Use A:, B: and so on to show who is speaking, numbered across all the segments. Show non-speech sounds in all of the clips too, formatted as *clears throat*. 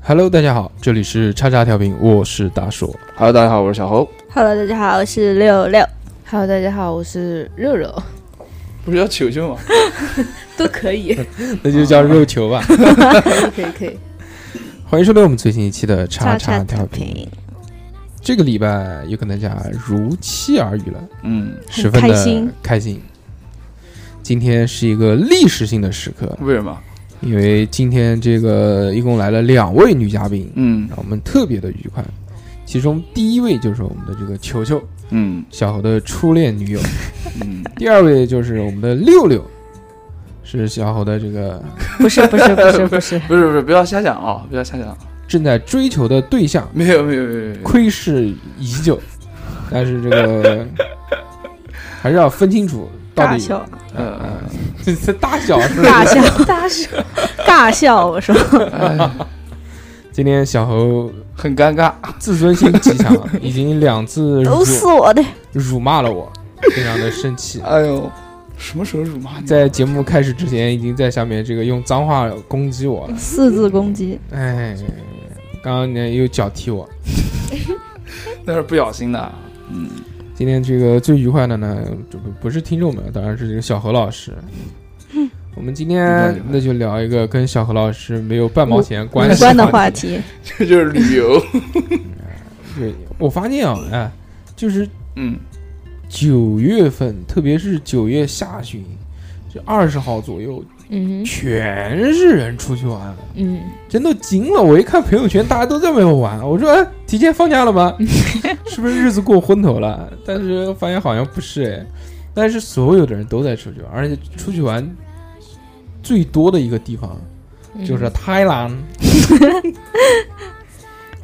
A: Hello，大家好，这里是叉叉调频，我是大硕。
B: Hello，大家好，我是小侯。
C: Hello，大家好，我是六六。
D: Hello，大家好，我是热热，
B: 不是叫球球 *laughs* 吗？
D: *laughs* 都可以，
A: *laughs* 那就叫肉球吧。
D: *laughs* 可以，可 *laughs* 以。
A: *laughs* 欢迎收听我们最新一期的叉
C: 叉
A: 调频。
C: 频，
A: 这个礼拜又跟大家如期而语了，
B: 嗯，
A: 十分
C: 开
A: 的
C: 心
A: 开心。今天是一个历史性的时刻，
B: 为什么？
A: 因为今天这个一共来了两位女嘉宾，
B: 嗯
A: 让我们特别的愉快。其中第一位就是我们的这个球球，
B: 嗯
A: 小侯的初恋女友；
B: 嗯，
A: 第二位就是我们的六六，是小侯的这个
D: 不是，不是，不是，不是，
B: 不是不是，不要瞎想啊，不要瞎想，
A: 正在追求的对象，
B: 没有没有没有没有，
A: 窥视已久，但是这个还是要分清楚到
C: 尬
A: 底
C: 笑，
B: 呃，
A: 这这 *laughs* 大小是
C: 尬笑，大笑，尬笑。我说，
B: 哎
A: 今天小侯
B: 很尴尬，
A: 自尊心极
C: *laughs*
A: 强，已经两次辱
C: 都是我的。
A: 辱骂了我，非常的生气。
B: 哎呦，什么时候辱骂你？啊
A: 在节目开始之前，已经在下面这个用脏话攻击我了。
C: 四字攻击，
A: 哎，刚刚呢又脚踢我。
B: 那是不小心的，嗯，
A: 今天这个最愉快的呢，这不不是听众们，当然是这个小何老师。
C: 嗯
A: 我们今天那就聊一个跟小何老师没有半毛钱
C: 无
A: 关系
C: 关的话题，
B: 这 *laughs* 就是旅游，
A: 对，我发现啊，哎，就是
B: *laughs* 嗯，
A: 九月份，特别是九月下旬，这二十号左右，
D: *laughs* 嗯哼
A: 全是人出去玩，
D: 嗯，
A: 真的惊了。我一看朋友圈，大家都在外面玩，我说，哎，提前放假了吗？是不是日子过昏头了？但是发现好像不是哎，但是所有的人都在出去玩，而且出去玩最多的一个地方
D: 嗯
A: 就是泰兰。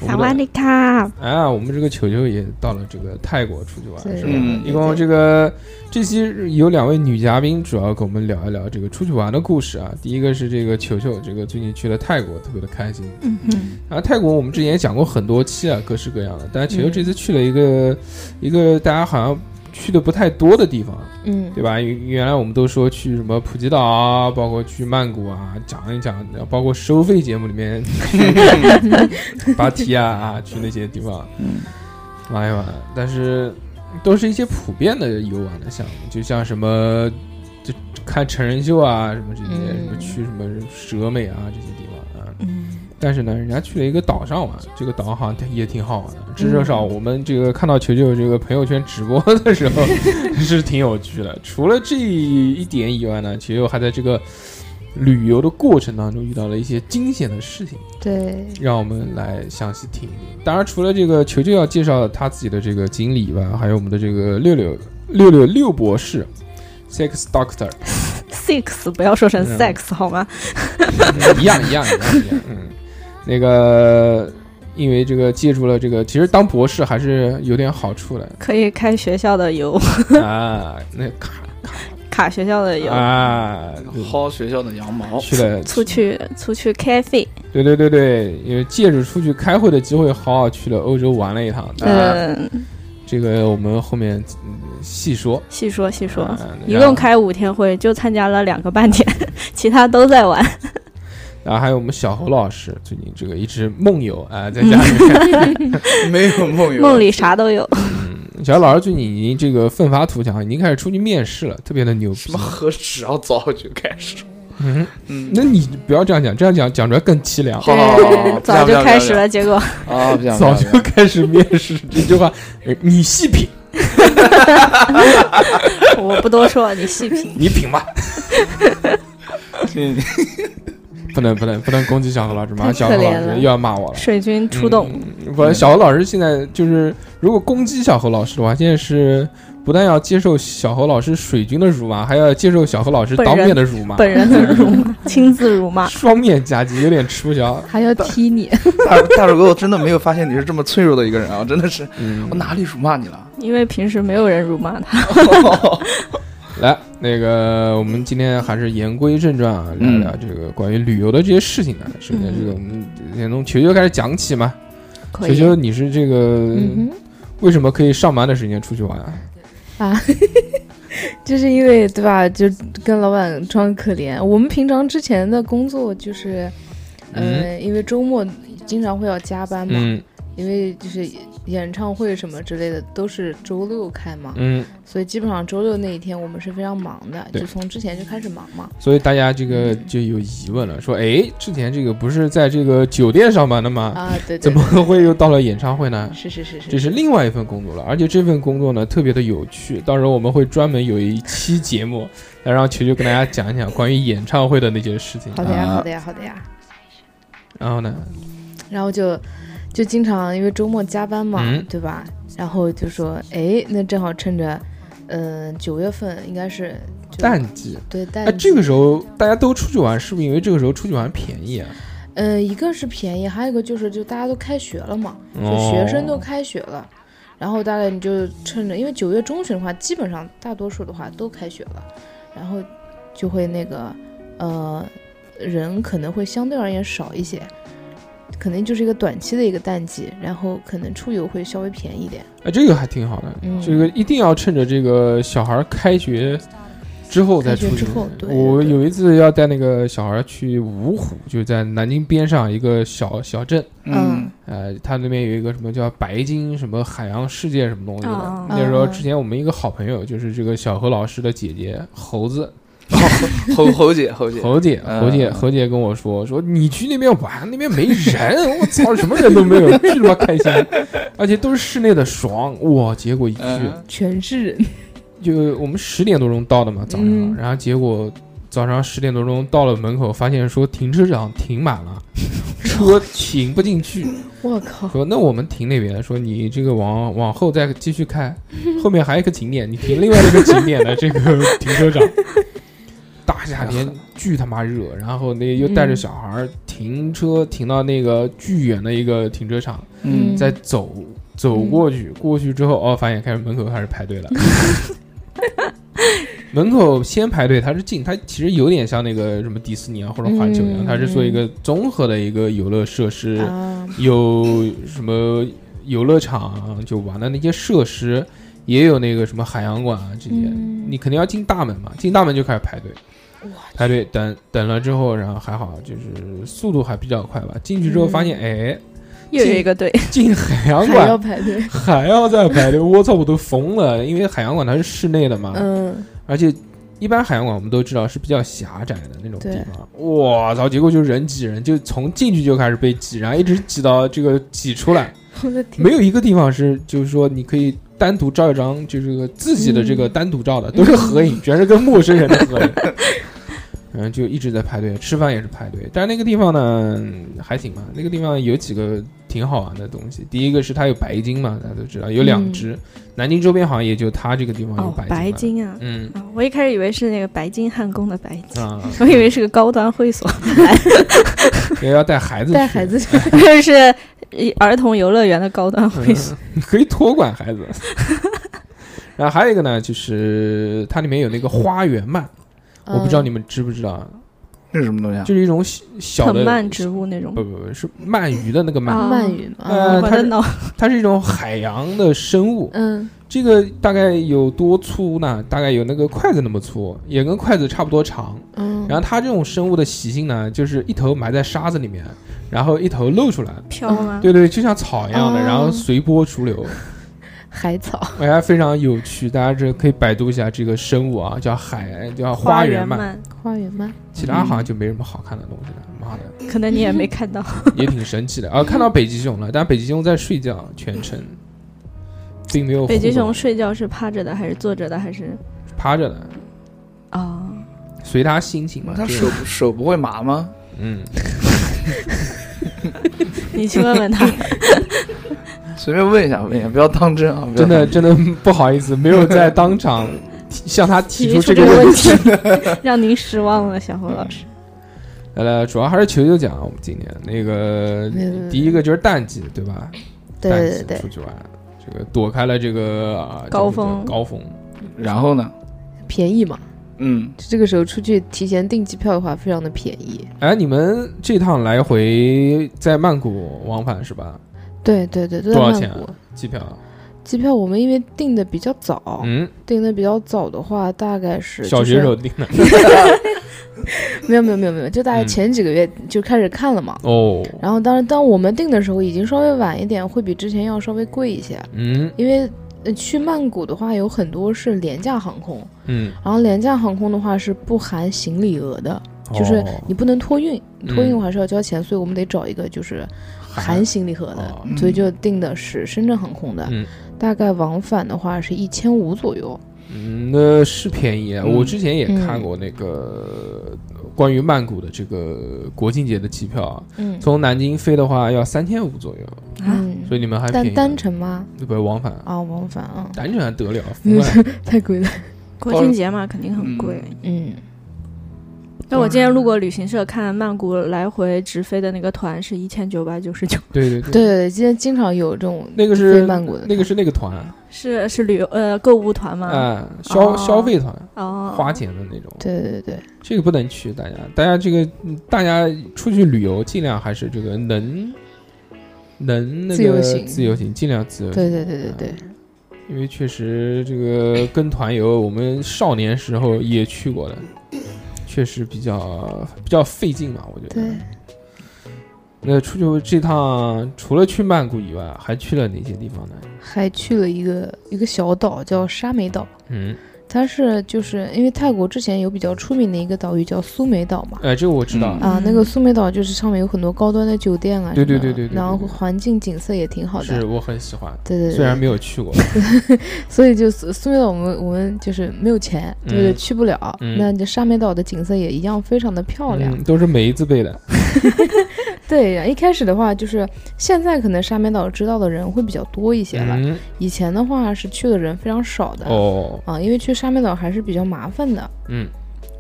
A: 我
C: 萨
A: 们的
C: 瓦迪卡，
A: 啊，我们这个球球也到了这个泰国出去玩，
D: 对
A: 是吧？
B: 嗯
A: 一共这个这期有两位女嘉宾，主要跟我们聊一聊这个出去玩的故事啊。第一个是这个球球，这个最近去了泰国，特别的开心。
C: 嗯哼，
A: 然后泰国我们之前也讲过很多期啊，各式各样的。但是球球
D: 嗯
A: 这次去了一个、一个大家好像去的不太多的地方，啊
D: 嗯，
A: 对吧？原原来我们都说去什么普吉岛啊，包括去曼谷啊，讲一讲，然后包括收费节目里面
D: *laughs*
A: 芭提雅啊，去那些地方，
B: 嗯，
A: 玩一玩。但是都是一些普遍的游玩的项目，就像什么就看成人秀啊，什么这些，
D: 嗯
A: 什么去什么蛇美啊这些地方啊。
C: 嗯，
A: 但是呢，人家去了一个岛上玩，这个岛好像也挺好玩的。至少我们这个看到球球这个朋友圈直播的时候 *laughs* 是挺有趣的。除了这一点以外呢，球球还在这个旅游的过程当中遇到了一些惊险的事情，
D: 对，
A: 让我们来详细听一听。当然，除了这个球球要介绍他自己的这个经历以外，还有我们的这个六六六六六博士，Sex Doctor。
C: six 不要说成
A: 嗯
C: sex 好吗？
A: *laughs* 一样一样一样一样。嗯，那个，因为这个借助了这个，其实当博士还是有点好处的
C: 可以开学校的油， *laughs*
A: 啊。那卡
C: 卡学校的油，
A: 啊，
B: 嗯薅学校的羊毛，
A: 去了，
C: 出去出去开会，
A: 对对对对，因为借着出去开会的机会，好好去了欧洲玩了一趟。
B: 啊
C: 嗯，
A: 这个我们后面嗯细说。
C: 细说细说
A: 啊。
C: 一
A: 然后
C: 共开五天会，就参加了两个半天， *laughs* 其他都在玩。
A: 哎然后还有我们小侯老师，最近这个一直梦游
C: *laughs*
A: 啊，在家里面。
B: 没有梦游，
C: 梦里啥都
A: 哦
C: 有，
A: 小侯老师最近已经这个奋发图强，已经开始出去面试了，特别的牛逼。
B: 什么何止要早就开始，
A: 嗯，
B: 嗯，
A: 那你不要这样讲，这样讲讲出来更凄凉。
B: 好好好好好，
C: 早
B: 不
C: 就
B: 讲
C: 开始了，，结果 *laughs*
B: 不讲不讲啊，不讲，不
A: 早
B: 讲
A: 就开始面试这句话，呃你细品，
C: 我不多说，你细品。
A: 你品吧。
B: 嗯
A: 不能不能不能攻击小何老师，马上小
D: 太
A: 何
D: 可
A: 老
D: 怜
A: 师
D: 了
A: 又要骂我了。
C: 水军出动，
A: 哦嗯，不，小何老师现在就是，如果攻击小何老师的话，现在是不但要接受小何老师水军的辱骂，还要接受小何老师
C: 本
A: 当
C: 人
A: 面的辱骂，
C: 本人的辱骂，亲自辱骂，
A: 双面夹击，有点吃不消。
D: 还要踢你，
B: 大大手哥，我真的没有发现你是这么脆弱的一个人啊！真的是，
A: 嗯
B: 我，哪里辱骂你 *laughs* 了？
C: 因为平时没有人辱骂
A: *laughs*
C: 他。
A: 来，那个我们今天还是言归正传啊，聊
B: 嗯
A: 聊这个关于旅游的这些事情啊。首先，这个我们先从球球开始讲起嘛。
D: 可
A: 球
D: 以，
A: 球，你是这个
D: 嗯哼。
A: 为什么可以上班的时间出去玩啊？
D: 就是因为对吧？就跟老板装可怜。我们平常之前的工作就是，呃，因为周末经常会要加班嘛，
A: 嗯
D: 因为就是演唱会什么之类的都是周六开嘛，
A: 嗯，
D: 所以基本上周六那一天我们是非常忙的，
A: 对
D: 就从之前就开始忙嘛。
A: 所以大家这个
D: 嗯
A: 就有疑问了，说，哎，之前这个不是在这个酒店上班的吗？
D: 啊，对对，嗯
A: 怎么会又到了演唱会呢？
D: 是是是是
A: 这是另外一份工作了，而且这份工作呢特别的有趣，到时候我们会专门有一期节目来让球球跟大家讲一讲关于演唱会的那些事情。
D: 好的呀，
B: 啊
D: 好的呀，好的呀。
A: 然后呢，
D: 然后就就经常因为周末加班嘛，
A: 嗯
D: 对吧？然后就说，哎，那正好趁着，嗯、九月份应该是就
A: 淡季，
D: 对淡
A: 哎，
D: 季
A: 这个时候大家都出去玩，是不是因为这个时候出去玩便宜啊？
D: 嗯、一个是便宜，还有一个就是就大家都开学了嘛，就
A: 哦
D: 学生都开学了。然后大概你就趁着，因为九月中旬的话，基本上大多数的话都开学了，然后就会那个，呃，人可能会相对而言少一些，可能就是一个短期的一个淡季，然后可能出游会稍微便宜一点。
A: 哎，这个还挺好的，
D: 嗯
A: 这个一定要趁着这个小孩开学之后再出
D: 开
A: 去
D: 学之后。对
A: 我
D: 对对
A: 有一次要带那个小孩去芜湖，就是在南京边上一个小小镇，
B: *laughs* 嗯，
A: 呃，它那边有一个什么叫白金什么海洋世界什么东西的。
C: 啊
A: 那时候
D: 嗯嗯
A: 之前我们一个好朋友，就是这个小何老师的姐姐猴子
B: 侯侯姐，侯姐，
A: 侯姐
B: 嗯
A: 侯姐侯姐跟我说说你去那边玩，那边没人，我操，什么人都没有， *laughs* 去他妈开心，而且都是室内的爽哇！结果一去，
B: 嗯，
D: 全是人，
A: 就我们十点多钟到的嘛，早上，
D: 嗯
A: 然后结果早上十点多钟到了门口，发现说停车场停满了，车停不进去，
D: *laughs* 我靠！
A: 说那我们停那边，说你这个往往后再继续开，后面还有一个景点，你停另外一个景点的这个停车场。大夏天巨他妈热，然后那又带着小孩儿停车停到那个巨远的一个停车场，
B: 嗯
D: 嗯
A: 再走走过去，过去之后哦，发现开始门口开始排队了。门口先排队，它是进，它其实有点像那个什么迪士尼啊或者环球一样，
D: 嗯
A: 它是做一个综合的一个游乐设施，
D: 啊，
A: 有什么游乐场啊就玩的那些设施，也有那个什么海洋馆啊这些，
D: 嗯
A: 你肯定要进大门嘛，进大门就开始排队，排队等等了之后，然后还好就是速度还比较快吧，进去之后发
D: 嗯
A: 现、哎。
C: 又有一个队，
A: 进海洋
D: 还要
A: 馆
D: 排队。
A: 还要再排队，我操，我都疯了！因为海洋馆它是室内的嘛，
D: 嗯，
A: 而且一般海洋馆我们都知道是比较狭窄的那种地
D: 对
A: 方。我操，结果就人挤人，就从进去就开始被挤，然后一直挤到这个挤出来，
D: *laughs* 我的天，
A: 没有一个地方是就是说你可以单独照一张就是个自己的这
D: 嗯
A: 个单独照的，都是合
D: *laughs*
A: 影，全是跟陌生人的合影。然后就一直在排队，吃饭也是排队。但是那个地方呢，嗯还行吧。那个地方有几个挺好玩的东西。第一个是它有白鲸嘛，大家都知道有两
D: 嗯
A: 只。南京周边好像也就它这个地方有
C: 哦，
A: 嗯白
C: 白
A: 鲸
C: 金啊
A: 吧。，嗯
C: 啊我一开始以为是那个白金汉宫的白金，
A: 啊，
C: 我以为是个高端会
A: *laughs*
C: 所，*laughs*
A: 也要带孩子去，
D: 带孩子
A: 哎
D: 去，
C: 是儿童游乐园的高端会所。
A: 嗯 *laughs* 可以托管孩子。 *laughs* 然后还有一个呢，就是它里面有那个花园鳗，我不知道你
D: 们
A: 们知不知道，啊
B: 这是什么东西啊？
A: 就是一种小小
C: 藤
A: 的
C: 蔓植物那种
A: 不不不是鳗鱼的那个鳗，
C: 啊
D: 鳗鱼嘛。
A: 呃
D: 啊
C: 我
A: 它
C: 的
A: 是
C: 脑
A: 它是一种海洋的生物。
D: 嗯，
A: 这个大概有多粗呢？大概有那个筷子那么粗，也跟筷子差不多长。
D: 嗯
A: 然后它这种生物的习性呢，就是一头埋在沙子里面，然后一头露出来。
C: 飘啊吗？
A: 对对，就像草一样的，
D: 哦
A: 然后随波逐流，
D: 海草，
A: 大家非常有趣。大家这可以百度一下这个生物啊，叫海叫花
C: 花
A: 园鳗，
C: 鳗，
D: 花园鳗，
A: 其他好像就没什么好看的东西了。妈的，
C: 可能你也没
A: *laughs*
C: 看到。
A: 也挺神奇的啊！看到北极熊了，但北极熊在睡觉，全程，并没有
C: 北极
A: 互动
C: 熊睡觉是趴着的还是坐着的还是
A: 趴着的， *laughs*
C: 啊？
A: 随它心情嘛。
B: 他
A: 对
B: 手手不会麻吗？
A: 嗯，
C: 你去问问他，
B: 随便问一下，问一下，不要当真啊！不要
A: 真的
B: 当真，
A: 真的不好意思，没有在当场提向他提出这
C: 这
A: 个
C: 问
A: 问题。
C: 题，让您失望了，小侯老师。
A: *laughs* 来来，主要还是球球讲啊，我们今天那个
D: 对对对
A: 第一个就是淡季，对吧？
D: 嗯对
A: 淡
D: 对
A: 季
D: 对，
A: 出去玩，这个躲开了这个啊
C: 高
A: 这个
C: 峰
A: 高峰。
B: 然后呢？
D: 便宜嘛，
B: 嗯，
D: 就这个时候出去提前订机票的话，非常的便宜。
A: 哎，你们这趟来回在曼谷往返是吧？
D: 对对对，都在
A: 多少
D: 曼
A: 钱啊
D: 谷。
A: 机票？
D: 机票我们因为订的比较早，
A: 嗯，
D: 订的比较早的话，大概是 *laughs*
A: 小学时候
D: 就是
A: 订的。
D: 没有没有没有没有，就大概
A: 嗯
D: 前几个月就开始看了嘛。
A: 哦，
D: 然后当然，当我们订的时候已经稍微晚一点，会比之前要稍微贵一些，
A: 嗯
D: 因为呃去曼谷的话有很多是廉价航空，
A: 嗯，
D: 然后廉价航空的话是不含行李额的，就是
A: 哦
D: 你不能托运，托运
A: 嗯
D: 的话是要交钱，所以我们得找一个就是含行李盒的，
A: 哦
D: 嗯所以就订的是深圳航空的，
A: 嗯
D: 大概往返的话是一千五左右。
A: 嗯，那是便宜啊！
B: 嗯
A: 我之前也
D: 嗯
A: 看过那个关于曼谷的这个国庆节的机票啊，
D: 嗯
A: 从南京飞的话要三千五左右，
C: 啊
D: 嗯，
A: 所以你们还便宜
D: 单
A: 呢
D: 单程吗？
A: 不是往返，
D: 啊，往返啊，
A: 单程还得
D: *laughs*
A: 了，
D: 没有
A: 疯了
D: 太贵了。
C: 国庆节嘛，肯定很贵。
D: 嗯，
C: 但我今天路过旅行社，看曼谷来回直飞的那个团是一千九百九十九，
A: 对对对，
D: *laughs* 对对对，今天经常有这种
A: 那个
D: 飞
A: 是
D: 曼谷的，
A: 那个是那个团，
C: 啊是是旅游呃购物团吗？
A: 啊，消
C: 哦
A: 消费团，
C: 哦，
A: 花钱的那种，
D: 对对对，
A: 这个不能去，大家大家这个嗯大家出去旅游尽量还是这个能能那个
D: 自由行
A: 自由行尽量自由行，
D: 对对对对对
A: 嗯
D: 对，
A: 因为确实这个跟团游，我们少年时候也去过的，确实比较比较费劲嘛，我觉得。
D: 对。
A: 那出去这趟除了去曼谷以外，还去了哪些地方呢？
D: 还去了一个一个小岛叫沙美岛，
A: 嗯，
D: 它是就是因为泰国之前有比较出名的一个岛屿叫苏梅岛嘛，
A: 哎，这个我知道
B: 嗯，
D: 啊，那
C: 嗯
D: 个苏梅岛就是上面有很多高端的酒店啊什
A: 对
D: 么
A: 对
D: 的，
A: 对对对
D: 然后
A: 对对
D: 环境景色也挺好
A: 是
D: 的，
A: 我很喜欢，
D: 对对对，
A: 虽然没有去过。
D: 所以就苏苏梅岛我们我们就是没有钱，
A: 嗯
D: 就是去不了，
A: 嗯
D: 那就沙美岛的景色也一样非常的漂亮，
A: 嗯，都是梅子辈的。
D: 对，一开始的话就是现在可能沙美岛知道的人会比较多一些了，
A: 嗯，
D: 以前的话是去的人非常少的，
A: 哦，
D: 啊，因为去沙美岛还是比较麻烦的。
A: 嗯，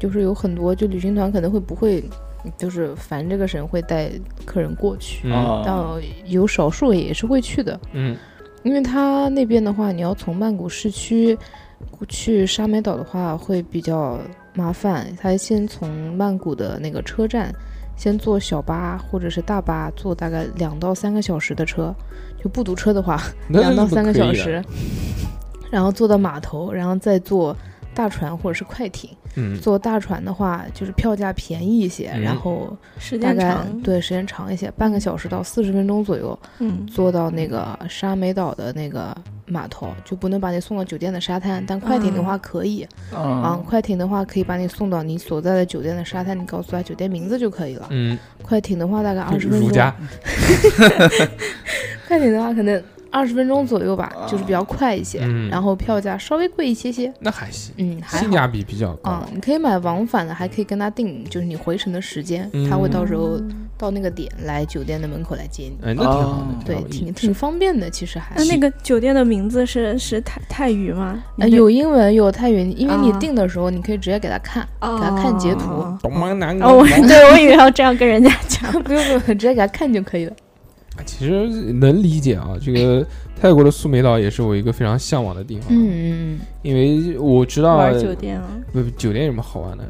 D: 就是有很多就旅行团可能会不会，就是烦这个神会带客人过去，
A: 嗯
D: 但有少数也是会去的，
A: 嗯
D: 因为他那边的话，你要从曼谷市区去沙美岛的话会比较麻烦，他先从曼谷的那个车站。先坐小巴或者是大巴，坐大概两到三个小时的车，就不堵车的话，
A: *laughs* 那
D: 两到
A: 是
D: 三个
A: 可以
D: 小
A: 的啊
D: 时，然后坐到码头，然后再坐大船或者是快艇。
A: 嗯，
D: 坐大船的话，就是票价便宜一些，
A: 嗯
D: 然后
C: 时
D: 大
C: 间
D: 概
C: 长，
D: 对时间长一些，半个小时到四十分钟左右，
C: 嗯，
D: 坐到那个沙美岛的那个码头，就不能把你送到酒店的沙滩，但快艇的
A: 嗯
D: 话可以、啊
B: 啊，，
D: 快艇的话可以把你送到你所在的酒店的沙滩，你告诉他酒店名字就可以了。
A: 嗯，
D: 快艇的话大概二十分
A: 儒
D: 钟，
A: 家，
D: 快艇的话可能二十分钟左右吧，
B: 啊
D: 就是比较快一些，
A: 嗯
D: 然后票价稍微贵一些些，
A: 那还行，
D: 嗯，还
A: 性
D: 好。
A: 价比比较高
D: 啊、。你可以买往返的，还可以跟他定，就是你回程的时间，
A: 嗯
D: 他会到时候到那个点来酒店的门口来接你。
A: 哎，那挺好的
B: 哦，
A: 挺
D: 对
A: 好，的嗯
D: 挺挺方便的，其实还
C: 那。那个酒店的名字是是泰泰语吗？
D: 呃有英文有泰语，因为你
C: 啊
D: 订的时候，你可以直接给他看， *laughs*
C: 给
D: 他看截图嗯
A: 东方南
C: 哦，我对我以为要这样跟人家讲。
D: 不用不用，直接给他看就可以了。
A: 其实能理解啊，这个泰国的苏梅岛也是我一个非常向往的地方，啊
D: 嗯嗯
A: 因为我知道
C: 玩
A: *laughs*
C: 酒店啊？
A: 不酒店有什么好玩的？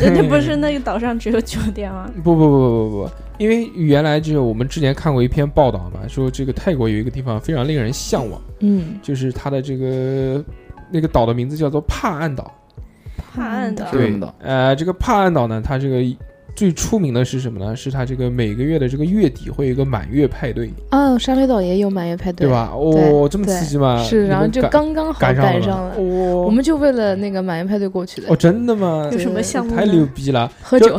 C: 那不是那个岛上只有酒店吗？
D: 嗯
A: 不不不不不不，因为原来这个我们之前看过一篇报道嘛，说这个泰国有一个地方非常令人向往，
D: 嗯
A: 就是它的这个那个岛的名字叫做帕岸岛。
C: 帕岸嗯岛
B: 是什
D: 嗯
B: 么岛？
A: 呃，这个帕岸岛呢，它这个最出名的是什么呢？是它这个每个月的这个月底会有一个满月派对，
D: 嗯，啊，沙美岛也有满月派对
A: 对？吧？哦，这么
D: 对
A: 刺激吗？
D: 是，
A: 你
D: 然后
A: 们
D: 就
A: 赶
D: 刚刚好
A: 赶上
D: 赶
A: 了
D: 上
A: 吗，
D: 了，
A: 哦，
D: 我们就为了那个满月派对过去
A: 哦，
D: 的，
A: 真的吗
C: 有？什么项目呢？
A: 太牛逼了！
D: 喝
A: 就
D: 酒。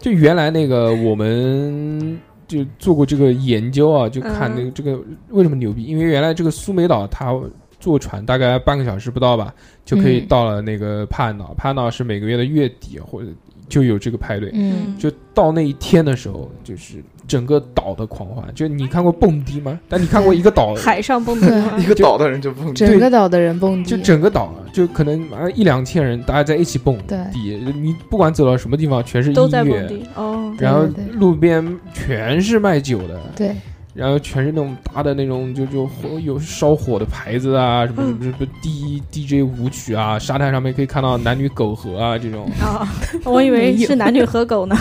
A: 就原来那个我们就做过这个研究啊，就看
D: 嗯
A: 那个这个为什么牛逼，因为原来这个苏梅岛它。坐船大概半个小时不到吧，就可以
D: 嗯
A: 到了那个帕岸岛。帕岸岛是每个月的月底或者就有这个派对，
D: 嗯，
A: 就到那一天的时候，就是整个岛的狂欢。就你看过蹦迪吗？但你看过一个岛，
C: *laughs* 海上蹦迪吗
B: 一？个岛的人就蹦
D: 整个岛的人蹦
A: 就
D: 迪，
A: 整个岛，啊就可能马上一两千人，大家在一起蹦
D: 对
A: 迪。你不管走到什么地方，全是
C: 都
A: 音
C: 在蹦
A: 乐，
C: 迪哦。
A: 然后
D: 对对对
A: 路边全是卖酒的，
D: 对，
A: 然后全是那种大的那种就就火有烧火的牌子啊，什么什么什么 D DJ 舞曲啊，沙滩上面可以看到男女苟合啊这种。
C: 啊，我以为是男女合狗呢，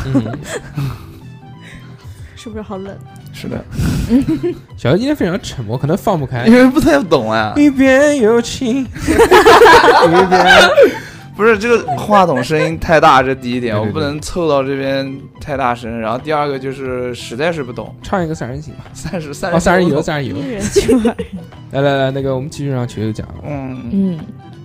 A: 嗯，
C: 是不是好冷？
B: 是的，
A: 小优今天非常沉默，可能
B: *laughs*
A: 放不开 *laughs*
B: 因。为不太懂啊。
A: 一边有情，一边
B: 不是这个话筒声音太大，这第一点，
A: 对对
B: 我不
A: 对
B: 能凑到这边太大声。然后第二个就是实在是不懂，
A: 唱一个三人行吧。
B: 三十三
A: 哦，
B: 十
A: 三人
B: 多
A: 游，
B: 懂
A: 三人游。
C: 人去玩。
A: 来来来，那个我们继续让球球讲啊。
B: 嗯，
D: 嗯，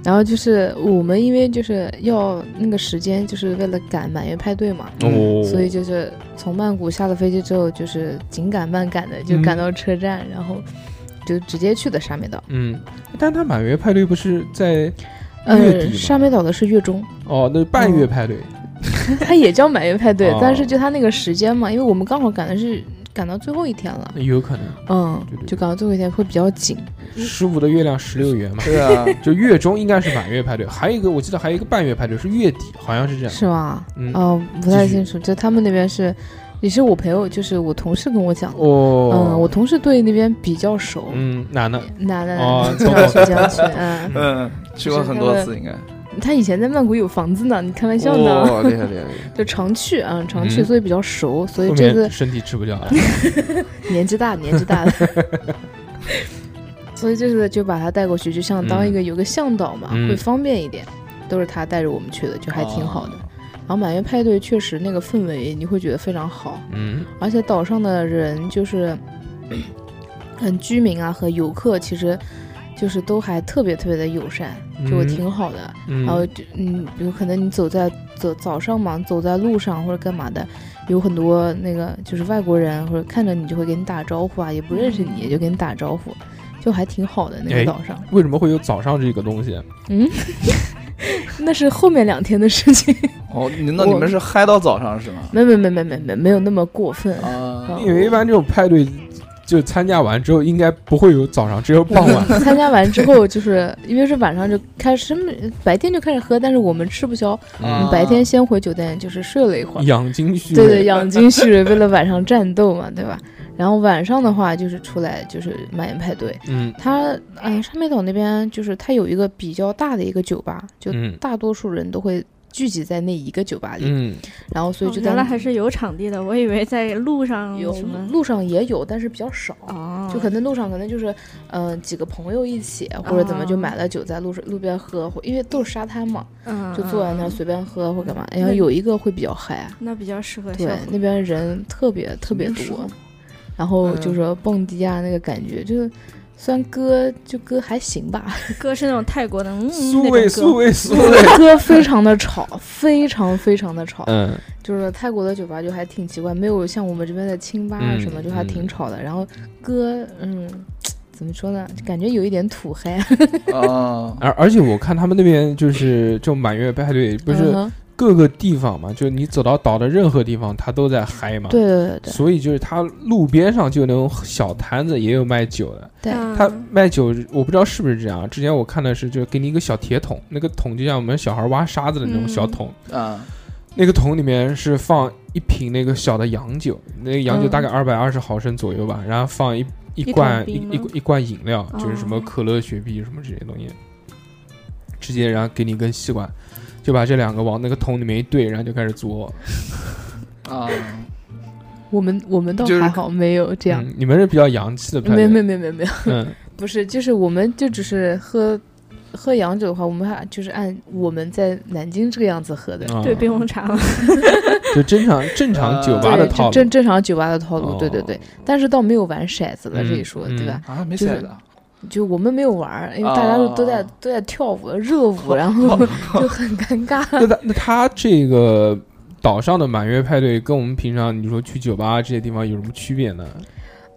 D: 然后就是我们因为就是要那个时间，就是为了赶满月派对嘛，
B: 嗯
A: 哦，
D: 所以就是从曼谷下了飞机之后，就是紧赶慢赶的就
A: 嗯
D: 赶到车站，然后就直接去的沙美岛。
A: 嗯，但他满月派对不是在月底
D: 呃，
A: 吗
D: 沙美岛的是嗯月
A: *laughs*
D: 中，
A: 哦，那半月派对。
D: 它也叫满月派对，
A: 哦
D: 但是就它那个时间嘛，因为我们刚好赶的是赶到最后一天了，
A: 那有可能
D: 嗯
A: 对对，
D: 就赶到最后一天会比较紧。
A: 十五的月亮十六圆嘛，*laughs*
B: 对啊，
A: 就月中应该是满月派对，还有一个我记得还有一个半月派对是月底，好像是这样。
D: 是吧？
A: 嗯，
D: 哦，不太
A: 继续
D: 清楚，就他们那边是，也是我朋友，就是我同事跟我讲的。
A: 哦，
D: 嗯，我同事对那边比较熟，
A: 嗯，男的，
D: 男的
A: 哦
D: 男的经常去这
A: *laughs*
D: 样去。嗯，
B: 嗯，去过很多次应该。哦
D: 他以前在曼谷有房子呢，你开玩笑呢？
B: 哇，厉害厉害厉害！
D: 就常去啊，常去，
A: 哦嗯
D: 所以比较熟，所以
A: 后
D: 这次
A: 面身体吃不消
D: *laughs*
A: 了。
D: 年纪大，年纪大了。 *laughs* 所以这次就把他带过去，就像当一个有个向导嘛，
A: 嗯
D: 会方便一点。都是他带着我们去的，就还挺好的。
B: 哦。
D: 然后满月派对确实那个氛围你会觉得非常好，
A: 嗯，
D: 而且岛上的人就是， *clears throat* 嗯，居民啊和游客其实就是都还特别特别的友善，就
A: 嗯
D: 挺好的。
A: 嗯
D: 然后就嗯，比如可能你走在走早上嘛，走在路上或者干嘛的，有很多那个就是外国人或者看着你就会给你打招呼啊，也不认识你也就给你打招呼，就还挺好的那
A: 哎
D: 个岛上。
A: 为什么会有早上这个东西？
D: *laughs* 嗯，那是后面两天的事情，
B: 哦，你那你们是嗨到早上是吗？
D: 没没没没没没没有那么过分。
B: 啊
D: 嗯
A: 因为一般这种派对，就参加完之后应该不会有早上，只有傍
D: *laughs*
A: 晚。
D: 参加完之后，就是因为是晚上就开始，白天就开始喝，但是我们吃不消，我
A: 啊
B: 嗯
D: 们白天先回酒店，就是睡了一会儿。
A: 嗯养精蓄
D: 对
A: 锐。
D: 对，养精蓄锐，为了晚上战斗嘛，对吧？然后晚上的话就是出来就是满眼派对，
A: 嗯
D: 它呃沙美岛那边就是它有一个比较大的一个酒吧，就
A: 嗯
D: 大多数人都会聚集在那一个酒吧里，
A: 嗯，
D: 然后所以就在
C: 哦原来
D: 那
C: 还是有场地的，我以为在路上
D: 有
C: 什么。
D: 路上也有，但是比较少。
C: 哦，
D: 就可能路上可能就是，呃，几个朋友一起或者怎么就
C: 哦
D: 买了酒在路上路边喝，或因为都是沙滩嘛，
C: 嗯
D: 就坐在那儿
C: 嗯
D: 随便喝或干嘛。然
C: 那
D: 后有一个会比较嗨，
C: 那比较适合小
D: 对
C: 伙，
D: 那边人特别特别
C: 什么时候
D: 多，然后
B: 嗯
D: 就是蹦迪啊，那个感觉就是，虽然歌就歌还
A: *laughs*
D: 行吧，
C: 歌是那种泰国的，嗯，
A: 苏
C: 那
A: 味
C: 种
A: 苏
C: 歌
A: 味苏味。
D: 歌非常的吵，非常非常的吵。
A: 嗯，
D: 就是泰国的酒吧就还挺奇怪，没有像我们这边的清吧啊
A: 嗯
D: 什么，就还挺吵的。然后歌，嗯，怎么说呢？就感觉有一点土嗨，
B: 啊！
A: 而而且我看他们那边就是这种满月派对，不
D: 嗯
A: 是啊
D: 哼
A: 各个地方嘛，就你走到岛的任何地方，它都在嗨嘛。
D: 对对对对
A: 所以就是它路边上就有那种小摊子，也有卖酒的。
D: 对，
C: 嗯
A: 它卖酒，我不知道是不是这样啊。之前我看的是，就是给你一个小铁桶，那个桶就像我们小孩挖沙子的那种
C: 嗯
A: 小桶，
B: 啊，
A: 那个桶里面是放一瓶那个小的洋酒，那个洋酒
D: 嗯
A: 大概二百二十毫升左右吧，然后放一一
C: 一
A: 罐
C: 桶
A: 一
C: 冰
A: 一
C: 吗
A: 一罐饮料，
C: 哦
A: 就是什么可乐、雪碧什么这些东西，直接然后给你一根吸管，就把这两个往那个桶里面一兑，然后就开始嘬。
B: 啊，
D: 我们我们倒
B: 就是
D: 还好，没有这样。
A: 嗯，你们是比较洋气的派
D: 没
A: 对，
D: 没没没没有，
A: 嗯
D: 不是，就是我们就只是喝喝洋酒的话，我们还就是按我们在南京这个样子喝的，
A: 啊
C: 对冰红茶嘛，
A: *laughs* 就正常正常酒吧
B: 呃
A: 的
D: 对，
A: 套
D: 就
A: 路
D: 正正常酒吧的套路，对对
A: 哦
D: 对。但是倒没有玩骰子了
A: 嗯
D: 这一说，对吧？
B: 啊，没
D: 就是
B: 骰子啊，
D: 就我们没有玩儿，因为大家都
B: 哦
D: 都在
A: 啊
D: 都在跳舞
A: *laughs*
D: 热舞，然后就很尴尬。
A: 那他那他这个岛上的满月派对跟我们平常你说去酒吧这些地方有什么区别呢？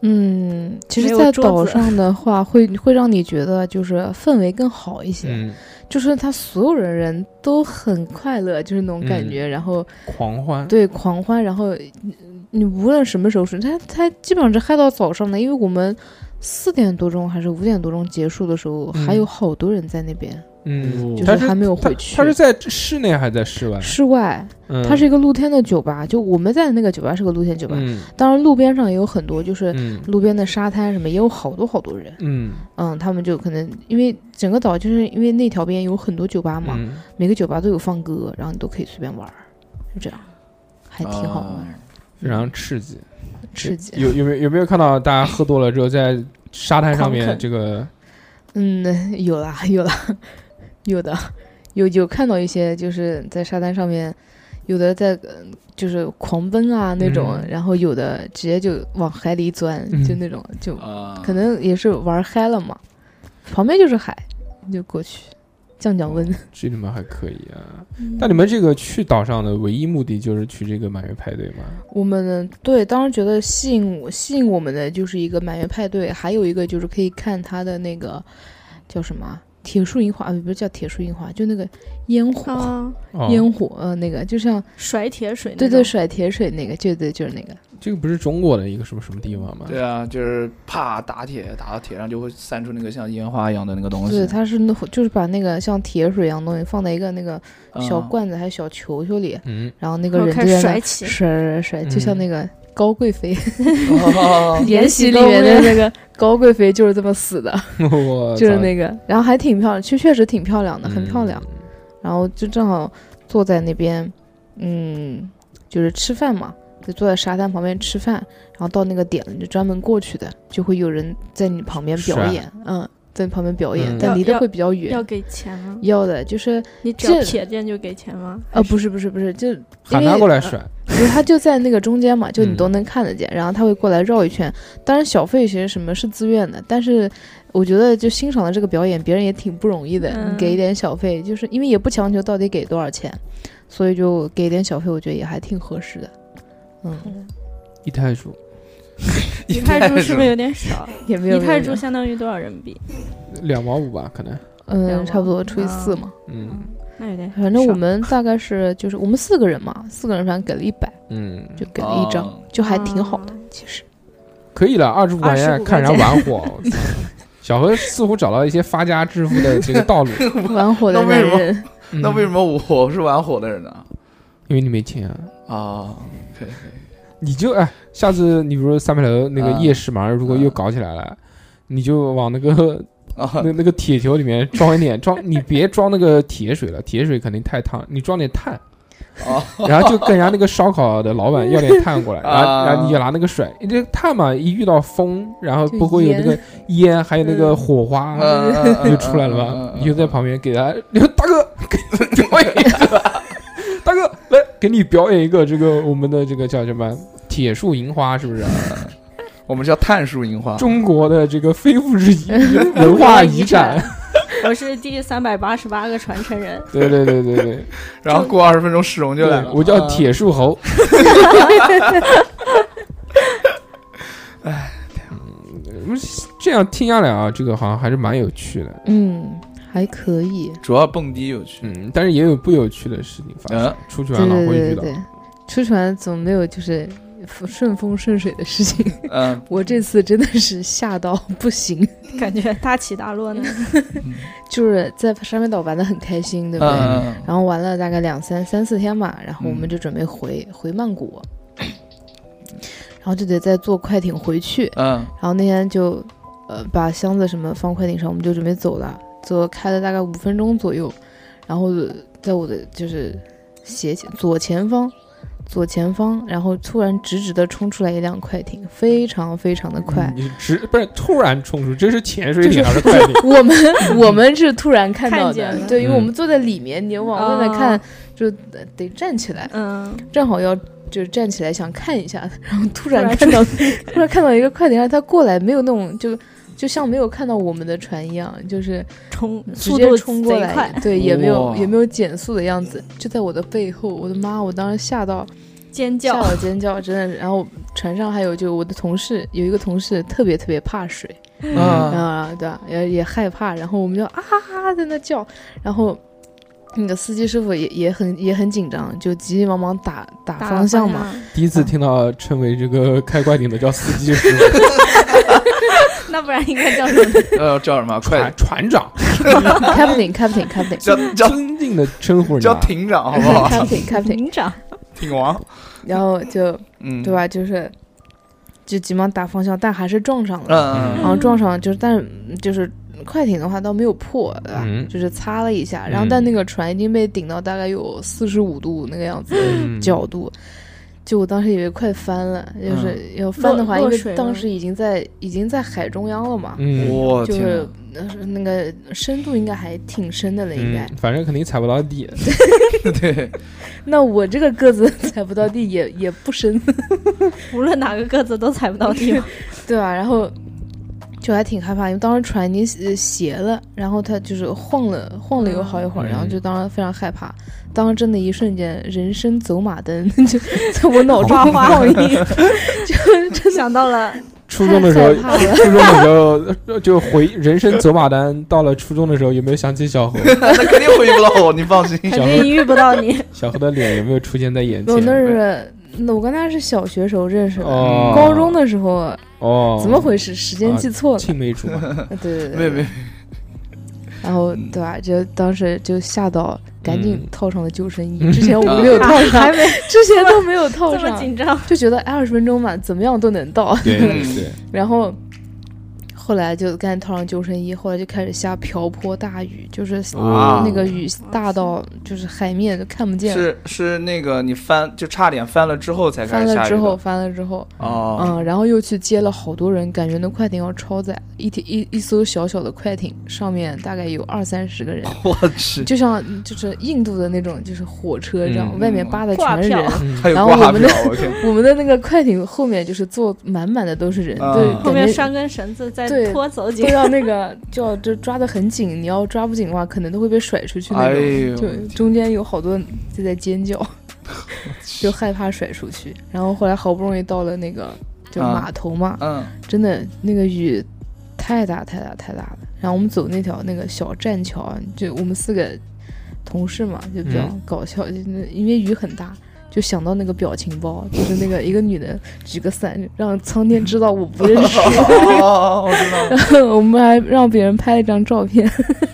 D: 嗯，其
C: 没
D: 实，
C: 有
D: 在
C: 桌
D: 岛
C: 子
D: 上的话，会会让你觉得就是氛围更好一些，
A: 嗯，
D: 就是他所有人人都很快乐，就是那种感
A: 嗯
D: 觉，然后
A: 狂欢。
D: 对，狂欢，然后你你无论什么时候睡，他他基本上是嗨到早上的，因为我们四点多钟还是五点多钟结束的时候，还
A: 嗯
D: 有好多人在那边，
A: 嗯，
D: 就
A: 他
D: 还没有回
A: 他
D: 去。
A: 他是在室内还是在室外？
D: 室外，
A: 嗯，
D: 它是一个露天的酒吧，就我们在的那个酒吧是个露天酒吧，
A: 嗯
D: 当然路边上也有很多，就是
A: 嗯
D: 路边的沙滩什么也有好多好多人，
A: 嗯
D: 嗯，他们就可能因为整个岛就是因为那条边有很多酒吧嘛，
A: 嗯，
D: 每个酒吧都有放歌，然后你都可以随便玩儿，就这样，还挺好
B: 啊
D: 玩
A: 啊
D: 儿，
A: 非常刺激。
D: 刺激。
A: 有有没有有没有看到大家喝多了之后在沙滩上
D: 狂
A: 面
D: 啃
A: 这个
D: *laughs* 嗯，有啦有啦，有的，有有看到一些就是在沙滩上面，有的在呃就是狂奔啊那种，
A: 嗯
D: 然后有的直接就往海里钻，
A: 嗯
D: 就那种就
B: 啊
D: 可能也是玩嗨了嘛，旁边就是海，你就过去降降温。
A: 这你们还可以啊。
C: 嗯
A: 那你们这个去岛上的唯一目的就是去这个满月派对吗？
D: 我们对当时觉得吸引我吸引我们的就是一个满月派对，还有一个就是可以看它的那个叫什么啊铁树银花，呃，不是叫铁树银花，就那个烟火。
C: 啊，
A: 哦，
D: 烟火，呃，那个就像
C: 甩铁水
D: 对
C: 那种，
D: 对甩铁水那个，就对就是那个，
A: 这个不是中国的一个什么什么地方吗？
B: 对啊，就是啪打铁，打到铁上就会散出那个像烟花一样的那个东西。
D: 对，它是那就是把那个像铁水一样的东西放在一个那个
B: 嗯
D: 小
B: *laughs*
D: 罐子还是小球球里，
A: 嗯， *laughs*
D: 然后那个
C: 然后哦
D: 人
C: 开
D: 就
C: 始
D: 在
C: 甩
D: 那甩
C: 起，
D: 甩甩，就像
A: 嗯
D: 那个高贵
C: *laughs*
D: 妃，
B: 哦
D: 延禧里
C: 高
D: 面
C: 贵
D: 的那个 *laughs* 高贵妃就是这么死的，
A: 我
D: 就是
A: 操
D: 那个，然后还挺漂亮，确确实挺漂亮的，很漂亮。。
A: 嗯
D: 然后就正好坐在那边，嗯，就是吃饭嘛，就坐在沙滩旁边吃饭，然后到那个点了，你就专门过去的，就会有人在你旁边表
A: 是啊
D: 演，嗯，在你旁边表演，
A: 嗯
D: 但
C: 要
D: 离得
C: 要
D: 会比较远。
C: 要给钱吗？
D: 要的就是
C: 你只要
D: 这
C: 瞥见就给钱吗？
D: 呃，不是不是不是，就
A: 喊
D: 因
A: 他
D: 为
A: 过来甩，
D: 不是他就在那个中间嘛，就你
A: 嗯
D: 都能看得见，然后他会过来绕一圈。当然小费其实什么是自愿的，但是我觉得就欣赏了这个表演，别人也挺不容易的，
C: 嗯
D: 你给一点小费，就是因为也不强求到底给多少钱，所以就给一点小费，我觉得也还挺合适的。嗯，
A: 一泰铢，*laughs*
C: 一泰铢是不是有点少？
D: 也 *laughs* 没有
C: 一泰铢
D: 没有
C: 相当于多少人民币？
A: 两毛五吧，可能。
D: 嗯，差不多除以四嘛。
A: 嗯
C: 那有点少。
D: 反正我们大概是就是我们四个人嘛，四个人反正给了一百，
A: 嗯，
D: 就给了一张，
B: 哦
D: 就还挺好的。
C: 啊
D: 其实
A: 可以了，二十五块钱
C: 25
A: 看人
C: 块
A: 家玩火。 *laughs* 我操小何似乎找到一些发家致富的这个道路。
D: 玩火的
B: 那为
D: 男
B: 什么
D: 人，
A: 嗯
B: *laughs* 那为什么我是玩火的人呢？
A: 因为你没钱啊，
B: 啊，可以可以，
A: 你就哎，下次你比如说三牌楼那个
B: 啊
A: 夜市，马上如果又搞起来了。你就往那
B: *laughs*
A: 个
B: 啊
A: 那那个铁球里面装一点，装你别装那个铁水了，铁水肯定太烫，你装点炭，
B: 啊，
A: *laughs* 然后就跟人家那个烧烤的老板
B: *laughs*
A: 要点炭过来，然后
B: 啊
A: 然后你就拿那个水，你这个炭嘛，一遇到风，然后
D: 就
A: 不会有那个烟，还有那个
D: 嗯
A: 火花， *laughs*
B: 嗯
A: 就出来了吧？你就
B: *laughs*
A: 在旁边给他， *laughs* 你说大哥，给你表演一个，大哥来给你表演一个这个我们的这个叫什么铁树银花，是不
B: *laughs*
A: 是啊？
B: 我们叫碳树樱花，
A: 中国的这个非物质遗文化遗产，
B: *laughs*
C: 我是第三百八十八个传承人，
A: 对对对对对，
B: 然后过二十分钟市容就来
A: 对
B: 了。
A: 我叫铁树
B: *laughs*
A: 猴。哎，我们这样听下来啊，这个好像还是蛮有趣的，
D: 嗯，还可以。
B: 啊主要蹦迪有趣。
A: 嗯，但是也有不有趣的事情发生
B: 嗯，
A: 出去
D: 对
A: 玩啊老
D: 对
A: 会遇
D: 对
A: 到。
D: 对，出去玩总没有就是顺风顺水的事情。 *laughs*
B: 嗯，
D: 我这次真的是吓到不行，
C: 感觉大起大落
D: *laughs*
C: 呢。
D: 就是在沙面岛玩的很开心，对不对？
B: 嗯
D: 然后玩了大概两三三四天吧，然后我
B: 嗯
D: 们就准备回、回曼谷， *coughs* 然后就得再坐快艇回去。
B: 嗯
D: 然后那天就呃把箱子什么放快艇上，我们就准备走了，走开了大概五分钟左右，然后在我的就是斜前左前方。左前方，然后突然直直的冲出来一辆快艇，非常非常的
C: 嗯
D: 快。
A: 嗯你直不是突然冲出，这是潜水艇
D: 就是
A: 还是快艇？
D: 我们我们是突然看到
C: 看
D: 的
C: 见，了
D: 对，因为我
A: 嗯
D: 们坐在里面，你往外面看
C: 哦，
D: 就得得站起来，
C: 嗯，
D: 正好要就是站起来想看一下，然后突然
C: 突
D: 看到，突然看到一个快艇，让它过来，没有那种就就像没有看到我们的船一样，就是
C: 冲
D: 直
C: 嗯速
D: 接
C: 度
D: 冲过
C: 贼
D: 来，
C: 快，
D: 对，也没有
B: 哇
D: 也没有减速的样子，就在我的背后，我的妈！我当时吓到
C: 尖
D: 吓
C: 叫。
D: 到尖叫，真的是。然后船上还有就我的同事有一个同事特别特别怕水，
B: 嗯，
D: 啊，对啊，也也害怕，然后我们就啊在那叫，然后那个司机师傅也也很也很紧张，就急急忙忙打打
C: 打
D: 方向嘛，
C: 嘛，
A: 第一次听到称为这个开快艇的叫司机师傅，
C: 那不然应该叫什么？
B: 呃，叫什么？ *laughs* 快
A: 船船长，
D: captain captain captain
B: 叫叫嗯
A: 尊敬的称呼人
B: 叫
A: 家。
B: 艇长好不
D: *laughs*
B: 好？
D: captain captain，
C: 艇长，
B: 艇王，
D: 然后就
B: 嗯，
D: 对？吧，就是就急忙打方向，但还是撞上
A: 啊
D: 了，
B: 嗯
D: 然后撞上就是但是就是快艇的话倒没有破，对吧？
A: 嗯
D: 就是擦了一下，然后但那个船已经被顶到大概有四十五度那个样子的
A: 嗯
D: 角度，就我当时以为快翻了，就是要翻的话，
C: 落落
D: 因为
C: 水
D: 当
C: 了
D: 时已经在已经在海中央了嘛，
A: 嗯，
B: 我
D: 就
B: 天
D: 是
B: 哪，
D: 呃是那个深度应该还挺深的了，应该。
A: 嗯，反正肯定踩不到
D: *laughs*
A: 地。
B: *laughs* 对，
D: 那我这个个子 *laughs* 踩不到地也也不深，
C: 无论哪个个子都踩不到地。
D: 对吧、然后就还挺害怕，因为当时船已经呃斜了，然后它就是晃了晃了有好一会儿，
A: 嗯
D: 然后就当时非常害怕。当时真的一瞬间，人生走
A: *laughs*
D: 马灯就在我脑中
C: 哗哗
D: 晃一，就 *laughs* 真的
C: 想
A: *laughs*
C: 到了
A: 初中的时候
D: 太害，怕了。
A: 初中的时候呃就回人生走马灯。到了初中的时候，有没有想起小
B: *laughs*
A: 何？
B: 那肯定回不到我，你
D: *laughs*
B: 放心。
C: 肯
A: 小
C: 定遇不到你。
A: 小何的脸有没有出现在眼
D: 我那
A: 前？
D: 是那我跟他是小学时候认识的，
A: 哦
D: 高中的时候
A: 哦，
D: 怎么回事？时间
A: 啊
D: 记错了，
A: 青梅竹
D: *laughs*
A: 马，
D: 对对对，
A: *laughs*
B: 没有没有，
D: 然后对吧？就当时就吓到，赶紧
A: 嗯
D: 套上了救生衣。
A: *laughs*
D: 之前我们没有套
C: *laughs*
D: 上，
C: 还没
D: 之前都没有套
C: 这么
D: 上，
C: 紧张，
D: 就觉得哎二十分钟嘛，怎么样都能到。 *laughs*
A: 对对对，
D: 然后后来就赶紧套上救生衣，后来就开始下瓢泼大雨，就是
B: 哦
D: 啊那个雨大到就是海面都看不见了。
B: 是是那个你翻就差点翻了之后才开
D: 翻
B: 始
D: 了
B: 下雨
D: 之
B: 的
D: 后，翻了之后，
B: 哦，
D: 嗯，然后又去接了好多人，感觉那快艇要超载，一艇一一艘小小的快艇上面大概有二三十个人，
B: *laughs* 我去，
D: 就像就是印度的那种就是火车这样，
A: 嗯
D: 外面扒的
C: 挂
D: 全是
C: 票
D: 人。
A: 嗯
B: 还有
D: 然后
B: 挂
D: 我们
B: 表
D: 的，
B: 我
D: *laughs*
B: 天，
D: 我们的那个快艇后面就是坐满满的都是人，
B: 啊
D: 对，
C: 后面
D: 感觉
C: 拴根绳子再
D: 对
C: 拖走几
D: 都
C: 个。
D: 要那个就要就抓得很紧，你要抓不紧的话，可能都会被甩出去那
B: 哎
D: 种。
B: 呦，
D: 就中间有好多人就在
B: *laughs*
D: 尖叫，就害怕甩出去。然后后来好不容易到了那个就
B: 啊
D: 码头嘛，
B: 嗯，
D: 真的那个雨太大太大太大了。然后我们走那条那个小栈桥，啊就我们四个同事嘛，就比较
A: 嗯
D: 搞笑，就那因为雨很大。就想到那个表情包，就是那个一个女的举个伞，让苍天知道我不认识。
B: 哦，我知道了，
D: *laughs* 我们还让别人拍了一张
A: *laughs*
D: 照片， *laughs*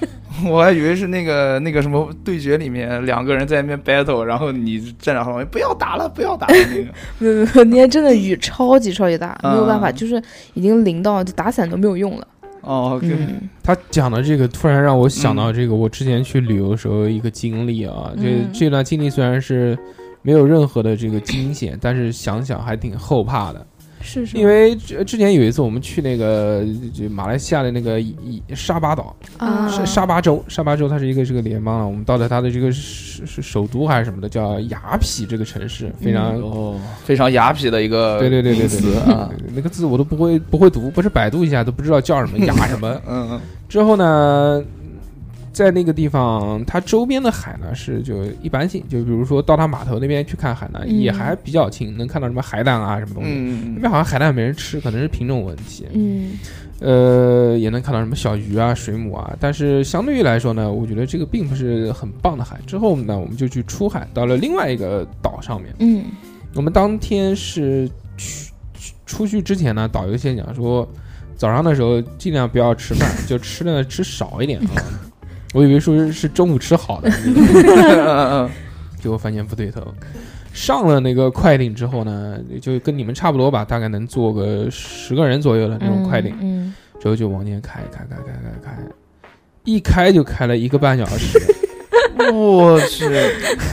B: 我还以为是那个那个什么对决里面两个人在那边 battle，然后你站在旁边不要打了，不要打了那个，
D: 没有没有，那天真的雨超级超级大，
A: 嗯
D: 没有办法，
B: 啊
D: 就是已经淋到就打伞都没有用了。
B: 哦，OK，
D: 嗯，
A: 他讲的这个突然让我想到这个，我之前去旅游的时候一个经历啊，
C: 嗯
A: 这这段经历虽然是没有任何的这个惊险，但是想想还挺后怕的，
C: 是是
A: 因为之之前有一次我们去那个就马来西亚的那个一一沙巴岛，
C: 啊
A: 沙
C: 是
A: 沙巴州，沙巴州它是一个这个联邦了，我们到了它的这个是是首都还是什么的，叫雅痞这个城市，非常。
C: 嗯
B: 哦，非常雅痞的一个
A: 对对对对对
B: 名词啊，
A: 那个字我都不会不会读，不是百度一下都不知道叫
C: *laughs*
A: 什么雅什么，
B: 嗯嗯
A: 之后呢，在那个地方，它周边的海呢是就一般性，就比如说到它码头那边去看海呢，
D: 嗯
A: 也还比较近，能看到什么海胆啊什么东西。
B: 嗯
A: 那
B: 嗯
A: 边好像海胆没人吃，可能是品种问题。
D: 嗯
A: 呃，也能看到什么小鱼啊、水母啊，但是相对于来说呢，我觉得这个并不是很棒的海。之后呢，我们就去出海，到了另外一个岛上面。
D: 嗯
A: 我们当天是去去出去之前呢，导游先讲说，早上的时候尽量不要吃饭，就吃的吃少一点啊。 *laughs* 我以为说是是中午吃好的，
B: 嗯嗯
A: 结果发现不对头。上了那个快艇之后呢，就跟你们差不多吧，大概能坐个十个人左右的那种快艇，
D: 嗯，
A: 之后就往前开开开开开开，一开就开了一个半小时。
B: 嗯，我去，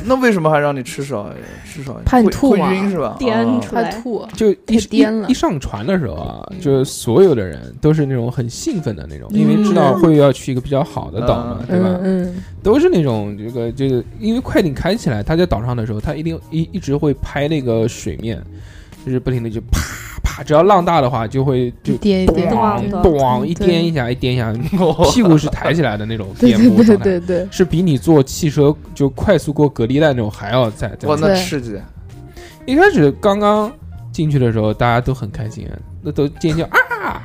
B: 那为什么还让你吃少吃少？
D: 怕你吐
B: 会
D: 啊
B: 会晕是吧？
C: 颠
B: 哦
C: 出
D: 怕
C: 来
D: 吐，
A: 就一
D: 太颠了
A: 一一上船的时候啊，
D: 嗯
A: 就是所有的人都是那种很兴奋的那种，
D: 嗯
A: 因为知道会要去一个比较好的岛嘛，对
B: 嗯
A: 吧？
D: 嗯
A: 都是那种这个就是因为快艇开起来，它在岛上的时候，它一定一一直会拍那个水面，就是不停的就啪啪，只要浪大的话就会就
D: 嗯，。颠一颠，
A: 咣
C: 咣
A: 咣一
D: 对
A: 颠一下，一颠一下，
B: 我
A: 屁股是抬起来的那种
D: 对
A: 颠簸
D: 对对
A: 状态，
D: 对对，
A: 是比你坐汽车就快速过隔离带那种还要再再
B: 哇，那
D: 对
B: 刺激！
A: 一开始刚刚进去的时候，大家都很开心，那都尖叫啊啊，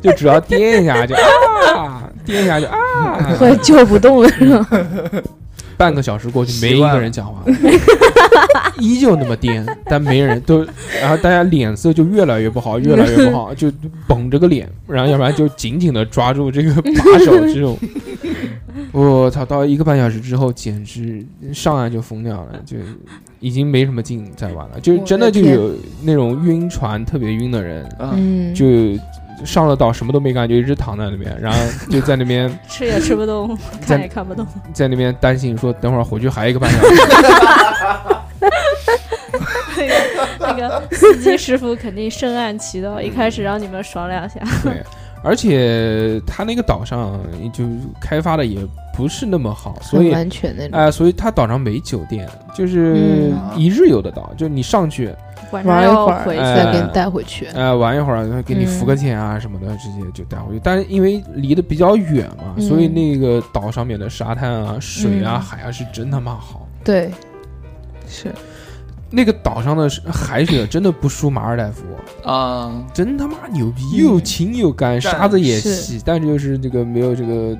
A: 就只要颠一下就啊，颠一下就啊，
D: 后来叫不动了，
A: 半个小时过去，没
B: 习
A: 一
B: 惯了
A: 个人讲话， *laughs* 依旧那么颠，但没人都，然后大家脸色就越来越不
D: *laughs*
A: 好，越来越不好，就绷着个脸，然后要不然就紧紧的抓住这个把手，这
D: *laughs*
A: 种，我操，到一个半小时之后，简直上岸就疯掉了，就已经没什么劲在玩了，就
D: 我的
A: 真的就
D: 天
A: 有那种晕船特别晕的人，
B: 嗯，
D: 嗯，
A: 就。上了岛什么都没干，就一直躺在那边，然后就在那边
C: 吃也吃不动，看也看不动。
A: 在那边担心说，等会儿回去还一个半小时。
C: 个司机师傅肯定深谙其道，一开始让你们爽两下。
A: 对， *laughs* 而且它那个岛上就开发的也不是那么好，所以
D: 很
A: 啊、
D: 安全那种。
A: 哎所以它岛上没酒店，就是
D: 嗯
A: 一日游的岛，就你上去
C: 晚上
D: 玩一
C: 要
D: 会儿
C: 回去，
A: 哎
D: 再给你带回去。
A: 呃玩一会儿，给你付个钱啊什么的，直接就带回去。但是因为离得比较远嘛，
D: 嗯
A: 所以那个岛上面的沙滩啊、水啊、
D: 嗯
A: 海啊是真他妈好。
D: 对，是
A: 那个岛上的海水啊真的不输马尔代夫，
B: 啊，
A: 真他妈牛逼，
D: 嗯
A: 又清又干，
B: 但
A: 沙子也
D: 是
A: 细，但就是这个没有这个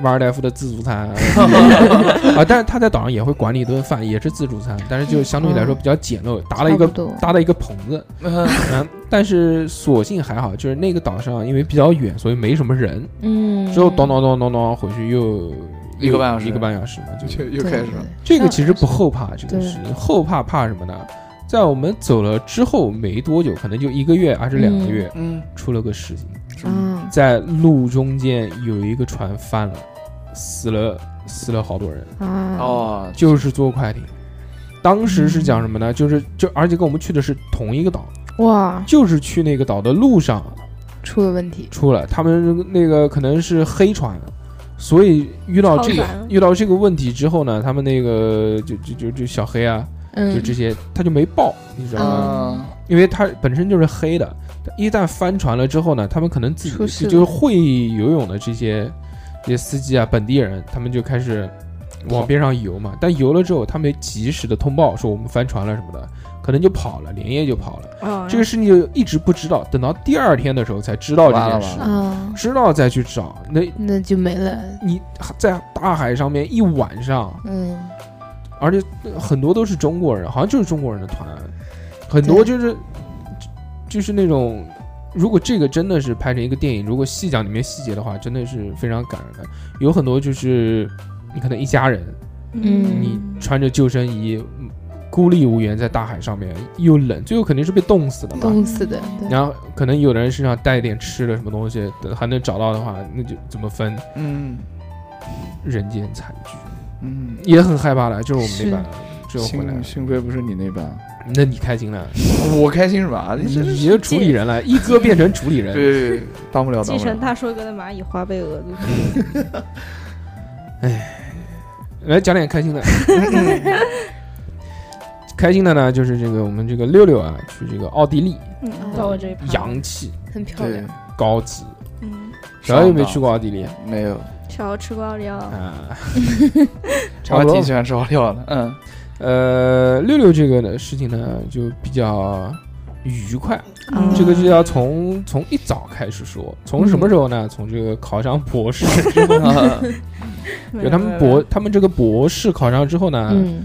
A: 马尔代夫的自助餐
D: *laughs*
A: 啊。但是他在岛上也会管理一顿饭，也是自助餐，但是就相对来说比较简陋，搭了一个
D: 差不多
A: 搭了一个棚子。嗯，但是所幸还好，就是那个岛上因为比较远，所以没什么人。
D: 嗯，
A: 之后咚咚咚咚咚回去又
B: 一个半小时
A: 一个半小时嘛，就
B: 就又
D: 对
B: 开始
D: 对
B: 了。
A: 这个其实不后怕，这个
D: 对
A: 事情后怕怕什么呢？在我们走了之后没多久，可能就一个月还是两个
D: 嗯
A: 月，
B: 嗯，
A: 出了个事情，
D: 对啊，
A: 在路中间有一个船翻了，死了死了好多人，
D: 啊，
B: 哦，
A: 就是做快艇。当时是讲什么呢？就是就而且跟我们去的是同一个岛，
D: 哇，
A: 就是去那个岛的路上
D: 出了问题，
A: 出了，他们那个可能是黑船，所以遇到这个
C: 超载
A: 遇到这个问题之后呢，他们那个就就就就小黑啊，就
D: 嗯，
A: 这些他就没报，你知道吗？
B: 啊，
A: 因为他本身就是黑的，一旦翻船了之后呢，他们可能自
D: 出
A: 己
D: 事
A: 就
D: 了
A: 就是会游泳的这些这些司机啊，本地人，他们就开始往边上游嘛。但游了之后，他没及时的通报说我们翻船了什么的，可能就跑了，连夜就跑
B: 哎
A: 了。
C: 嗯
A: 这个事情就一直不知道，等到第二天的时候才知道这件事
B: 完了完，了
D: 啊，
A: 知道再去找。那
D: 那就没了，
A: 你在大海上面一晚上，
D: 嗯，
A: 而且很多都是中国人，好像就是中国人的团，很多就是就就是那种，如果这个真的是拍成一个电影，如果细讲里面细节的话，真的是非常感人的。有很多就是你可能一家人，
D: 嗯
A: 你穿着救生衣，嗯孤立无援在大海上面，又冷，最后肯定是被冻死的嘛。
D: 冻死的，对
A: 然后可能有的人身上带一点吃的什么东西，还能找到的话，那就怎么分
B: 嗯
A: 人间惨剧，
B: 嗯，
A: 也很害怕了。就是我们那
D: 是
A: 班之后回来了
B: 幸，幸亏不是你那班，
A: 那你开心了。
B: 我开心什么啊？你这
A: 你就主理人了，一哥变成主理人。
B: 对，当不了，当
C: 继
B: 不
C: 承
B: 了。
C: 大硕哥的蚂蚁花呗额度。
A: 嗯来讲点开心的。开心的呢，就是这个我们这个六六啊，去这个奥地利，
C: 嗯
D: 嗯，
C: 到我这一趴。
A: 洋气
D: 很漂
B: 对
D: 亮，，
A: 高级。
C: 嗯，
A: 小友有没有去过奥地利啊？
B: 没有，
C: 小吃过奥利奥。
A: 差 *laughs*
B: 我还
A: 不
B: 挺
A: 多。
B: 喜欢吃奥利奥的。嗯，
A: 呃，六六这个呢事情呢就比较愉快，
C: 嗯
A: 这个就要从从一早开始说，从什么时候呢？从这个考上博士，
B: 啊
A: 就他们博他们这个博士考上之后呢，
D: 嗯，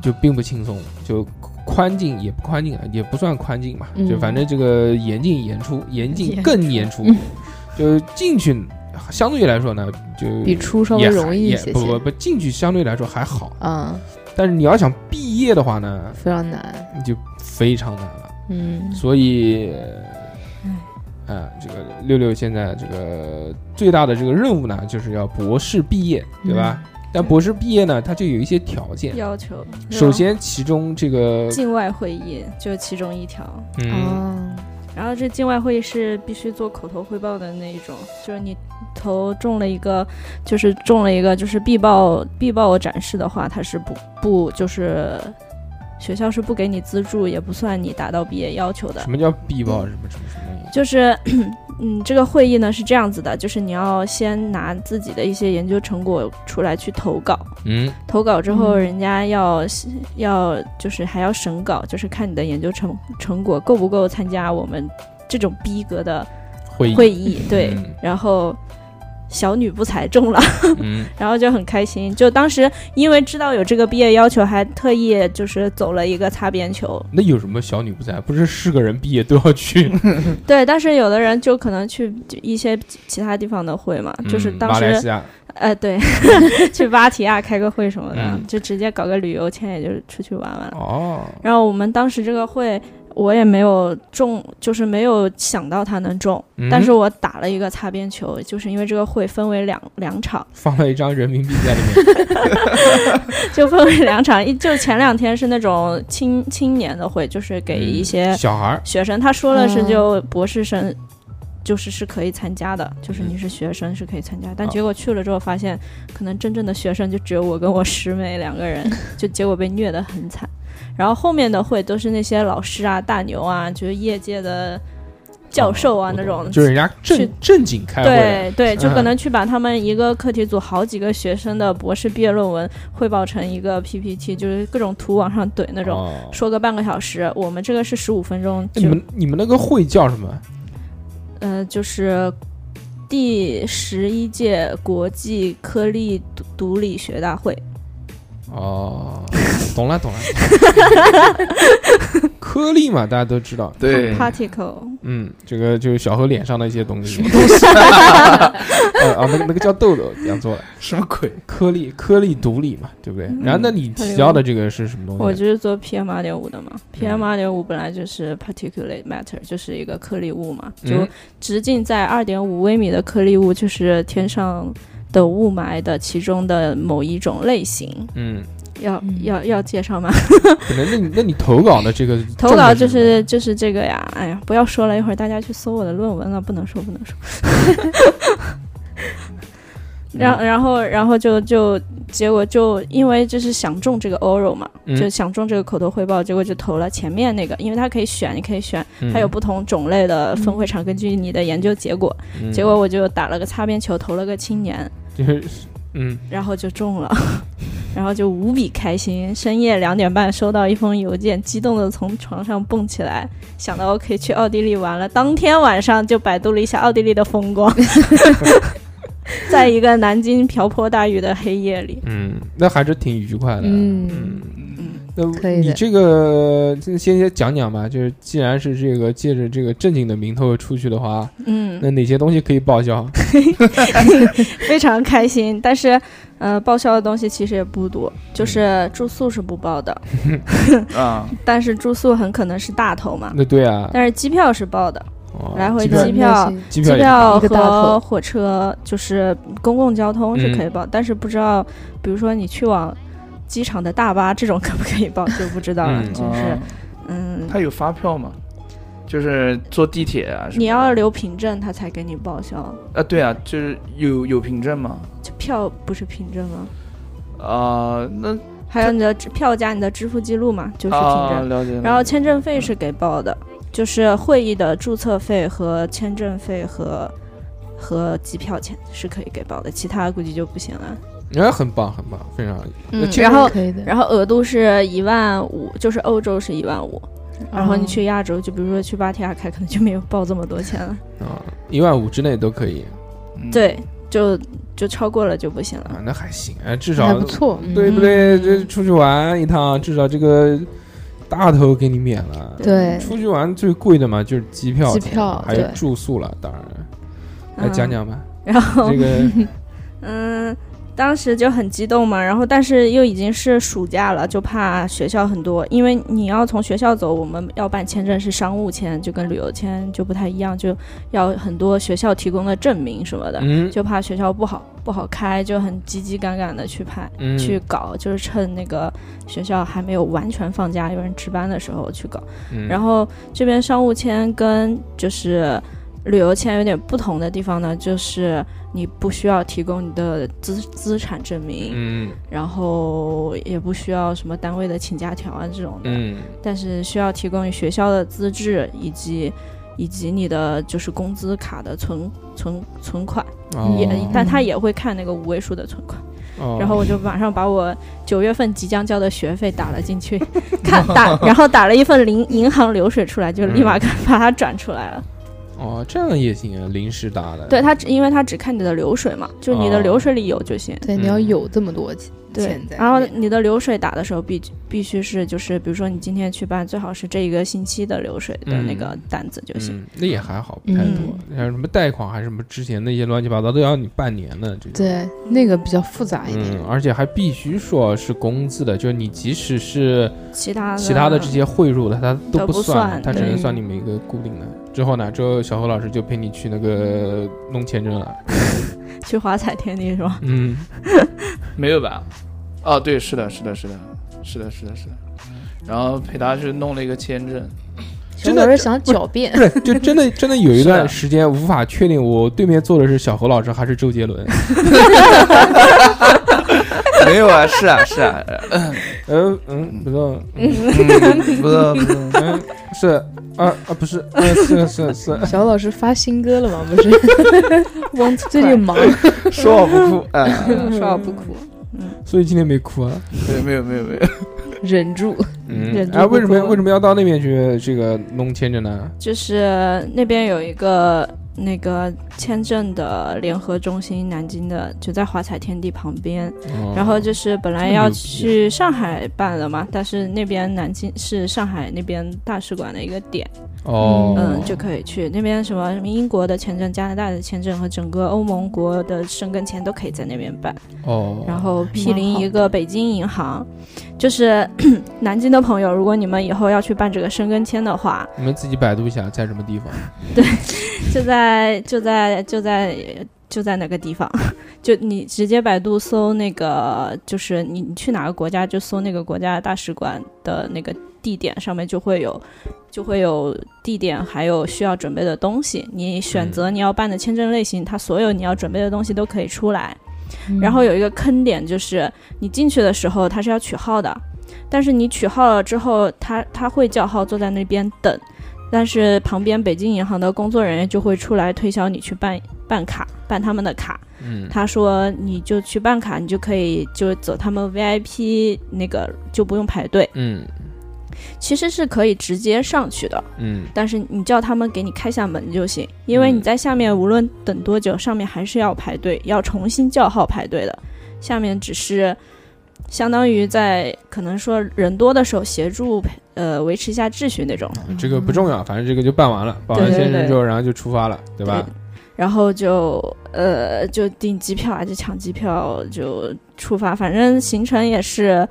A: 就并不轻松，就宽进也不宽进啊，也不算宽进嘛，
D: 嗯
A: 就反正这个严进严出，严进
C: 严
A: 更严出，就进去相对来说呢，就
D: 比出稍微
A: 也还
D: 容易一
A: 也
D: 些
A: 不不
D: 些，
A: 不，进去相对来说还好，
D: 啊，
A: 但是你要想毕业的话呢，
D: 非常难，
A: 就非常难了。
D: 嗯，
A: 所以，啊，这个六六现在这个最大的这个任务呢，就是要博士毕业，对吧？
D: 嗯
A: 但博士毕业呢，它就有一些条件。
C: 要求，
A: 首先，其中这个，
C: 境外会议就是其中一条。
D: 嗯？啊，
C: 然后这境外会议是必须做口头汇报的那一种，就是你投中了一个，就是中了一个，就是必报必报展示的话，它是不不就是学校是不给你资助，也不算你达到毕业要求的
A: 什。么叫必报？
C: 嗯
A: 什么什么什么？
C: 就是嗯，这个会议呢是这样子的，就是你要先拿自己的一些研究成果出来去投稿，
A: 嗯，
C: 投稿之后，
D: 嗯
C: 人家要、要就是还要审稿，就是看你的研究成成果够不够参加我们这种逼格的
A: 会议，
C: 会议。对，
A: 嗯
C: 然后小女不才中了， *laughs*
A: 嗯，
C: 然后就很开心。就当时因为知道有这个毕业要求，还特意就是走了一个擦边球。
A: *laughs* 那有什么小女不在？不是是个人毕业都要去，
C: 对，但是有的人就可能去一些其他地方的会嘛， *laughs* 就是
A: 嗯
C: 当
A: 马
C: 时
A: 来西亚，
C: 呃，对， *laughs* 去芭提雅开个会什么的，
A: 嗯
C: 就直接搞个旅游签，也就是出去玩玩。
A: 哦，
C: 然后我们当时这个会，我也没有中，就是没有想到他能中，
A: 嗯
C: 但是我打了一个擦边球，就是因为这个会分为两两场， *laughs*
A: 放了一张人民币在里面，
C: 就分为两场，一就前两天是那种青青年的会，就是 *laughs*
A: 嗯
C: 给一些
A: 小孩儿，
C: 学生，他说了是
D: 嗯
C: 就博士生，就是是可以参加的，就是
A: 嗯
C: 你是学生是可以参加，但
A: 啊
C: 结果去了之后发现，可能真正的学生就只有我跟我师妹两
A: *laughs*
C: 个人，就结果被虐得很惨。然后后面的会都是那些老师啊、大牛啊，就是业界的教授
A: 哦
C: 啊、
A: 我
C: 那
A: 懂
C: 种，
A: 就是人家
C: 去
A: 正正经开会的，
C: 对对，就
A: 嗯
C: 可能去把他们一个课题组好几个学生的博士毕业论文汇报成一个 PPT，就是各种图往上怼那种，
A: 哦
C: 说个半个小时。我们这个是十五分钟，
A: 你
C: 就
A: 们你们那个会叫什么？
C: 呃就是第十一届国际颗粒毒毒理学大会，
A: 哦，懂了
C: *laughs*
A: 懂了， *laughs* 颗粒嘛，大家都知道。
B: 对
C: particle
A: 嗯，这个就是小何脸上的一些东西。 *laughs* 呃啊，那个那个叫豆豆，讲错了，
B: 什么鬼？
A: 颗粒颗粒独立嘛，对不对？然后那你提到的这个是什么
C: 嗯我
A: 东西？
C: 就是做 PM 二点五的嘛，PM 二点五本来就是 particulate matter，就是一个颗粒物嘛，就
A: 嗯
C: 直径在二点五微米的颗粒物，就是天上的雾霾的其中的某一种类型。
A: 嗯，
C: 要
D: 嗯
C: 要要介绍吗？
A: 可能那你那你投稿的这
C: *laughs*
A: 个
C: 投稿就
A: 中的
C: 是就是这个呀，哎呀，不要说了，一会儿大家去搜我的论文了，不能说不能说。然
A: 嗯
C: 然后然后就就结果就因为就是想中这个 oral 嘛，
A: 嗯
C: 就想中这个口头汇报，结果就投了前面那个，因为它可以选，你可以选，
A: 什么，
C: 它有不同种类的分会场，根据你的研究结果。
A: 嗯
C: 结果我就打了个擦边球，投了个青年，
A: 就是嗯，
C: 然后就中了， *laughs* 然后就无比开心。深夜两点半收到一封邮件，激动的从床上蹦起来，想到我可以去奥地利玩了。当天晚上就百度了一下奥地利的风光， *laughs* 在一个南京瓢泼大雨的黑夜里，
A: 嗯，那还是挺愉快的。啊
D: 嗯，
A: 那
D: 可以
A: 你
D: 的
A: 这个先先讲讲吧，就是既然是这个借着这个正经的名头出去的话，
C: 嗯，
A: 那哪些东西可以报
C: *laughs*
A: 销？
C: 非常开心。但是，呃，报销的东西其实也不多，就是住宿是不报的，
B: 啊，
C: 但是住宿很可能是大头嘛，
A: 那对啊，
C: 但是机票是报的，
A: 哦
C: 来回
A: 机票
C: 机票
A: 机
C: 机
A: 也
C: 票
D: 一个大
C: 和
D: 头
C: 火车就是公共交通
A: 嗯
C: 是可以报，但是不知道，比如说你去往机场的大巴这种 *laughs* 可不可以报就不知道了，
A: 嗯
C: 就是
D: 哦
B: 啊
C: 嗯，
B: 他有发票吗？就是坐地铁啊什么的？
C: 你要留凭证，他才给你报销，
B: 啊？对啊，就是有有凭证吗？
C: 就票不是凭证吗？
B: 啊，那
C: 还有你的支票加你的支付记录嘛，就是凭
A: 哦
B: 啊，
C: 证，
B: 了解。了
C: 然后
B: 解
C: 签证费是给报的，就是会议的注册费和签证费和。和机票钱是可以给报的，其他估计就不行了。
A: 哎，很棒很棒，非常
C: 嗯，
D: 这
C: 然
D: 个
C: 后
D: 可以的，
C: 然后额度是一万五，就是欧洲是一万五，然后你
D: 哦
C: 去亚洲，就比如说去芭提雅开，可能就没有报这么多钱了。
A: 啊，一万五之内都可以
B: 嗯
C: 对，就就超过了就不行了。
A: 啊，那还行啊，至
D: 还
A: 少
D: 不错，嗯
A: 对不对？
C: 嗯
A: 这出去玩一趟，至少这个大头给你免了。
C: 嗯
D: 对
A: 出去玩最贵的嘛，就是机票钱、
D: 机票
A: 还有
D: 对
A: 住宿了，当然。来
C: 嗯
A: 讲讲
C: *laughs*
A: 吧，
C: 然后
A: 这个
C: *laughs* 嗯，当时就很激动嘛，然后但是又已经是暑假了，就怕学校很多，因为你要从学校走，我们要办签证是商务签，就跟旅游签就不太一样，就要很多学校提供的证明什么的，
A: 嗯
C: 就怕学校不好不好开，就很急急赶赶的去拍。
A: 嗯
C: 去搞，就是趁那个学校还没有完全放假，有人值班的时候去搞。然
A: 后
C: 后这边商务签跟就是旅游签有点不同的地方呢，就是你不需要提供你的资资产证明，
A: 嗯
C: 然后也不需要什么单位的请假条啊这种的，
A: 嗯
C: 但是需要提供你学校的资质以及。以及你的就是工资卡的存存存款，也、
A: 哦
C: 但他也会看那个五位数的存款。
A: 哦
C: 然后我就马上把我九月份即将交的学费打了
A: *laughs*
C: 进去，
A: 嗯
C: 看打，然后打了一份银银行流水出来，就立马把它转出来了。
A: 哦，这样也行啊，临时打的。嗯
C: 对它只，因为它只看你的流水嘛，就你的
A: 哦
C: 流水里有就行。
D: 对，你要有这么多钱
C: 对
D: 钱，在里面。
C: 然后你的流水打的时候必必须是就是，比如说你今天去办，最好是这一个星期的流水的那个单子就行。
A: 嗯，那也还好，不太多。
D: 嗯
A: 还有什么贷款，还是什么之前那些乱七八糟，都要你半年的这种。
D: 对那个比较复杂一点
A: 嗯，，而且还必须说是工资的，就是你即使是
C: 其他的
A: 嗯其他的这些汇入的，它
C: 嗯都
A: 不
C: 不算
A: 它只能
D: 对
A: 算你每个固定的。之后呢，之后小侯老师就陪你去那个弄签证了。
C: 去华彩天地是吧？
A: *laughs* 嗯，
B: 没有吧？哦，对，是的，是的，是的，是的，是的，是的。然后陪他去弄了一个签证，
D: 小
A: 真
D: 老
A: 的
D: 师想狡
A: *laughs*
D: 辩
A: 不，是，就真的真的有一
B: 是
A: 段
B: 的
A: 时间无法确定我对面坐的是小侯老师还是周杰伦。
B: 没有啊，是啊，是啊，呃
A: 嗯嗯，不知道，嗯
B: 嗯，不错不错，
A: 嗯是啊啊不是，嗯是是是， *laughs*
D: 小老师发新歌了吗？
C: *laughs*
D: 不是，
C: 翁
D: 最近忙，
B: *laughs* 说好不哭啊，
A: 嗯
D: 说好不哭，
A: 所以今天没哭啊。
B: 对，哎没有没有没有，
D: 忍住。
A: 嗯
C: 忍，住
A: 哎，
C: 不
A: 为什么要
C: 哭
A: 为什么要到那边去这个弄签证呢？
C: 就是那边有一个那个签证的联合中心，南京的就在华彩天地旁边。
A: 哦
C: 然后就是本来
A: 这么
C: 要
A: 牛逼啊
C: 去上海办的嘛，但是那边南京是上海那边大使馆的一个点。
A: 哦，
C: 嗯，就可以去那边什么什么英国的签证、加拿大的签证和整个欧盟国的申根签都可以在那边办。
A: 哦，
C: 然后毗
D: 蛮
C: 邻
D: 好
C: 一个北京银行，就是 *clears throat* 南京的朋友，如果你们以后要去办这个申根签的话，
A: 你们自己百度一下在什么地方。
C: *laughs* 就在就在就在就在那个地方，就你直接百度搜那个，就是你你去哪个国家就搜那个国家大使馆的那个地点，上面就会有就会有地点，还有需要准备的东西。你选择你要办的签证类型，它所有你要准备的东西都可以出来。然
D: 嗯
C: 后有一个坑点就是，你进去的时候它是要取号的，但是你取号了之后，他他会叫号坐在那边等，但是旁边北京银行的工作人员就会出来推销你去办办卡，办他们的卡。
A: 嗯，
C: 他说你就去办卡，你就可以就走他们 VIP 那个就不用排队，
A: 嗯
C: 其实是可以直接上去的，
A: 嗯
C: 但是你叫他们给你开下门就行，因为
A: 嗯
C: 你在下面无论等多久，上面还是要排队，要重新叫号排队的。下面只是相当于在可能说人多的时候协助呃维持一下秩序那种，
A: 嗯，这个不重要，反正这个就办完了，办完
C: 对对
A: 签证
C: 对
A: 之后，然后就出发了，对吧？
C: 然后就呃就订机票啊，就抢机票就出发，反正行程也是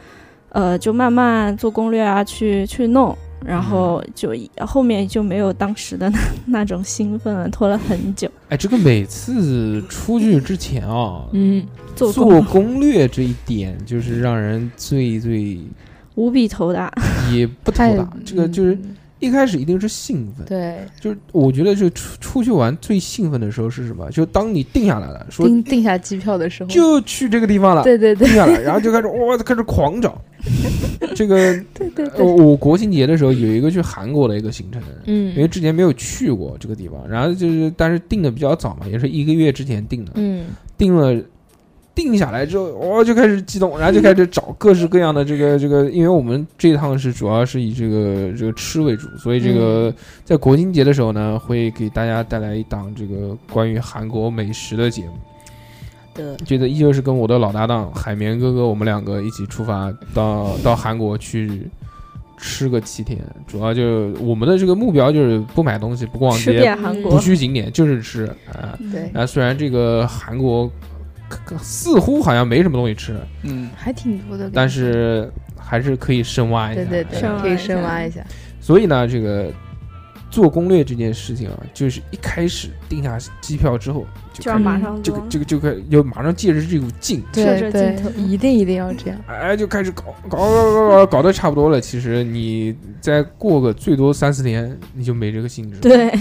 C: 呃就慢慢做攻略啊，去去弄。然后
A: 嗯
C: 就后面就没有当时的那 *laughs* 那种兴奋了，拖了很久。
A: 哎，这个每次出去之前啊，
D: 嗯，
C: 做工
A: 做攻略这一点就是让人最最
C: 无比头大。
A: 也不头
D: 太
A: 大，这个就是
D: 嗯
A: 一开始一定是兴奋，
D: 对
A: 就是我觉得就出出去玩最兴奋的时候是什么？就当你定下来了，说
D: 订订下机票的时候，
A: 就去这个地方了，
D: 对对对
A: 定下来，然后就开始哇，开始狂找。这个
D: 对对
A: 呃
D: 对，
A: 我国庆节的时候有一个去韩国的一个行程，因为
D: 嗯
A: 之前没有去过这个地方，然后就是但是定的比较早嘛，也是一个月之前定的，
D: 嗯，
A: 定了。定下来之后，我、就开始激动，然后就开始找各式各样的这个这个，因为我们这趟是主要是以这个这个吃为主，所以这
C: 嗯
A: 个在国庆节的时候呢，会给大家带来一档这个关于韩国美食的节目。
D: 的
A: 觉得依旧是跟我的老搭档海绵哥哥，我们两个一起出发到到韩国去吃个七天。主要就我们的这个目标就是不买东西，不逛
C: 吃
A: 街，
C: 遍韩
A: 不
C: 国，
A: 去景点，就是吃啊。
D: 对，
A: 啊，虽然这个韩国可可似乎好像没什么东西吃，
B: 嗯，
D: 还挺多的，
A: 但是还是可以深挖一下。
D: 对对对
C: 深，挖
D: 可以
C: 一
D: 深
C: 下
D: 挖一下，
A: 所以呢，这个做攻略这件事情啊，就是一开始定下机票之后，就开
C: 就要
A: 始
C: 马上
A: 这
C: 做
A: 个。这个就开就马上借着这股劲，
C: 摄
D: 对
C: 着镜
D: 对
C: 头，
D: 一定一定要这样，
A: 哎，就开始搞搞搞搞搞搞得差不多了。其实你再过个最多三四天，你就没这个兴致。，
C: 对，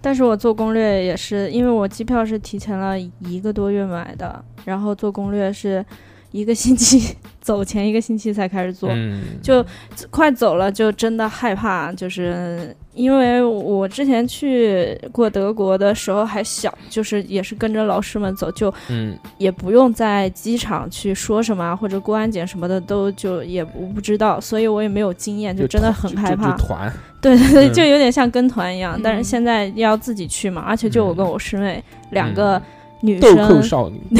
C: 但是我做攻略也是，因为我机票是提前了一个多月买的，然后做攻略是。一个星期走前一个星期才开始做，
A: 嗯，
C: 就快走了就真的害怕，就是因为我之前去过德国的时候还小，就是也是跟着老师们走，就
A: 嗯
C: 也不用在机场去说什么啊或者过安检什么的都就也我不知道，所以我也没有经验，就真的很害怕
A: 就。
C: *laughs*
A: 团
C: 对对对，
A: 嗯
C: 就有点像跟团一样，
D: 嗯
C: 但是现在要自己去嘛，而且就我跟我师妹两
A: 嗯
C: 个女
A: 豆蔻
C: 生，
A: 少女，
C: *laughs*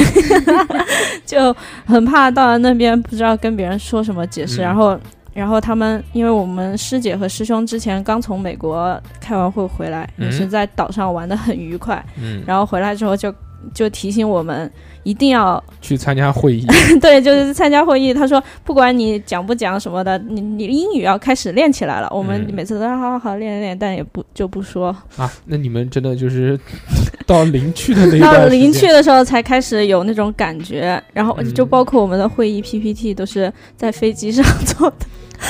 C: 就很怕到了那边不知道跟别人说什么解释，
A: 嗯
C: 然后。然后他们，因为我们师姐和师兄之前刚从美国开完会回来，
A: 嗯
C: 也是在岛上玩的很愉快，
A: 嗯，
C: 然后回来之后就就提醒我们一定要
A: 去参加会议，
C: *laughs* 对，就是参加会议，他说不管你讲不讲什么的，你你英语要开始练起来了。我们
A: 嗯
C: 每次都好好好练练，但也不就不说。
A: 啊，那你们真的就是 *laughs* 到临去的那一
C: 到
A: 段时
C: 临去
A: 间，
C: 的时候才开始有那种感觉，然后
A: 嗯
C: 就包括我们的会议 PPT 都是在飞机上 *laughs* 做的。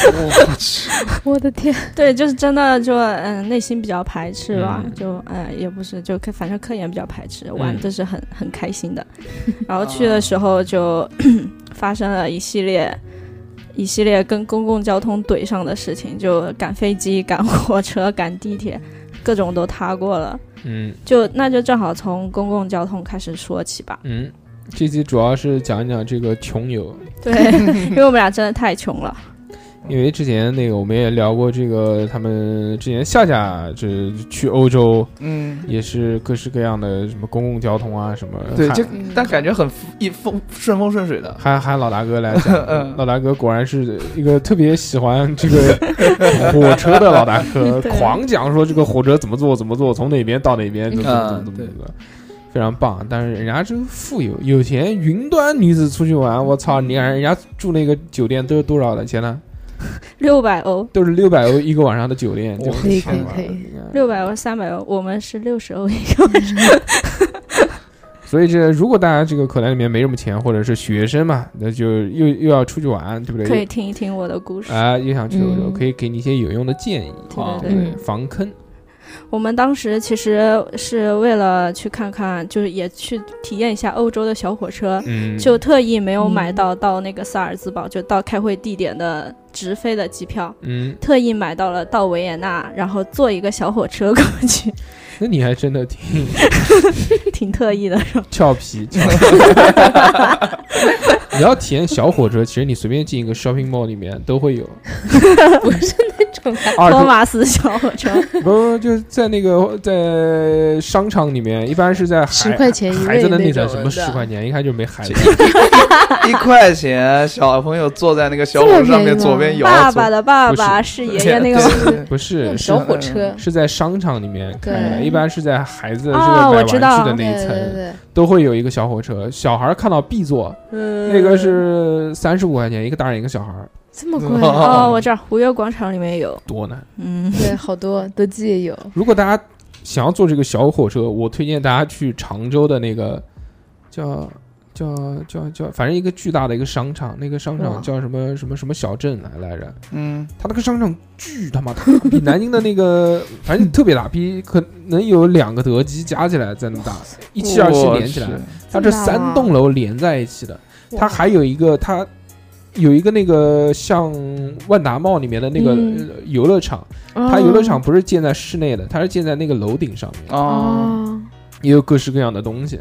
B: 我去，
D: 我的天， *laughs*
C: 对，就是真的就嗯内心比较排斥吧，
A: 嗯
C: 就嗯也不是就反正科研比较排斥，
A: 嗯
C: 玩的是很很开心 *laughs* 的。然后去的时候就 *coughs* 发生了一系列一系列跟公共交通怼上的事情，就赶飞机、赶火车、 *laughs* 赶地铁，各种都塌过了。
A: 嗯
C: 就那就正好从公共交通开始说起吧。
A: 嗯，这期主要是讲一讲这个穷游，
C: 对， *laughs* 因为我们俩真的太穷了。
A: 因为之前那个我们也聊过这个，他们之前夏夏这去欧洲
B: 嗯，
A: 也是各式各样的什么公共交通啊什么，
B: 对， *laughs*
A: 还
B: 这
D: 嗯
B: 但感觉很一风顺风顺水的，
A: 还还老大哥来讲，
B: *laughs* 嗯 *laughs*
A: 老大哥果然是一个特别喜欢这个火车的老大哥，
C: 对
A: 狂讲说这个火车怎么坐怎么坐，从哪边到哪边，怎么怎么怎么
B: 嗯
A: 怎么
B: 对
A: 怎么，非常棒。但是人家真富有，有钱云端女子出去玩，我操！你看人家住那个酒店都是多少的钱呢？
C: 六百欧，
A: 都是六百欧一个晚上的酒店，就
B: 我
D: 可以
A: 很爽
D: 可以
A: 了
D: 可以
A: 你看
C: 六百欧，三百欧，我们是六十欧一个。
A: 所以这如果大家这个口袋里面没什么钱，或者是学生嘛，那就又又要出去玩，对不对？
C: 可以听一听我的故事。
A: 啊，又想去欧洲，
D: 嗯
A: 可以给你一些有用的建议
C: 对
A: 啊，
C: 对
D: 对
A: 防坑。
C: 我们当时其实是为了去看看，就是也去体验一下欧洲的小火车，
A: 嗯，
C: 就特意没有买到到那个萨尔兹堡，就到开会地点的直飞的机票。
A: 嗯，
C: 特意买到了到维也纳，然后坐一个小火车过去， *laughs*
A: 那你还真的挺
C: 挺特意的。
A: 俏皮。 *laughs* 俏皮你要体验小火车，其实你随便进一个 shopping mall 里面都会
D: *laughs*
A: 有
D: 不是那种啊，
A: 二
C: 托
A: 十
C: 马斯小火
A: *laughs*
C: 车，
A: 不不，就是在那个在商场里面，一般是在
D: 10
A: 孩
D: 块钱一
A: 孩子
D: 位
A: 的
D: 那
A: 那层，
D: 种
A: 什么
D: 的
A: 十块钱，一看就没
D: *laughs*
A: 孩子。
B: 一块钱，小朋友坐在那个小
D: 这么
B: 火车上
D: 便
B: 面，
D: 宜吗
B: 左边摇，
C: 爸
B: 左
C: 爸的爸爸
A: 不
C: 是爷爷那个吗？
B: 对对对
A: 不
D: 那
A: 是
D: 种
A: 是
D: 小火车。
A: 是在商场里面开的，
D: 对
A: 一般是在孩子这个
C: 啊
A: 买
C: 我
A: 玩具
C: 知道
A: 的那
D: 对
A: 一
D: 对对
A: 层，
D: 对，
A: 都会有一个小火车。小孩看到必坐，*laughs*
C: 嗯
A: 那个是三十五块钱，一个大人一个小孩儿，
D: 这么贵啊，
C: 哦，我知道，五月广场里面有，
A: 多难。
C: 嗯，
D: 对，好多德基也有，
A: 如果大家想要坐这个小火车，我推荐大家去常州的那个叫叫叫叫，反正一个巨大的一个商场，那个商场
D: 哇
A: 叫什么什么什么小镇来来着？
B: 嗯，
A: 它那个商场巨他妈大， *laughs* 比南京的那个反正特别大，比可能有两个德基加起来再那么大， *laughs* 一七二七
B: 我
A: 连起来
B: 去，
A: 它这
D: 真的
A: 三
D: 吗
A: 栋楼连在一起的。它
D: 哇
A: 还有一个，它有一个那个像万达茂里面的那个
D: 嗯
A: 呃游乐场，
C: 哦
A: 它
D: 哦
A: 游乐场不是建在室内的，它是建在那个楼顶上面，
B: 哦，
D: 哦，
A: 也有各式各样的东西，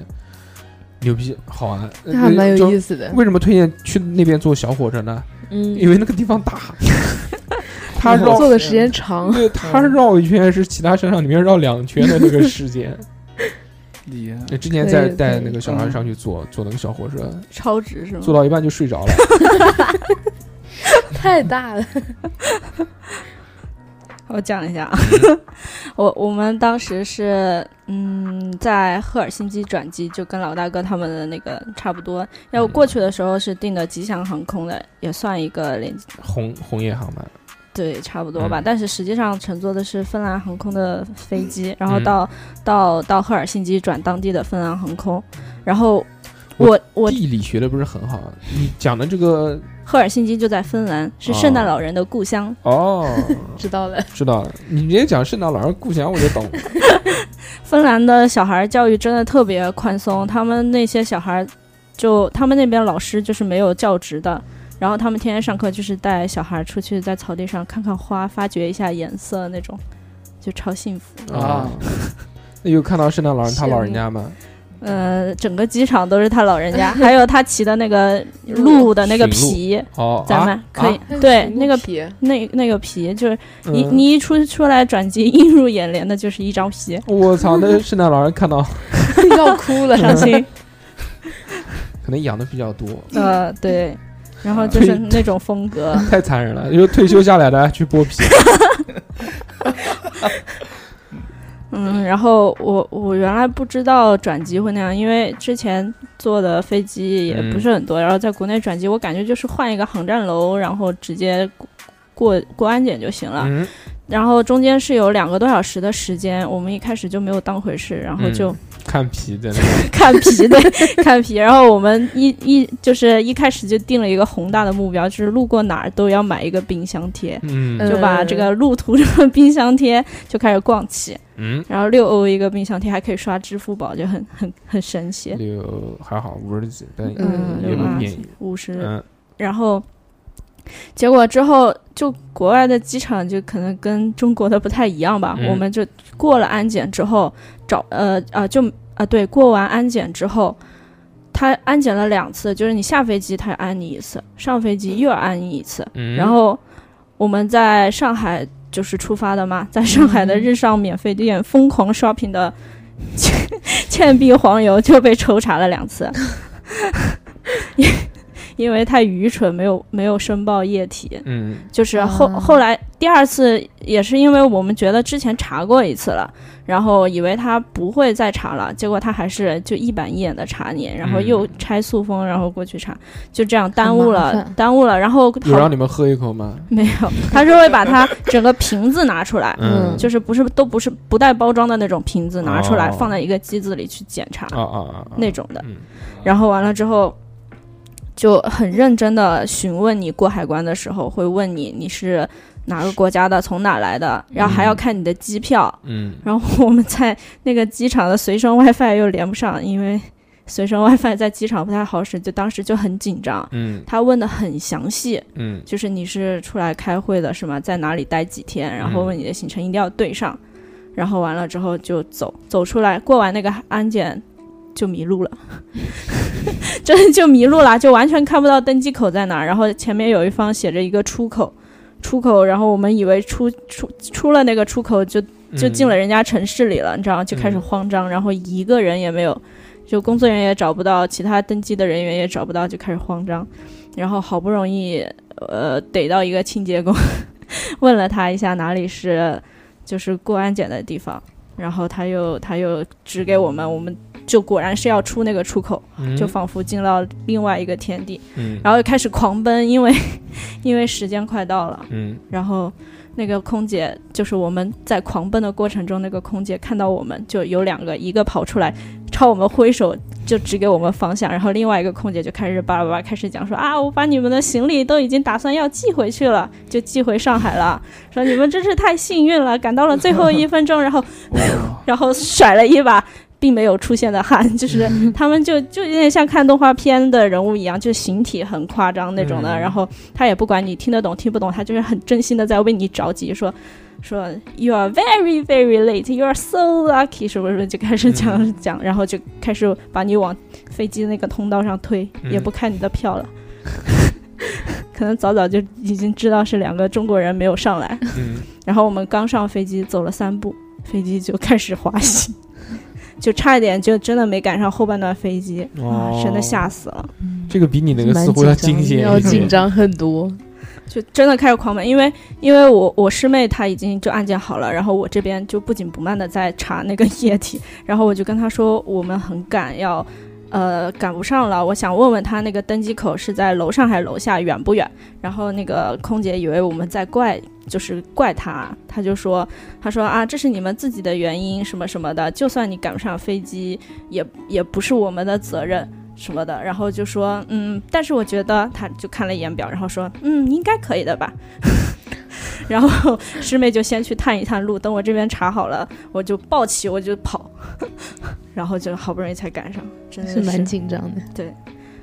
A: 牛逼，好玩，呃
D: 那还蛮有意
A: 就
D: 思的，
A: 为什么推荐去那边坐小火车呢？
D: 嗯，
A: 因为那个地方大，
D: *laughs*
A: 它绕
D: 坐的时间长， *laughs*
A: 对它绕一圈是其他商场里面绕两圈的那个时间。 *laughs*
B: 厉害，
A: 之前
D: 可以
A: 在
D: 可以
A: 带那个小孩
B: 嗯
A: 上去坐坐那个小火车，
C: 超值是吗
A: 坐？到一半就睡着了。
D: *laughs* 太大了，
C: 我讲一下，啊，
A: 嗯
C: *laughs* 我我们当时是嗯在赫尔辛基转机，就跟老大哥他们的那个差不多。要过去的时候是订的吉祥航空的，也算一个连
A: 红红叶航班，
C: 对，差不多吧。
A: 嗯
C: 但是实际上乘坐的是芬兰航空的飞机，然后
A: 嗯
C: 到、到到赫尔辛基转当地的芬兰航空，然后。我我
A: 地理学的不是很好，你讲的这个
C: 赫尔辛基就在芬兰，是圣
A: 啊
C: 诞老人的故乡。
A: 哦，
D: 知道了，
A: 知道了，你直接讲圣诞老人故乡我就懂了。
C: 芬兰的小孩教育真的特别宽松，他们那些小孩就他们那边老师就是没有教职的，然后他们天天上课就是带小孩出去在草地上看看花，发掘一下颜色那种，就超幸福。
A: *laughs*
B: 啊，
A: 那有看到圣诞老人他老人家吗？
C: 呃，整个机场都是他老人家，还有他骑的那个鹿的那个皮，
A: *laughs* 哦，
C: 咱们
A: 啊
C: 可以、
A: 啊
C: 对那个
D: 皮，
C: 那那个皮，就是你、
A: 嗯
C: 你一出出来转机，映入眼帘的就是一张皮，
A: 我操，那圣诞老人看到
D: *laughs* 要哭了，
C: 伤 *laughs* 心。
A: 可能养的比较多，
C: *laughs* 呃，对，然后就是那种风格，
A: 太残忍了。就退休下来的去剥皮，
C: 嗯，然后我我原来不知道转机会那样，因为之前坐的飞机也不是很
A: 嗯
C: 多，然后在国内转机，我感觉就是换一个航站楼，然后直接过过过安检就行了。
A: 嗯，
C: 然后中间是有两个多小时的时间，我们一开始就没有当回事，然后就 *laughs*
A: 嗯看皮在那，
C: 看皮对 *laughs* 看皮，然后我们一一就是一开始就定了一个宏大的目标，就是路过哪儿都要买一个冰箱贴，
A: 嗯
D: 嗯
C: 就把这个路途上的冰箱贴就开始逛起，
A: 嗯，
C: 然后六欧一个冰箱贴还可以刷支付宝，就很很很神奇，
A: 六还好五十几，但
D: 嗯
A: 也
C: 六
A: 不
C: 八
A: 便宜，
C: 五十，
A: 嗯，
C: 然后结果之后就国外的机场就可能跟中国的不太一样吧，
A: 嗯
C: 我们就过了安检之后找呃啊就啊对，过完安检之后。他安检了两次，就是你下飞机他安你一次，上飞机又安你一次。
A: 嗯
C: 然后我们在上海就是出发的嘛，在上海的
D: 嗯
C: 日上免费店疯狂 shopping 的 *laughs* 倩碧黄油就被抽查了两次， *laughs* 因因为太愚蠢，没有没有申报液体。
A: 嗯
C: 就是后、
D: 啊
C: 后来第二次也是因为我们觉得之前查过一次了，然后以为他不会再查了，结果他还是就一板一眼的查你，然后又拆塑封，然后过去查，就这样耽误
D: 很麻
C: 了
D: 烦
C: 耽误了，然后
A: 有
C: 好
A: 让你们喝一口吗？
C: *laughs* 没有，他是会把它整个瓶子拿出来，
A: 嗯，
C: 就是不是都不是不带包装的那种瓶子拿出来，
A: 哦
C: 放在一个机子里去检查、
A: 啊啊啊，啊
C: 那种的。
A: 嗯
C: 然后完了之后，就很认真的询问你过海关的时候，会问你你是哪个国家的，从哪来的，然后还要看你的机票。
A: 嗯，
C: 然后我们在那个机场的随身 WiFi 又连不上，因为随身 WiFi 在机场不太好使，就当时就很紧张。
A: 嗯
C: 他问的很详细，
A: 嗯
C: 就是你是出来开会的是吗？在哪里待几天？然后问你的行程一定要对上，然后完了之后就走，走出来过完那个安检就迷路了， *laughs* 真的就迷路了，就完全看不到登机口在哪儿。然后前面有一方写着一个出口，出口，然后我们以为出出出了那个出口就
A: 嗯，
C: 就进了人家城市里了，你知道吗，就开始
A: 嗯
C: 慌张，然后一个人也没有，就工作人员也找不到，其他登机的人员也找不到，就开始慌张，然后好不容易呃逮到一个清洁工， *laughs* 问了他一下哪里是就是过安检的地方，然后他又他又指给我们，我们就果然是要出那个出口，
A: 嗯，
C: 就仿佛进到另外一个天地，
A: 嗯
C: 然后又开始狂奔，因为 *laughs* 因为时间快到了。
A: 嗯
C: 然后那个空姐就是我们在狂奔的过程中，那个空姐看到我们就有两个，一个跑出来朝我们挥手，就指给我们方向，然后另外一个空姐就开始叭叭叭开始讲说啊，我把你们的行李都已经打算要寄回去了，就寄回上海了，说你们真是太幸运了，赶到了最 *laughs* 后一分钟，然后
A: 哎
B: 哇
C: 然后甩了一把。并没有出现的汗，就是
A: 嗯
C: 他们就就有点像看动画片的人物一样，就形体很夸张那种的。
A: 嗯
C: 然后他也不管你听得懂听不懂，他就是很真心的在为你着急，说说 you are very very late, you are so lucky，什么什么就开始讲、
A: 嗯
C: 讲，然后就开始把你往飞机那个通道上推，
A: 嗯
C: 也不看你的票了。 *laughs* 可能早早就已经知道是两个中国人没有上来，
A: 嗯
C: 然后我们刚上飞机，走了三步，飞机就开始滑行， *laughs* 就差一点就真的没赶上后半段飞机，
A: 哦
C: 啊，真的吓死了，
A: *laughs* 这个比 *laughs* 你那个似乎要惊险一点，
D: 要紧张很多。
C: 就真的开始狂奔，因为因为我我师妹她已经就案件好了，然后我这边就不紧不慢的在查那个液体， *laughs* 然后我就跟她说我们很赶要。呃，赶不上了。我想问问她那个登机口是在楼上还是楼下，远不远？然后那个空姐以为我们在怪，就是怪她，她就说，她说啊，这是你们自己的原因，什么什么的。就算你赶不上飞机，也也不是我们的责任什么的。然后就说，嗯，但是我觉得，她就看了一眼表，然后说，嗯，应该可以的吧。 *laughs* 然后师妹就先去探一探路，等我这边查好了，我就抱 *laughs* 起我就跑，然后就好不容易才赶上，真的
D: 是蛮紧张的。
C: 对，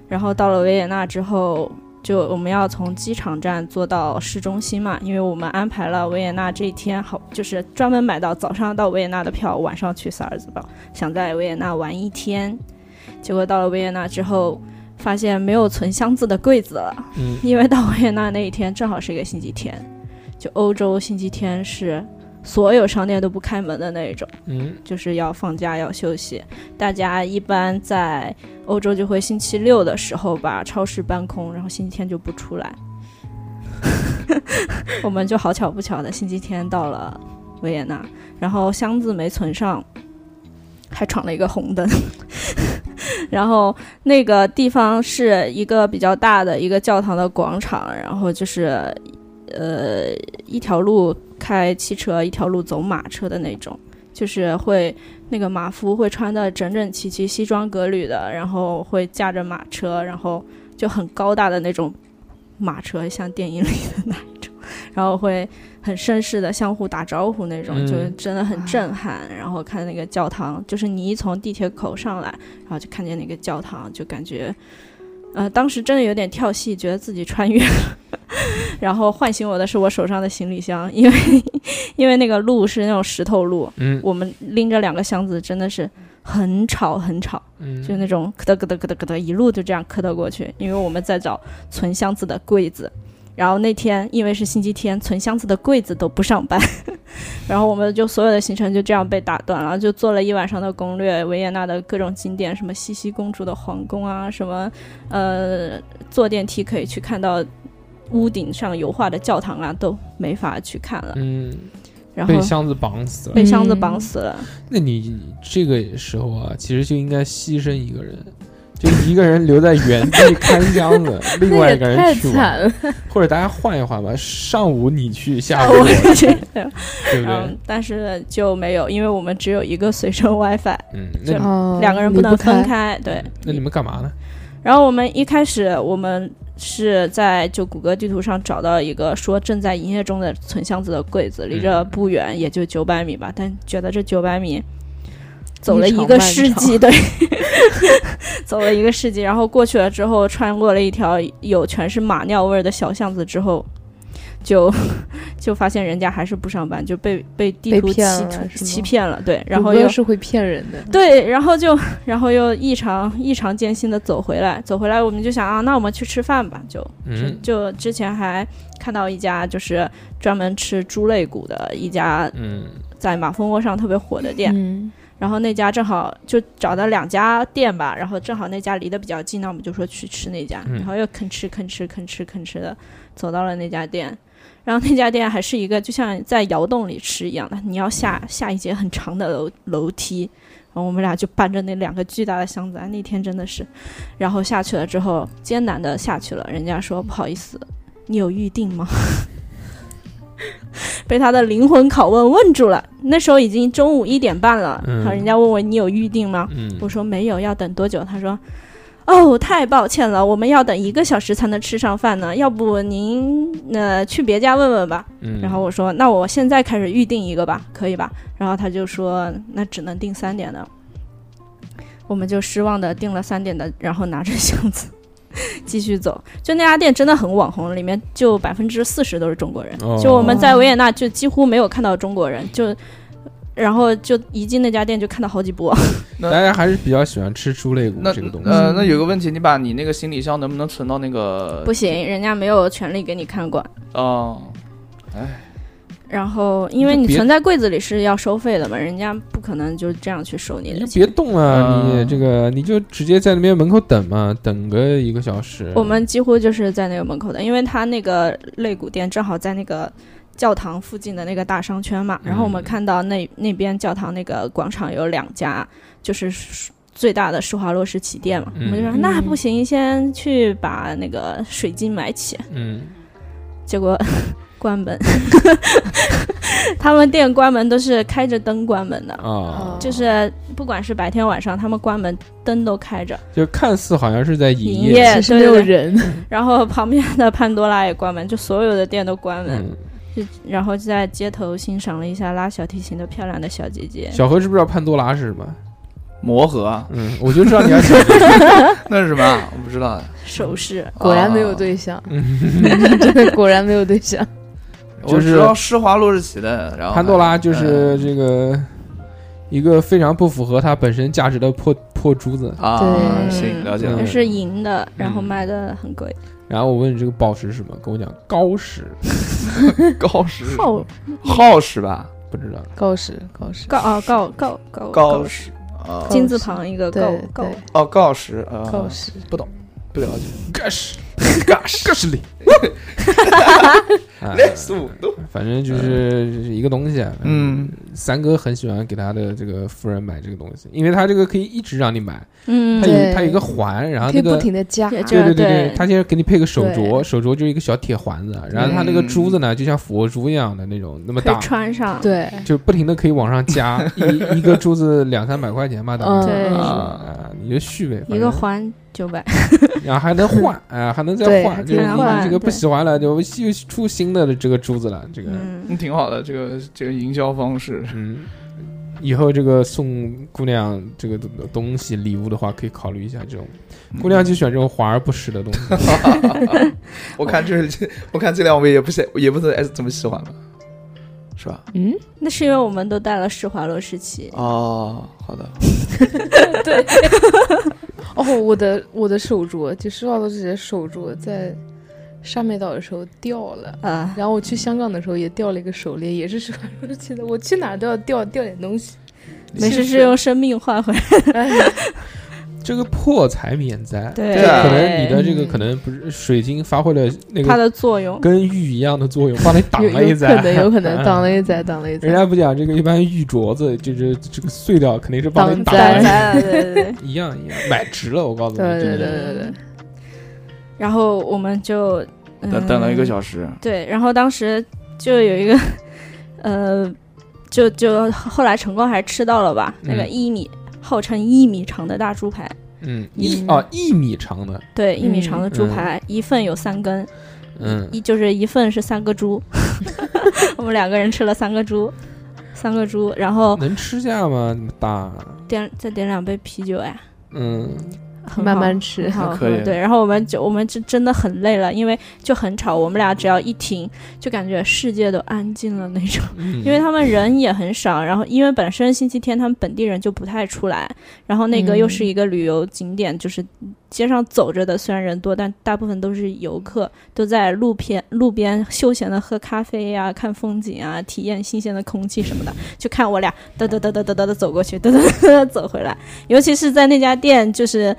C: 然后到了维也纳之后，就我们要从机场站坐到市中心嘛，因为我们安排了维也纳这一天好，就是专门买到早上到维也纳的票，晚上去萨尔茨堡，想在维也纳玩一天。结果到了维也纳之后，发现没有存箱子的柜子了。
A: 嗯，
C: 因为到维也纳那一天正好是一个星期天，就欧洲星期天是所有商店都不开门的那一种，
A: 嗯，
C: 就是要放假要休息。大家一般在欧洲就会星期六的时候把超市搬空，然后星期天就不出来。 *laughs* 我们就好巧不巧的星期天到了维也纳，然后箱子没存上，还闯了一个红灯。 *laughs* 然后那个地方是一个比较大的一个教堂的广场，然后就是，呃，一条路开汽车，一条路走马车的那种，就是会那个马夫会穿的整整齐齐、西装革履的，然后会驾着马车，然后就很高大的那种马车，像电影里的那一种，然后会很绅士的相互打招呼那种，
A: 嗯
C: 就真的很震撼。然后看那个教堂，就是你一从地铁口上来。然后就看见那个教堂，就感觉，呃，当时真的有点跳戏，觉得自己穿越了。 *laughs* 然后唤醒我的是我手上的行李箱，因为因为那个路是那种石头路，
A: 嗯
C: 我们拎着两个箱子真的是很吵很吵，
A: 嗯，
C: 就那种咯噔咯噔咯噔咯噔一路就这样咯噔过去，因为我们在找存箱子的柜子。然后那天因为是星期天，存箱子的柜子都不上班， *laughs* 然后我们就所有的行程就这样被打断了，然后就做了一晚上的攻略，维也纳的各种景点，什么茜茜公主的皇宫啊，什么呃坐电梯可以去看到屋顶上油画的教堂啊，都没法去看了。
A: 嗯，
C: 然后
A: 被箱嗯子绑死了。
C: 被箱子绑死了， *laughs*
A: 那你这个时候啊，其实就应该牺牲一个人，就一个人留在原地看箱子，另
D: 那
A: 外
D: 也
A: 一个
D: 太
A: 人去玩，
D: 惨了，
A: 或者大家换一换吧，上午你去，下午
C: 我
A: 我，
C: 这
A: 对不对
C: *laughs* 嗯？，但是就没有，因为我们只有一个随身 *laughs* WiFi，
A: 嗯，那你
D: *laughs* 哦
C: *laughs* 两个人
D: 离不
C: 能分开。
D: 开。
C: 对，
A: 那你们干嘛呢？
C: 然后我们一开始我们是在就谷歌地图上找到一个说正在营业中的存箱子的柜子，离
D: 嗯
C: 这不远，也就九百米吧，但觉得这九百米。走了一个世纪， *laughs* 对，走了一个世纪，然后过去了之后，穿过了一条有全是马尿味儿的小巷子之后，就 *laughs* 就发现人家还是不上班，就被被地
D: 被
C: 图
D: 骗
C: 欺
D: 了
C: 图
D: 是吗
C: 欺骗了，对，然后
D: 谷歌
C: 又
D: 是会骗人的，
C: 对，然后就然后又异常异常艰辛的走回来，走回来我们就想啊，那我们去吃饭吧，就
A: 嗯
C: 就之前还看到一家就是专门吃猪肋骨的一家
A: 嗯
C: 在马蜂窝上特别火的店，
D: 嗯，
C: 然后那家正好就找到两家店吧，然后正好那家离得比较近，那我们就说去吃那家，
A: 嗯
C: 然后又吭哧吭哧吭哧吭哧的走到了那家店，然后那家店还是一个就像在窑洞里吃一样的，你要下下一节很长的楼楼梯，然后我们俩就搬着那两个巨大的箱子，啊，那天真的是，然后下去了之后艰难的下去了，人家说不好意思，你有预定吗？ *laughs* 被他的灵魂拷问问住了。那时候已经中午一点半了，
A: 嗯
C: 然后人家问我你有预定吗？
A: 嗯
C: 我说没有，要等多久？他说。哦，太抱歉了，我们要等一个小时才能吃上饭呢。要不您呃去别家问问吧。
A: 嗯，
C: 然后我说，那我现在开始预定一个吧，可以吧？然后他就说，那只能定三点的。我们就失望的定了三点的，然后拿着箱子 *laughs* 继续走。就那家店真的很网红，里面就百分之四十都是中国人。
A: 哦
C: 就我们在维也纳就几乎没有看到中国人，就然后就一进那家店就看到好几波。
A: 大家还是比较喜欢吃猪肋骨
B: 那
A: 这个东西。
B: 呃，那有个问题，你把你那个行李箱能不能存到那个？
C: 不行，人家没有权利给你看管。
B: 哦，
C: 然后，因为
A: 你就
C: 你
A: 别
C: 存在柜子里是要收费的嘛，人家不可能就这样去收你
A: 你
C: 的
A: 就
C: 钱。
A: 别动了，
B: 嗯
A: 你这个你就直接在那边门口等嘛，等个一个小时。
C: 我们几乎就是在那个门口的，因为他那个肋骨店正好在那个教堂附近的那个大商圈嘛。
A: 嗯
C: 然后我们看到那那边教堂那个广场有两家，就是舒最大的施华洛世奇店嘛。
A: 嗯
C: 我们就说
D: 嗯
C: 那不行，先去把那个水晶
A: *laughs*
C: 买起。
A: 嗯，
C: 结果关门， *laughs* 他们店关门都是开着灯关门的。
A: 啊，
C: 就是不管是白天晚上，他们关门灯都开着，
A: 就看似好像是在营
C: 营业
D: 其实没有人，
A: 哦
C: 然后旁边的潘多拉也关门，就所有的店都关门。
A: 嗯，
C: 就然后就在街头欣赏了一下拉小提琴的漂亮的小姐姐，
A: 小何知不知道潘多拉是什么？
B: 磨合，
A: 嗯，我就知
B: *laughs*
A: 道你要讲这个
B: 啊那是什么啊？我哦不知道哎。
C: 手势。
D: *laughs* 果然没有对象，
A: 嗯
D: *laughs* 真的果然没有对象。 *laughs*
B: 啊，我知道施华洛世奇的，然后
A: 潘多拉就是这个一个非常不符合它本身价值的破破珠子。
B: 嗯啊，
D: 对
B: 行，了解了
A: 嗯
C: 它
B: 解。
C: 是银的，然后
A: 嗯
C: 卖的很贵。
A: 然后我问你这个宝石是什么，跟我讲高石，
B: 高石，
C: 耗
B: 耗石吧，
A: 不知道。
D: 高石，高石，
C: 告啊告告告
B: 高
C: 石，
B: 啊
C: 金字旁一个
D: 对
C: 告告
D: 对，
B: 哦，锆石啊，
D: 高石，
B: 不了解。
A: 高石，高石，高石里。啊
B: 速度，
A: 反正就是就是一个东西啊。
B: 嗯，
A: 三哥很喜欢给他的这个夫人买这个东西，因为他这个可以一直让你买，
C: 嗯
A: 他，有
D: 对
A: 他有一个环，然后
D: 可以
A: 啊那
D: 不
A: 个。
D: 停的加，啊
C: 也
A: 对对
C: 对
A: 对，他现在给你配个手镯，
D: 对
A: 手镯就是一个小铁环子，啊然后他那个珠子呢，就像佛珠一样的那种，那么
C: 可以
A: 大，
C: 穿上。
D: 对，
A: 就不停的可以往上加，一一个珠子两三百块钱吧，大概
D: 嗯，
C: 对
A: 是
D: 嗯
A: 啊，你就续呗，
C: 一
A: 反
C: 个
A: 正
C: 环九百，
A: 然后还能换，
C: *laughs*
A: 哎，还能再
D: 对
A: 换，
D: 还
A: 就是
C: 可以
A: 你
C: 换
A: 这个不
C: 对
A: 喜欢了，就又出新的这个珠子了，这个，
C: 嗯，
B: 挺好的，这个这个营销方式。
A: 嗯，以后这个送姑娘这个东西礼物的话，可以考虑一下这种，
C: 嗯
A: 姑
B: *laughs*
A: 娘就选这种华而不实的
C: *laughs*
A: 东西。
B: 我看这，我看这两位也不喜，也不怎么怎么喜欢吧，是吧？
D: 嗯，
C: 那是因为我们都带了施华洛世奇，
B: 哦，好的，
D: 哦，我的我的手镯，就施华洛世奇的手镯，在沙美岛的时候掉了。
C: 呃，
D: 然后我去香港的时候也掉了一个手 *laughs* 链，也是施华洛世奇的。我去哪儿都要掉掉点东西。 *laughs*
C: 没事是用生命换回来。
D: 哎
A: 这个破财免灾，
C: 对
B: 对啊
A: 可能你的这个
D: 嗯
A: 可能不是水晶发挥了那
C: 它
A: 个
C: 的作用。
A: 跟玉一样的作用，帮你挡
D: 有
A: 了一
D: 有
A: 灾，
D: 可能有可能
A: *laughs*
D: 挡
A: 嗯。
D: 了一载，挡了一
A: *laughs*
D: 载
A: 人。家不讲这个，一般玉镯子就是这个碎掉，肯定是帮你挡
D: 挡灾
C: *laughs*
A: 了
C: 来了，对对对。
A: 一样一样，买值了，我告诉你，
D: 对
A: 这
D: 对
A: 个
D: 对对对，
C: 然后我们就嗯
B: 等等了一个
C: 时。
B: 小时，
C: 对，然后当时就有一个，呃，就就后来晨光还吃到了吧，那个
A: 嗯
C: 一米，号称一米长的大猪排，
A: 嗯，一
D: 嗯
A: 啊一米长的，
C: 对，一米长的猪
A: 嗯
C: 排，一份有三根，
A: 嗯，
C: 一就是一份是三个猪， *laughs* 我们两个人吃了三个猪，三个猪，然后
A: 能吃下吗？那么大，
C: 点再点两杯啤酒呀、
A: 嗯，
C: 很
D: 慢
C: 好
D: 慢吃
C: 很。好
B: 可以
C: 喝。对，然后我们就我们就真的很累了，因为就很吵，我们俩只要一停，就感觉世界都安静了那种。
A: 因
C: 因为他们人也很少，然后因为本身星期天他们本地人就不太出来，然后那个又是一个旅游景点，就是街上走着的虽然人多，但大部分都是游客，都在路边路边休闲的喝咖啡呀、看风景啊、体验新鲜的空气什么的。 *laughs* 就看我俩嘚嘚嘚嘚嘚嘚嘚走过去，嘚嘚嘚嘚走回来。尤其是在那家店，就是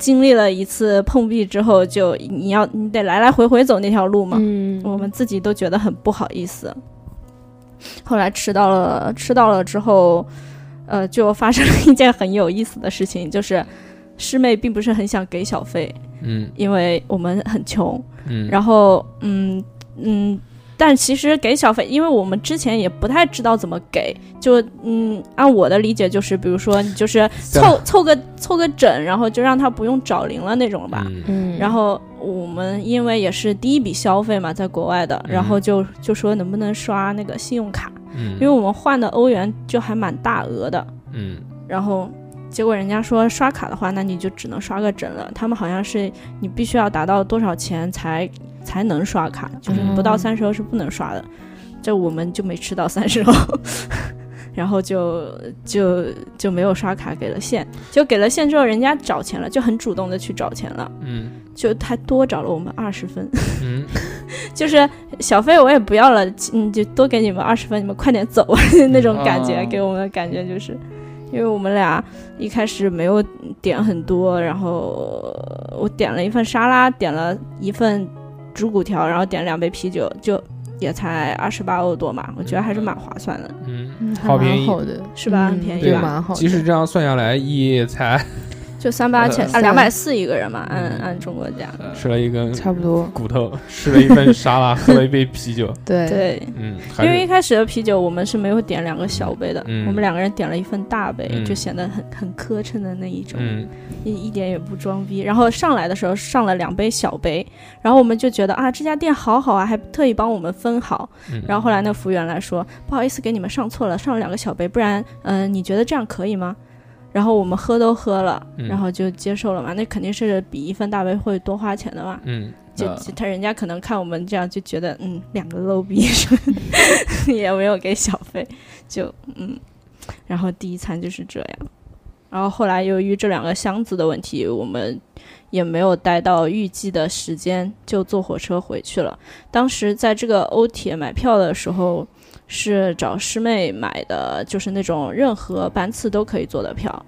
C: 经历了一次碰壁之后，就你要你得来来回回走那条路嘛，
D: 嗯，
C: 我们自己都觉得很不好意思。后来吃到了，吃到了之后，呃，就发生了一件很有意思的事情，就是师妹并不是很想给小费，
A: 嗯
C: 因为我们很穷。
A: 嗯，
C: 然后，嗯嗯，但其实给小费，因为我们之前也不太知道怎么给，就嗯，按我的理解就是，比如说你就是
A: 在
C: 凑凑个凑个整，然后就让他不用找零了那种吧。
A: 嗯
D: 嗯，
C: 然后我们因为也是第一笔消费嘛，在国外的，
A: 嗯
C: 然后就就说能不能刷那个信用卡，
A: 嗯，
C: 因为我们换的欧元就还蛮大额的，
A: 嗯
C: 然后结果人家说刷卡的话，那你就只能刷个整了。他们好像是你必须要达到多少钱才才能刷卡，就是
A: 嗯
C: 不到三十欧是不能刷的。这我们就没吃到三十
A: *laughs*
C: 欧，然后就就就没有刷卡，给了现，就给了现之后，人家找钱了，就很主动的去找钱了，
A: 嗯
C: 就还多找了我们二十分。 *laughs*
A: 嗯，
C: 就是小费我也不要了，嗯，就多给你们二十分，你们快点走 *laughs* 那种感觉，
B: 啊
C: 给我们的感觉就是，因为我们俩一开始没有点很多，然后呃我点了一份沙拉，点了一份猪骨条，然后点两杯啤酒，就也才二十八欧多嘛，我觉得还是蛮划算的。 *laughs*
A: 嗯
D: 嗯还
A: 好便宜
D: 蛮好的
C: 是吧
D: 嗯
C: 很便宜
D: 对
A: 吧
D: 蛮好的。
A: 即使这样算下来，也才
C: 就三八千啊，
D: 呃
C: 两百四一个人嘛，按
A: 嗯
C: 按中国价，
B: 呃
A: 吃了一根
D: 差不多，
A: 骨头，吃了一份沙拉，喝了一杯啤酒，
D: 对，
C: 对，
A: 嗯，还
C: 因为一
A: 是
C: 开始的啤酒我们是没有点两个小杯的，
A: 嗯
C: 我们两个人点了一份大杯，
A: 嗯
C: 就显得很很磕碜的那一种，
A: 嗯
C: 一一点也不装逼。然后上来的时候上了两杯小杯，然后我们就觉得啊这家店好好啊，还特意帮我们分好。
A: 嗯
C: 然后后来那服务员来说，不好意思给你们上错了，上了两个小杯，不然嗯、呃你觉得这样可以吗？然后我们喝都喝了，
A: 嗯
C: 然后就接受了嘛，那肯定是比一份大杯会多花钱的嘛。
A: 嗯，
C: 就
B: 啊
C: 就他人家可能看我们这样就觉得，嗯，两个 low 逼是吧 *laughs* 也没有给小费，就嗯，然后第一餐就是这样。然后后来由于这两个箱子的问题，我们也没有待到预计的时间，就坐火车回去了。当时在这个欧铁买票的时候，是找师妹买的，就是那种任何班次都可以坐的票，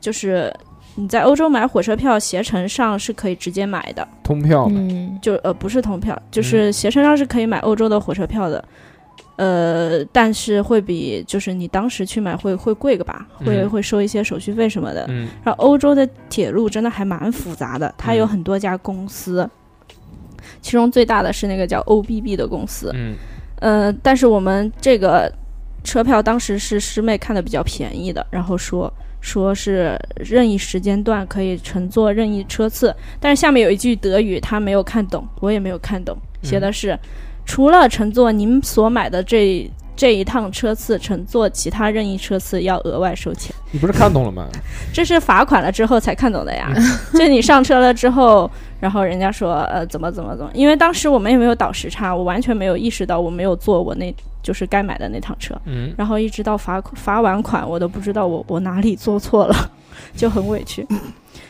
C: 就是你在欧洲买火车票，携程上是可以直接买的。
A: 通票嘛，
D: 嗯，
C: 就呃不是通票，
A: 嗯
C: 就是携程上是可以买欧洲的火车票的，呃，但是会比就是你当时去买会会贵个吧，会、
A: 嗯
C: 会收一些手续费什么的。
A: 嗯
C: 然后欧洲的铁路真的还蛮复杂的，它有
A: 嗯
C: 很多家公司，其中最大的是那个叫 OBB 的公司，
A: 嗯
C: 呃，但是我们这个车票当时是师妹看的比较便宜的，然后说说是任意时间段可以乘坐任意车次，但是下面有一句德语她没有看懂，我也没有看懂，写的是、除了乘坐您所买的这。这一趟车次乘坐其他任意车次要额外收钱，
A: 你不是看懂了吗？
C: 这是罚款了之后才看懂的呀。 *laughs* 就你上车了之后，然后人家说呃怎么怎么怎么，因为当时我们也没有倒时差，我完全没有意识到我没有坐我那就是该买的那趟车，
A: 嗯，
C: 然后一直到罚罚完款，我都不知道我我哪里做错了，就很委屈。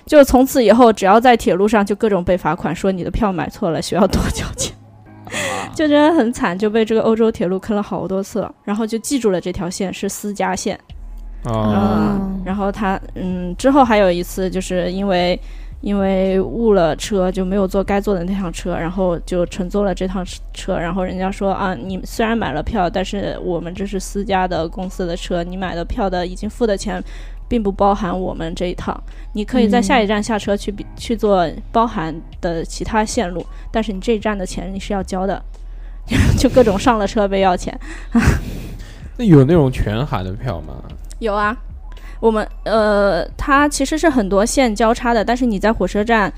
C: 就从此以后，只要在铁路上就各种被罚款，说你的票买错了，需要多交钱， *laughs*
B: 啊
C: 就真的很惨，就被这个欧洲铁路坑了好多次了。然后就记住了这条线是私家线，
A: 啊，
C: 嗯，然后他嗯，之后还有一次就是因为因为误了车，就没有坐该坐的那趟车，然后就乘坐了这趟车，然后人家说啊，你虽然买了票，但是我们这是私家的公司的车，你买的票的已经付的钱。并不包含我们这一趟，你可以在下一站下车去比、去做包含的其他线路，但是你这一站的钱你是要交的， *laughs* 就各种上了车被要钱。
A: 那有那种全含的票吗？
C: 有啊，我们呃，它其实是很多线交叉的，但是你在火车站，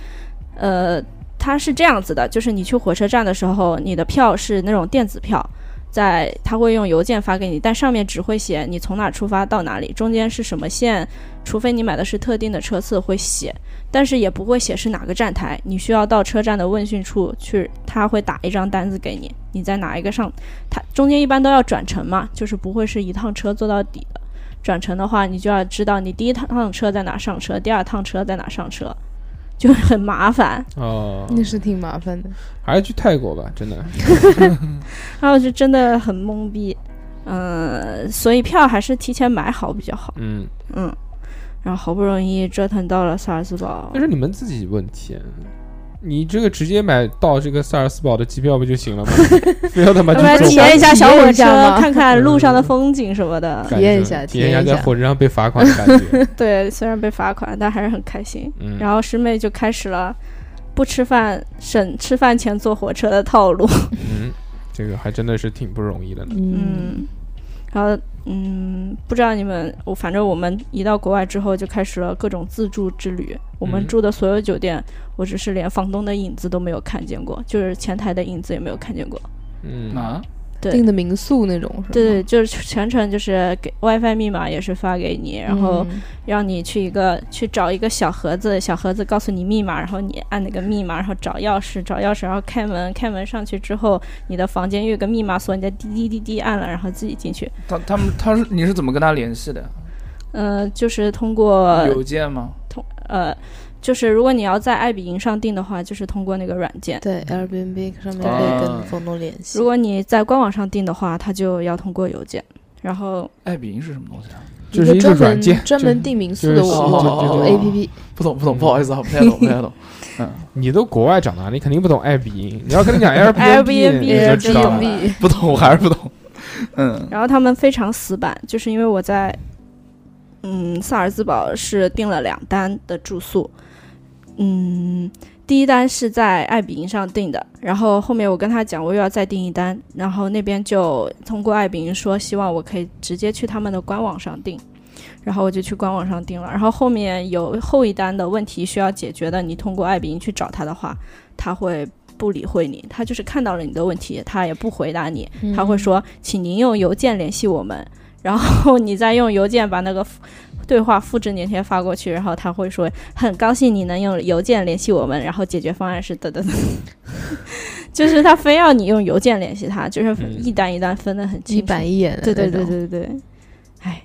C: 呃，它是这样子的，就是你去火车站的时候，你的票是那种电子票。在，它会用邮件发给你，但上面只会写你从哪出发到哪里，中间是什么线，除非你买的是特定的车次会写，但是也不会写是哪个站台，你需要到车站的问讯处去，他会打一张单子给你，你在哪一个上，它中间一般都要转乘嘛，就是不会是一趟车坐到底的。转乘的话，你就要知道你第一趟车在哪上车，第二趟车在哪上车，就很麻烦。
A: 哦，
D: 那是挺麻烦的。
A: 还是去泰国吧，真的。
C: 然后就真的很懵逼，嗯、所以票还是提前买好比较好，
A: 嗯，
C: 嗯。然后好不容易折腾到了萨尔茨堡
A: 那，是你们自己问题。啊你这个直接买到这个萨尔茨堡的机票不就行
C: *laughs*
A: 了吗？非要他妈
C: 要
A: 去
C: 不然
A: 坐
C: 体验一下小
D: 体
C: 火
D: 验一
C: 车
D: 下嘛，
C: 看看路上的风景什么的。
A: 感
D: 体验一
A: 觉
D: 下
A: 体
D: 体
A: 验
D: 验一
A: 在
D: 下
A: 火车上被罚款的感
C: *laughs*
A: 觉。
C: 对，虽然被罚款，但还是很开心。
A: 嗯，
C: 然后师妹就开始了不吃饭省吃饭钱坐火车的套路。
A: 嗯，这个还真的是挺不容易的呢。
D: 嗯，
C: 嗯，然后嗯，不知道你们，我反正我们一到国外之后就开始了各种自助之旅。我们
A: 嗯
C: 住的所有酒店，我只是连房东的影子都没有看见过，就是前台的影子也没有看见过。
A: 嗯，
B: 啊，
C: 对
D: 订的民宿那种是吗？嗯
C: 对对，就是全程就是给 WiFi 密码也是发给你，然后
D: 嗯
C: 让你去一个去找一个小盒子，小盒子告诉你密码，然后你按那个密码，然后找钥匙，找钥匙，然后开门，开门上去之后，你的房间有一个密码锁，你再滴滴滴滴按了，然后自己进去。
B: 他他们他是你是怎么跟他联系的？
C: 呃，就是通过
B: 邮件吗？
C: 呃，就是如果你要在爱彼迎上订的话，就是通过那个软件；
A: 嗯
D: 对 Airbnb 上面可以
B: 啊
D: 跟房东联系
C: 如。果你在官网上订的话，它就要通过邮件。然后，
B: 爱彼迎是什么东西啊？
A: 这
D: 一
A: 是一
D: 个
A: 个
D: 专
A: 软
D: 门
A: 件，
D: 专门
A: 就
D: 订民宿
A: 就是
D: 的
A: 系
D: 网
B: 统
D: 络
B: 就
D: APP，
B: 不懂不懂，不好意 *laughs* 思啊，不太懂不太懂。
A: 你都国外长大，你肯定不 *laughs* 懂爱彼迎。你要跟你讲 Airbnb，
C: Airbnb
A: 你就知道了。
D: Airbnb
B: 不懂，我还是不懂。嗯，
C: 然后他们非常死板，就是因为我在嗯萨尔茨堡是订了两单的住宿，嗯，第一单是在爱彼迎上订的，然后后面我跟他讲我又要再订一单，然后那边就通过爱彼迎说希望我可以直接去他们的官网上订。然后我就去官网上订了，然后后面有后一单的问题需要解决的，你通过爱彼迎去找他的话，他会不理会你，他就是看到了你的问题，他也不回答你，
D: 嗯
C: 他会说，请您用邮件联系我们，然后你再用邮件把那个对话复制粘贴发过去，然后他会说很高兴你能用邮件联系我们，然后解决方案是等等等， *laughs* 就是他非要你用邮件联系他，就是
A: 嗯
C: 一单一单分得很清
D: 一
C: 楚。
D: 板一眼的，
C: 对对对，对对，哎，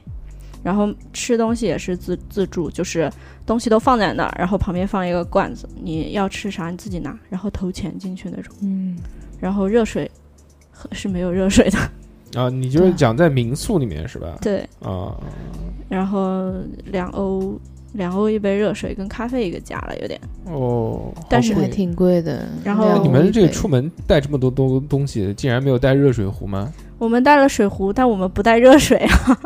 C: 然后吃东西也是自自助，就是东西都放在那儿，然后旁边放一个罐子，你要吃啥你自己拿，然后投钱进去那种。
D: 嗯，
C: 然后热水喝是没有热水的，
A: 啊，你就是讲在民宿里面是吧？
C: 对。
A: 啊，
C: 然后两欧两欧一杯热水跟咖啡一个加了，有点。
A: 哦，好
C: 但是
A: 贵
D: 还挺贵的。
C: 然后
A: 那你们这个
D: 个
A: 出门带这么多东东西，竟然没有带热水壶吗？
C: 我们带了水壶，但我们不带热水啊，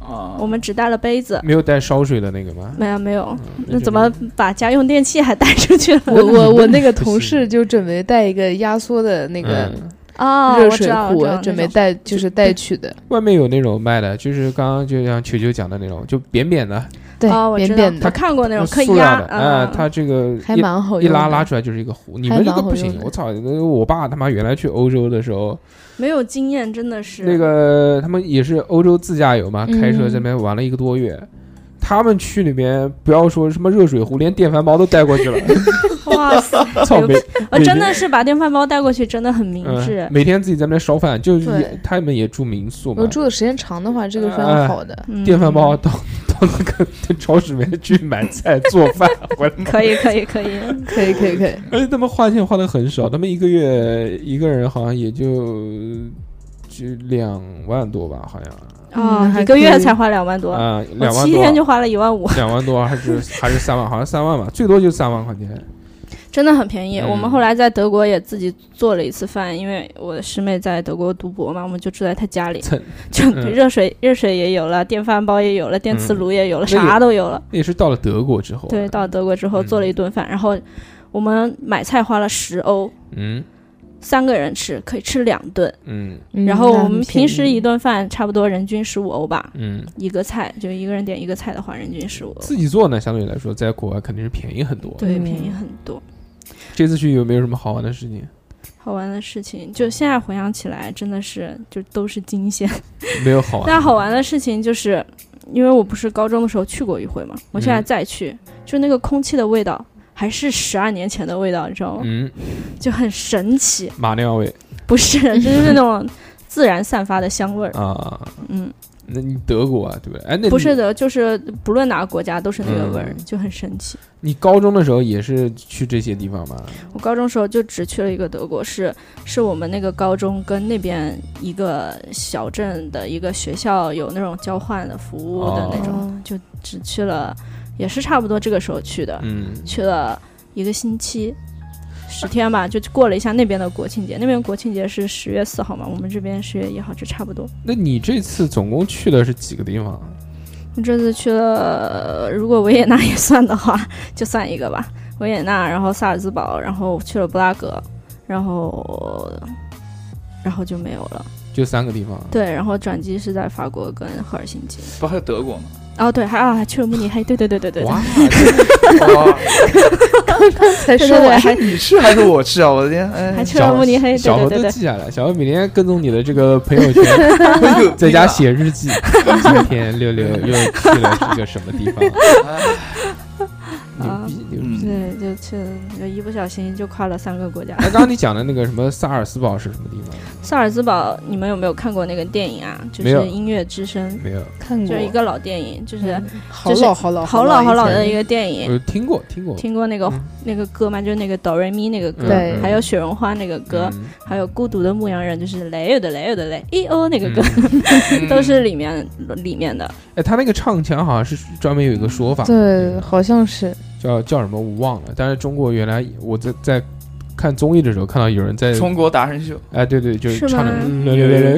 B: 啊，
C: 我们只带了杯子。
A: 没有带烧水的那个吗？
C: 没有没有，那
A: 这
C: 怎么
A: 个
C: 把家用电器还带出去了？
D: *laughs* 我我我那个
A: 不
D: 同
A: 行
D: 事就准备带一个压缩的那个
A: 嗯
C: 哦
D: 热
C: 我知
D: 水
C: 道
D: 壶
C: 我知，道
D: 准备
C: 那种哦
D: 带就是带去的，
A: *laughs* 外面有那种卖的，就是刚刚就像球球讲的那种，就扁扁的，
D: 对
C: 哦，，我
D: 扁
C: 知道，
D: 扁
C: 我
D: 的，
C: 看过那种可以
A: 塑料
C: 压嗯
A: 的，啊，它这个
D: 还
A: 一
D: 蛮好
A: 一
D: 用的。
A: 拉拉出来就是一个壶。你
D: 还
A: 们这个
D: 蛮好
A: 不行
D: 用，的
A: 我操！那个我爸他妈原来去欧洲的时候，
C: 没有经验真的是
A: 那个他们也是欧洲自驾游嘛，
D: 嗯
A: 开车在那边玩了一个多月。他们去里面，不要说什么热水壶，连电饭煲都带过
D: *laughs*
A: 去了。*laughs*
C: 哇塞，
D: 哎
A: 操，每
C: 我真的是把电饭煲带过去，真的很明智
A: 嗯嗯，。每天自己在那边烧饭，就是
D: 对
A: 也他们也住民宿嘛
D: 我，住的时间长的话，这个非
A: 哎
D: 常好的。
C: 嗯
A: 电饭煲到 *laughs* 到那个超市里面去买菜做饭 *laughs* 回来。
C: 可以可以可
A: *laughs*
C: 以，哦
D: 可以可以可
C: 嗯
D: 以，
A: 而且他们花钱花的很少，他们一个月一个人好像也就就两万多吧，好像
C: 啊
D: 嗯，还
C: 一个
D: 可
C: 月
D: 以
C: 才花两万多，
A: 啊
C: 我
A: 两万
C: 七
A: 多
C: 天
A: 啊，
C: 就花了一万五，
A: 两万多还是还是三万，好像三万吧，最多就三万块钱。
C: 真的很便宜。我们
A: 嗯
C: 后来在德国也自己做了一次饭，因为我的师妹在德国读博嘛，我们就住在她家
A: *laughs*
C: 里，
A: 蹭
C: 就
A: 嗯
C: 热水热水也有了，电饭煲也有了，电磁炉也有了，
A: 那也
C: 啥都有了。
A: 那也是到了德国之后，
C: 对，到德国之后
A: 嗯
C: 做了一顿饭，然后我们买菜花了十欧，
A: 嗯
C: 三个人吃可以吃两顿。
A: 嗯
D: 嗯
C: 然后
D: 那
C: 我
D: 很
C: 们
D: 便
C: 平时
D: 宜
C: 一顿饭差不多人均十五欧吧，
A: 嗯，
C: 一个菜就一个人点一个菜的话，人均十五欧，
A: 自己做呢，相对来说在国外肯定是便宜很多。
C: 对，
D: 嗯
C: 便宜很多。
A: 这次去有没有什么好玩的事情？
C: 好玩的事情，就现在回想起来，真的是就都是惊险。
A: 没有好玩的，
C: 但好玩的事情就是，因为我不是高中的时候去过一回嘛，我现在
A: 嗯
C: 再去，就那个空气的味道还是十二年前的味道，你知道吗？
A: 嗯，
C: *laughs* 就很神奇，
A: 马尿味
C: 不是，就是那种自然散发的香味儿。
A: 啊，
C: 嗯，
A: 那你德国啊，对不对？ *laughs* 哎，那
C: 不是
A: 你
C: 的，就是不论哪个国家都是那个味儿，
A: 嗯
C: 就很神奇。
A: 你高中的时候也是去这些地方吗？
C: 我高中时候就只去了一个德国，是是我们那个高中跟那边一个小镇的一个学校有那种交换的服务的那种，
D: 哦
C: 就只去了，也是差不多这个时候去的，
A: 嗯，
C: 去了一个星期。十天吧，就过了一下那边的国庆节。那边国庆节是十月四号嘛，我们这边十月一号，就差不多。
A: 那你这次总共去的是几个地方？
C: 我这次去了，呃如果维也纳也算的话，就算一个吧。维也纳，然后萨尔兹堡，然后去了布拉格，然后然后就没有了。
A: 就三个地方。
C: 对，然后转机是在法国跟赫尔辛基。
B: 不还有德国吗？
C: 哦，对，还啊还去了慕尼黑。对对对对对。
A: 哇，
B: *laughs* 哦，
C: *laughs*
D: 才
C: 对
D: *laughs*
C: 对
D: 说
C: 对，
D: 完，
C: 还
B: 你去还是我去啊？我的天，
C: 还
B: 哎，
C: 去了慕尼黑。
A: 小
C: *laughs* 对
A: 何
C: 对
A: 都
C: 对对。
A: 记下来，小何每天跟踪你的这个朋
C: *laughs*
A: 友圈，在家写日记。今天六六又去了这个什么地
C: *laughs*
A: 方？
C: 啊
A: 牛逼牛逼！
B: 嗯，
C: 对，就去了，就一不小心就跨了三个国家。
A: 那刚刚你讲的那个什么萨尔斯堡是什么地方？
C: 萨尔兹堡，你们有没有看过那个电影啊？就
A: 没有
C: 是音乐之声，
A: 没有，
D: 看
C: 就
D: 过
C: 是一个老电影，就是
D: 嗯好
C: 就是
D: 老好老
C: 好老好老
D: 以
C: 的
D: 前
C: 一个电影。
A: 我呃听过听过。
C: 听过那个、
A: 嗯
C: 那个歌吗？就是那个哆瑞咪那个歌，
D: 对
C: 还有雪绒花那个歌，
A: 嗯
C: 还有孤独的牧羊人，就是雷有的雷有的雷，咦哦那个歌、
A: 嗯
C: *laughs* 都是里面里面的。
A: 哎，他那个唱腔好像是专门有一个说法，
D: 对，好像是
A: 叫叫什么我忘了。但是中国原来我在在看综艺的时候看到有人在
B: 中国达人秀，
A: 哎，对对，就是
C: 是
A: 唱的，
C: 吗
B: 嗯对对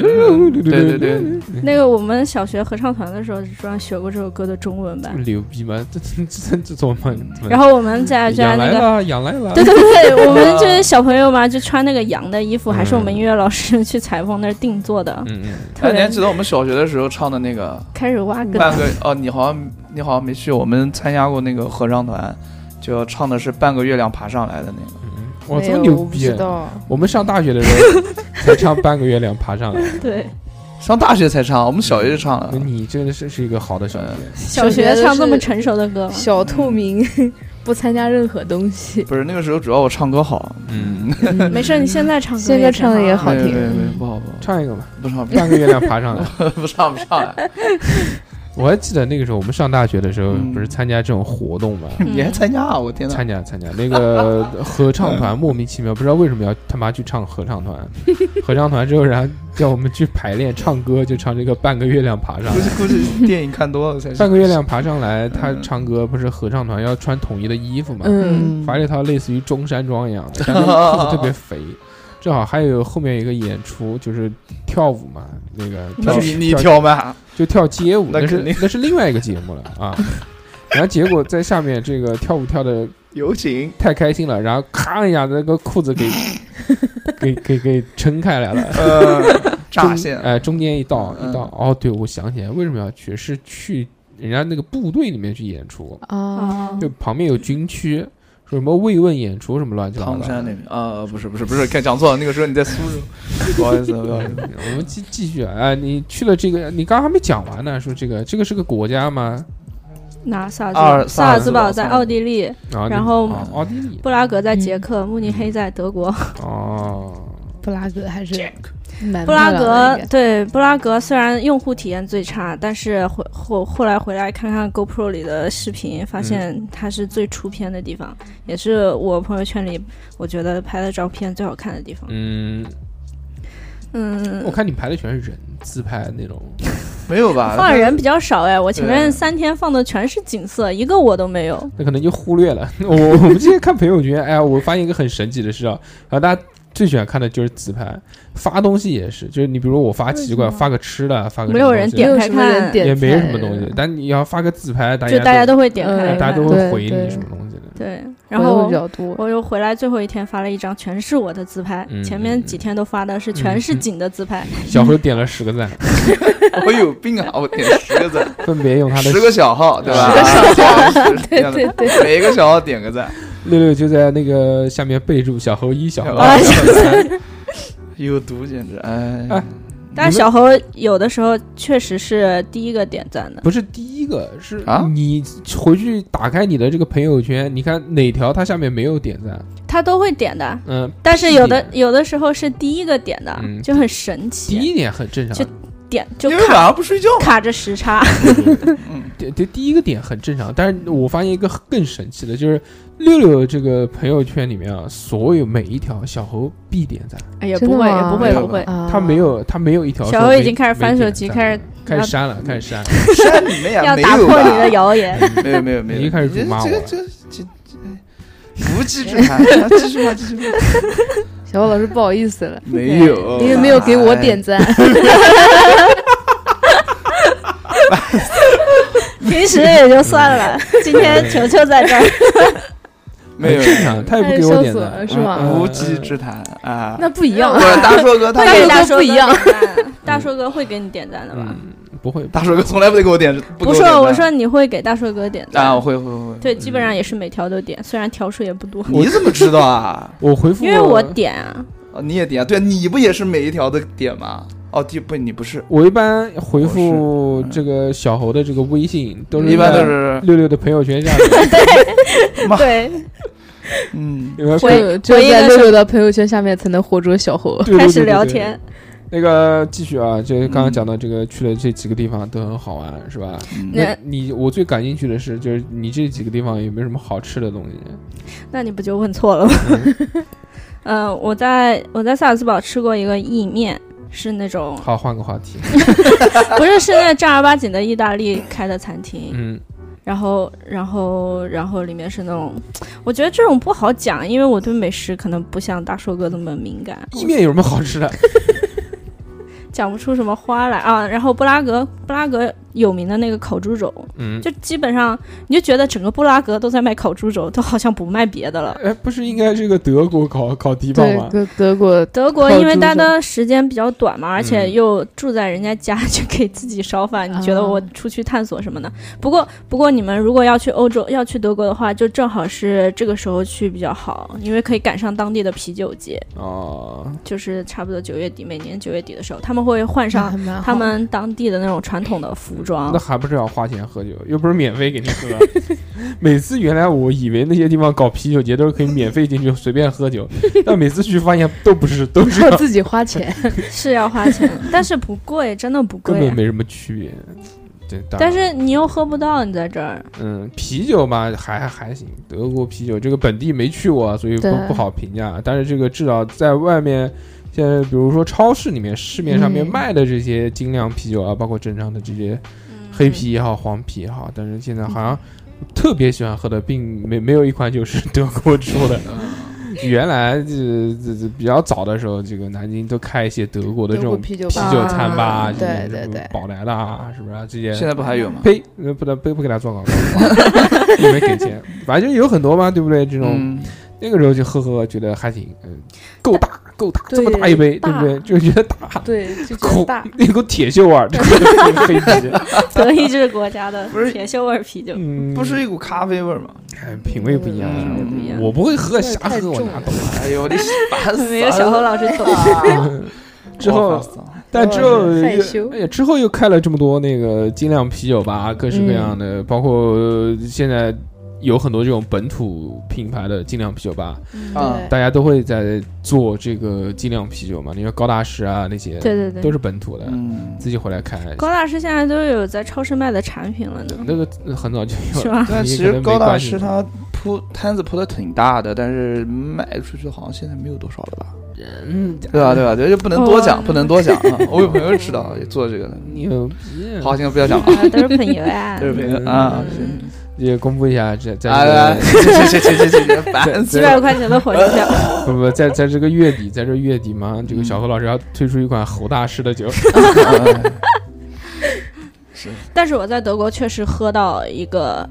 B: 对，
A: 嗯
C: 那个我们小学合唱团的时候，专门学过这首歌的中文版。
A: 牛逼吗？这这这这怎么办？怎么
C: 然后我们在在
A: 养来
C: 那个。
A: 了，养来了，
C: *laughs* 对
A: *laughs*
C: 对对，我们就是小朋友嘛，就穿那个羊的衣服，还是我们
A: 嗯
C: 音乐老师去裁缝那儿定做的，
A: 嗯嗯，
C: 特
B: 哎，你还
C: 别
B: 记得我们小学的时候唱的那个
C: 开始挖
B: 半
C: 梗。
B: 个哦，你好像你好像没去，我们参加过那个合唱团，就唱的是半个月亮爬上来的那个。
A: 嗯哇，
D: 没
A: 这么
D: 有
A: 牛
D: 我不
A: 逼啊
D: 知！道，
C: *laughs*
B: *laughs*
A: 我们上大学的时候才唱《半个月亮爬上来》，
C: *laughs* 对，
B: 上大学才唱，我们小学就唱了
A: 那。你真的是是一个好的小学，
C: 小学唱这么啊成熟的歌吗？
D: 小透明， *laughs* 不参加任何东西。
B: 不是那个时候，主要我唱歌好，
A: 嗯，
D: *laughs* 嗯
C: 没事，你现在唱歌
D: 现在唱的也
C: 也
D: 好听
B: 对对对，不好不好，
A: 唱一个吧，
B: 不唱不
A: 半个月亮爬
B: *laughs*
A: 上来。
B: 唱不唱不唱了。
A: 我还记得那个时候我们上大学的时候，
B: 嗯
A: 不是参加这种活动嘛，
C: 嗯
B: 你还参加啊？我天哪！
A: 参加参加那
B: *laughs*
A: 个合唱团，莫名其妙不知道为什么要他妈去唱合唱
B: *laughs*
A: 团，合唱团之后，然后叫我们去排练唱歌，就唱这个半个月亮爬
B: *laughs*
A: 上
B: 估
A: 来
B: 计。估计电影看多了才
A: 半
B: 是。
A: 个月亮爬上来，他唱歌不是合唱团要穿统一的衣服嘛，
D: 嗯，
A: 发了一套类似于中山装一样的，感觉
B: *laughs*
A: 裤子特别肥。正好还有后面一个演出就是跳舞嘛，那个
B: 那
A: 跳
B: 你你跳吧，
A: 就跳街舞，
B: 那
A: 那是
B: 肯定
A: 那是另外一个节目了
B: *laughs*
A: 啊。然后结果在下面这个跳舞跳的
B: 有请。
A: 太开心了，然后咔一下那个裤
B: *laughs*
A: 子给给给给撑开来了。
B: 呃，炸线
A: 哎、中间一道
B: 嗯
A: 一道，哦，对，我想起来为什么要去，是去人家那个部队里面去演出，
C: 哦
D: 啊，
A: 就旁边有军区，说什么慰问演出什么乱七八糟
B: 唐
A: 的。
B: 山那边啊，不是不是不是，看讲错了，那个时候你在苏州， *laughs* 不好意思，不好意思。
A: 我们继继续啊，哎你去了这个，你刚刚还没讲完呢，说这个这个是个国家吗？
C: 拿萨
B: 阿尔
C: 兹萨
B: 萨
C: 尔
B: 兹
C: 兹
B: 堡
C: 堡在
B: 萨
C: 奥地利，
A: 然后
C: 然
A: 你
C: 后
A: 哦奥地利
C: 布拉格在捷克，慕尼黑在德国。
A: 哦，
D: 布拉格还是蛮
C: 布拉
D: 漂亮
C: 格
D: 的应
C: 对布拉格虽然用户体验最差，但是后后后来回来看看 GoPro 里的视频，发现它是最出片的地方，也是我朋友圈里我觉得拍的照片最好看的地方。
A: 嗯，
C: 嗯
A: 我，看你排的全是人自拍那种，
B: 没有吧？
C: 放的人比较少哎，我前
B: 对
C: 面三天放的全是景色，一个我都没有。
A: 那可能就忽略了。 *laughs* 我我们之前看朋友圈，哎呀，我发现一个很神奇的事啊，然后大家最喜欢看的就是自拍，发东西也是，就是你比如我发奇怪，发个吃的，发个
C: 没有人
A: 什么
D: 该
A: 东
C: 点开
D: 没有什么人
C: 看
A: 西
D: 点
A: 也没
D: 赞
A: 什么东西，但你要发个自拍，大
C: 就
A: 家
C: 大家都会点
D: 嗯
C: 开
A: 哎
C: 看，
A: 大家都
D: 对
A: 会回
D: 对
A: 你什么东西的。
C: 对，
D: 该
C: 然
D: 活动
C: 后
D: 比较多。
C: 我又回来最后一天发了一张全是我的自拍，
A: 嗯
C: 前面几天都发的是全是景的自拍，
A: 小何点了十个赞，
B: *laughs* 我有病啊！我点十个 *laughs* 赞，
A: 分别用他的
B: 十个小号，对吧？啊十个小号，对对对，每一个小号点个赞。
A: 六六就在那个下面备注小猴一、小猴
B: 啊
C: *laughs*
A: 二。
B: 有毒，简直！哎，
A: 哎
C: 但小猴有的时候确实是第一个点赞的。
A: 不是第一个，是
B: 啊
A: 你回去打开你的这个朋友圈，你看哪条它下面没有点赞？
C: 他都会点的，
A: 嗯，
C: 但是有的
A: 第一点
C: 有的时候是第一个点的，
A: 嗯
C: 就很神
A: 第
C: 奇，
A: 一点很正常
C: 就，点就
B: 因为
C: 卡
B: 晚上不睡觉嘛。
C: 卡着时差，
B: 嗯，
A: 对对，第一个点很正常，但是我发现一个更神奇的，就是六六这个朋友圈里面啊，所有每一条小猴必点赞，
C: *laughs* 哎也
D: 真
C: 不
D: 的
C: 会也
D: 吗
C: 不会
B: 没有
C: 不会，
D: 啊
A: 他没有他没有一条说没。
C: 哦小猴已经开始翻
A: 没
C: 手
A: 点
C: 机
A: 赞
C: 开
A: 了
C: 始
A: 开
C: 要
A: 始删了，开始删了。
B: 删你妹啊！
C: 要
B: 没
C: 打
B: 有
C: 破
B: 吧
C: 你
B: *laughs*
C: 的谣言。
B: 没有没有没有，
A: 你一开始辱骂我
B: 这
A: 了
B: 个这这这无稽之谈，啊继续吧继续吧。
D: 小欧老师不好意思了，
B: 没
A: 哦
B: 有，哎
D: 因为没有给我点赞。
A: 哎
C: 平时也就算了，今天球球在这儿，
B: 没有
A: 很正常，他也不给我点赞，
D: 哎笑死我了是吧
A: 嗯
B: 无稽之谈啊！
D: *laughs* 那不一
A: *laughs*
D: 样
B: 不，是大硕哥，他
D: 大
C: 给
D: 叔
C: 大
D: 哥
C: 叔
D: 不一样
C: 点赞，大叔哥会给你点赞的吧？
A: 嗯，不会，
B: 大硕哥从来不得给我点，不给
C: 不
B: 我
C: 是，
B: 点赞
C: 我说你会给大帅哥点
B: 啊，我
C: 赞，
B: 会会会会。
C: 对，基本上也是每条都点，虽然条数也不多，
B: 你怎么知道啊？
A: 我回复
C: 因为我
A: 过
C: 点啊，
B: 哦你也点啊？对，你不也是每一条都点吗？哦，第不，你不是，
A: 我一般回
B: 我
A: 复
B: 是嗯
A: 这个小猴的这个微信，都是
B: 一般
A: 在
B: 都是
A: 六六的朋友圈下面，
B: 妈
C: 对，
B: 嗯，
A: 你们
D: 只
C: 回
D: 有只有
C: 回应
D: 在
C: 的
D: 六
C: 是
D: 六的朋友圈下面才能活捉小猴。
A: 对对对
C: 开始
A: 对
C: 聊
A: 对
C: 天，
A: 那个继续啊，就是刚刚讲到这个去了这几个地方都很好玩，是吧？
B: 嗯
A: 那
C: 那
A: 你我最感兴趣的是，就是你这几个地方有没有什么好吃的东西？
C: 那你不就问错了吗？ *laughs* 嗯，我在我在萨尔茨堡吃过一个意面，是
A: *laughs*
C: 那种
A: 好，换个话题。
C: 不是是那正儿八经的意大利开的餐厅，
A: 嗯，
C: 然后然后然后里面是那种，我觉得这种不好讲，因为我对美食可能不像大硕哥那么敏感，
A: 意面有 *laughs* 什么好吃的？
C: 讲不出什么花来啊。然后布拉格布拉格有名的那个烤猪肘，
A: 嗯，
C: 就基本上你就觉得整个布拉格都在卖烤猪肘，都好像不卖别的了。
A: 哎，不是应该这个德国烤烤蹄膀
D: 对
A: 吗，？
D: 德德国
C: 德国
D: 烤
C: 因为
D: 猪
C: 待
D: 肘
C: 的时间比较短嘛，而且
A: 嗯哦
C: 又住在人家家，就给自己烧饭。你觉得我
D: 啊
C: 出去探索什么呢？不过，不过你们如果要去欧洲，要去德国的话，就正好是这个时候去比较好，因为可以赶上当地的啤酒节，
A: *laughs* 哦，
C: 就是差不多九月底，每年九月底的时候，他们会换
A: *laughs*
D: 那
C: 上
D: 还蛮好
C: 他们当地的那种传统的服装
A: 那。还不是要花钱喝酒，又不是免费给你 *laughs* 喝。每次原来我以为那些地方搞啤酒节都是可以免费进去随便喝 *laughs* 酒，但每次去发现都不是，都是
D: 要自己花钱，
C: 是要花钱，但是不贵，真的不
A: 根
C: 贵啊
A: 本。没什么区别。对，当然
C: 但是你又喝不到，你在这儿，
A: 嗯，啤酒吧还还行，德国啤酒这个本地没去过，所以不
D: 对
A: 不好评价。但是这个至少在外面，现在比如说超市里面、市面上面
D: 嗯
A: 卖的这些精酿啤酒啊，包括正常的这些黑啤也好、黄啤也好，但是现在好像特别喜欢喝的，并没没有一款酒是德国出的。
D: 嗯
A: 原来这这这比较早的时候，这个南京都开一些德国的这
D: 德国
A: 种
D: 啤酒
A: 啤
D: 吧
A: 酒餐吧，
D: 啊对对
A: 什么
D: 对，
A: 宝来啦，是不是啊这些？
B: 现在不还有吗？
A: 呸，呃不能不不给他做广告，因为给钱，反正有很多嘛，对不对？这种、
B: 嗯，
A: 那个时候就喝喝，觉得还挺，嗯，够大够大，这
D: 对
A: 么大一杯，
D: 大
A: 对不对？就觉得大，
D: 对，就觉
A: 口
D: 得大。
A: 那股铁锈味
D: *laughs*
A: 儿，这个
B: *laughs*
A: 黑啤，
C: *laughs* 德意志国家的
B: 不是
C: 铁锈味儿啤酒。
A: 嗯，
B: 不是一股咖啡味儿吗？
A: 哎，品味不一样，
B: 嗯
A: 是吧
B: 味不一
C: 样
A: 我不会喝，瞎
D: 太
A: 喝我
D: 重
A: 哪
D: 了
A: 懂？
B: 哎呦，你
C: *laughs*
B: 烦死了！
C: 没有小何老师
B: *laughs*
C: 懂。
D: *laughs*
A: 嗯之后
B: 我烦死了
A: 但之后
D: 我害
A: 又
D: 羞
A: 哎呀，之后又开了这么多那个精酿啤酒吧，各式各
D: 嗯
A: 样的，包括呃现在有很多这种本土品牌的精酿啤酒吧，
C: 嗯
B: 啊
D: 对
A: 大家都会在做这个精酿啤酒嘛。你说高大师啊那些，
C: 对对对
A: 都是本土的，
B: 嗯，
A: 自己回来开。
C: 高大师现在都有在超市卖的产品了呢，
A: 那个呃很早就有了，
C: 是
B: *laughs*
C: 吧？
B: 但
A: 你
B: 其
A: 可能
B: 实
A: 没
B: 高大
A: 关系
B: 师他铺摊子铺的挺大的，但是卖出去好像现在没有多少了吧？
A: 嗯，
B: 对吧？对吧？对，就不能多讲，不能多讲啊！我有朋友知道也做这个的。
A: 牛逼！ *laughs*
B: 好，，行，不要讲了，
C: 啊，都是朋友啊
B: 这。是朋友
A: 嗯
B: 啊。
A: 也公布一下，在在这
B: 啊，
A: 个
B: *laughs* 这这这这这这烦
C: 几
B: 死
C: 百
B: 了！
C: 块钱的火车票，
A: 不不，在在这个月底，在这月底嘛，
B: 嗯
A: 这个小何老师要推出一款侯大师
C: *laughs*
A: 的酒，
C: 但是我在德国确实喝到一个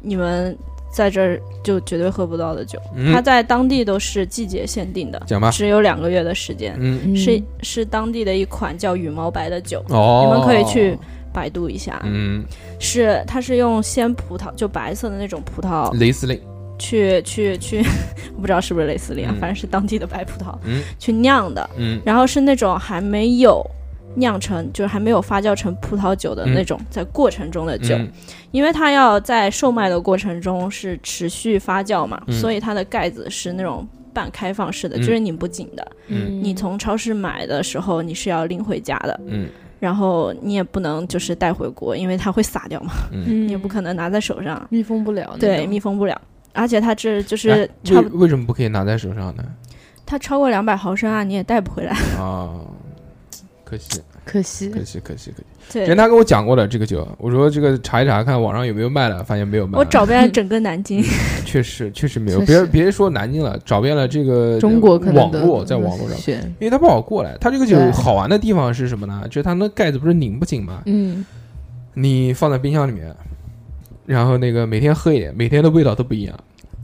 C: 你们在这儿就绝对喝不到的酒，它
A: 嗯，
C: 在当地都是季节限定的，
A: 讲吧，
C: 只有两个月的时间，
A: 嗯，
D: 嗯
C: 是是当地的一款叫羽毛白的酒，
A: 哦，
C: 你们可以去，百度一下，
A: 嗯，
C: 是它是用鲜葡萄，就白色的那种葡萄
A: 雷司令，
C: 去去去，我不知道是不是蕾丝莲，
A: 嗯
C: 反正是当地的白葡萄，
A: 嗯
C: 去酿的，
A: 嗯
C: 然后是那种还没有酿成，就是还没有发酵成葡萄酒的
A: 嗯
C: 那种，在过程中的酒，
A: 嗯
C: 因为它要在售卖的过程中是持续发酵嘛，
A: 嗯
C: 所以它的盖子是那种。半开放式的，
A: 嗯
C: 就是拧不紧的。
A: 嗯
C: 你从超市买的时候，你是要拎回家的，
A: 嗯
C: 然后你也不能就是带回国，因为它会洒掉嘛，
D: 嗯
C: 你也不可能拿在手上，
D: 密封不了那种，
C: 对，密封不了。而且它这就是
A: 哎
C: 差不
A: 为为什么不可以拿在手上呢？
C: 它超过两百毫升啊，你也带不回来。
A: 啊，可惜，
D: 可惜
C: 嗯
A: 可惜，可惜，可惜。
C: 对
A: 之前，他跟我讲过的这个酒，我说这个查一查看网上有没有卖的，发现没有卖。
C: 我找遍整个南京，
A: 确实确实没有，
D: 确
A: 别
D: 实
A: 别说南京了，找遍了这个
D: 中国可能
A: 网
D: 都
A: 络，在网络上，
D: 选，
A: 因为它不好过来。它这个酒
D: 对
A: 好玩的地方是什么呢？就是它那盖子不是拧不紧吗？
D: 嗯，
A: 你放在冰箱里面，然后那个每天喝一点，每天的味道都不一样。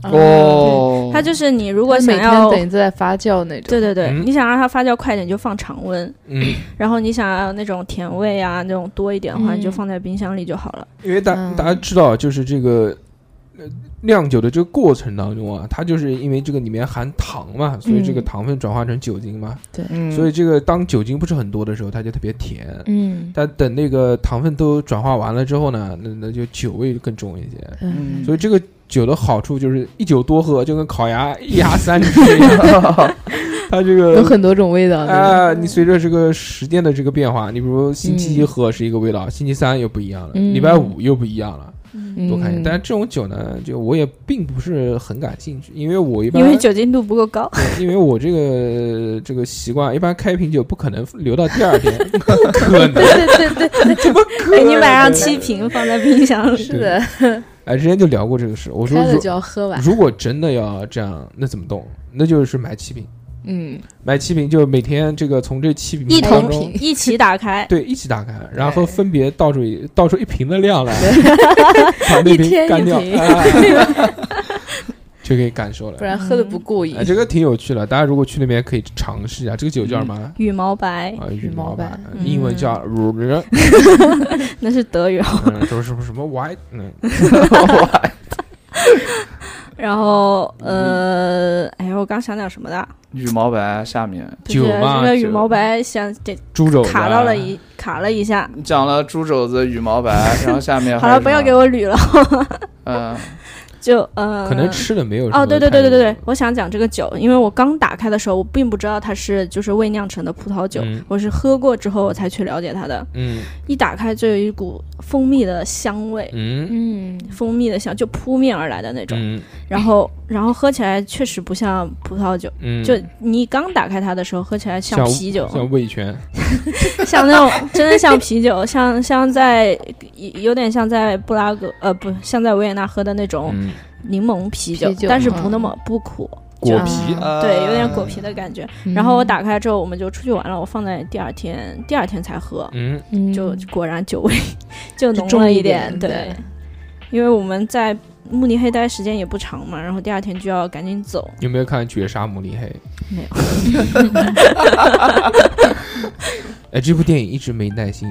B: 哦，
C: 它就是你如果
D: 每
C: 想
D: 天
C: 要，
D: 等于在发酵那种，
C: 对对对，
A: 嗯
C: 你想让它发酵快一点，就放常温；
D: *laughs*
A: 嗯，
C: 然后你想要那种甜味啊，那种多一点的话，
D: 嗯
C: 你就放在冰箱里就好了。
A: 因为大、
D: 嗯
A: 大家知道，就是这个。呃酿酒的这个过程当中啊，它就是因为这个里面含糖嘛，所以这个
D: 嗯
A: 糖分转化成酒精嘛，
B: 嗯
A: 所以这个当酒精不是很多的时候，它就特别甜。
D: 嗯
A: 但等那个糖分都转化完了之后呢，那那就酒味更重一些。
D: 嗯，
A: 所以这个酒的好处就是一酒多喝，就跟烤鸭一鸭三吃一样。
D: *laughs*
A: 它这
D: 有
A: 个
D: 很多种味道的，
A: 啊、你随着这个时间的这个变化，你比如星期一
D: 嗯
A: 喝是一个味道，星期三又不一样了，
D: 嗯
A: 礼拜五又不一样了，多看一眼。
D: 嗯 *laughs*
A: 但是这种酒呢，就我也并不是很感兴趣，因为我一般
C: 因为酒精度不够高，
A: 对因为我这个这个习惯，一般开瓶酒不可能留到第二
D: *laughs*
A: 天，不可能，
C: 对对对，
A: 怎么可
C: 给
A: 能？
C: 你买上七瓶放在冰箱里。
D: 是的，
A: 哎，之前就聊过这个事，我说
D: 开了
A: 如
D: 就要喝完，
A: 如果真的要这样，那怎么动？那就是买七瓶，
D: 嗯，
A: 买七瓶就每天这个从这七瓶
C: 一
A: 当
C: 同
A: 中
D: 瓶，
C: 一起
A: *laughs*
C: 打开，
A: 对，一起打开，然后
D: 对
A: 分别倒出一倒出一瓶的量来，把那
D: 一
A: 瓶
D: 天一
A: 干掉，
D: 瓶 *laughs*
A: 哎就可以感受了。
D: 不然喝的不过瘾
A: 哎，。这个挺有趣的，大家如果去那边可以尝试一下。这个酒叫什么？
C: 羽毛白
A: 啊，羽
D: 嗯羽毛
A: 毛
D: 吧
A: 吧，
C: 嗯
A: 英文叫 r
C: 那是德语。哦
A: 嗯，什么什么什么 white，嗯，
C: 然后呃，哎呀，我刚想点什么的，
B: 羽毛白下面
C: 不
A: 酒
C: 是
A: 嘛
C: 这个羽
B: 酒
C: 毛白想这
A: 猪啊肘子
C: 卡到了一卡了一下。
B: 讲了猪肘子、羽毛白，然后下面
C: 好了，不要给
B: 我，
C: 我捋了，
B: 嗯，
C: 就呃，
A: 可能吃的没有什么
C: 哦，对对对对对对
A: 太，
C: 我想讲这个酒，因为我刚打开的时候，我并不知道它是就是未酿成的葡萄酒，
A: 嗯
C: 我是喝过之后我才去了解它的。
A: 嗯
C: 一打开就有一股蜂蜜的香味，
A: 嗯
D: 嗯，
C: 蜂蜜的香就扑面而来的那种，
A: 嗯
C: 然后然后喝起来确实不像葡萄酒，
A: 嗯，
C: 就你刚打开它的时候喝起来像
A: 像
C: 啤酒，
A: 像味全，
C: 像那种真的像啤酒，像像在有点像在布拉格呃不像在维也纳喝的那种
A: 嗯，
C: 柠檬啤酒，
D: 啤酒
C: 但是不那
D: 嗯
C: 么不苦，
A: 果
C: 就
A: 皮
D: 啊
B: 呃
C: *laughs* 对，有点果皮的感觉。
D: 嗯
C: 嗯然后我打开之后，我们就出去玩了，我放在第二天，第二天才喝，
A: 嗯
D: 嗯
C: 就果然酒味 *laughs* 就浓
D: 重
C: 了
D: 一
C: 点，
D: 点
C: 对
D: 对，
C: 因为我们在。慕尼黑待时间也不长嘛，然后第二天就要赶紧走。
A: 有没有看《绝杀慕尼黑》？
C: 没有。
A: *laughs* 哎，这部电影一直没耐心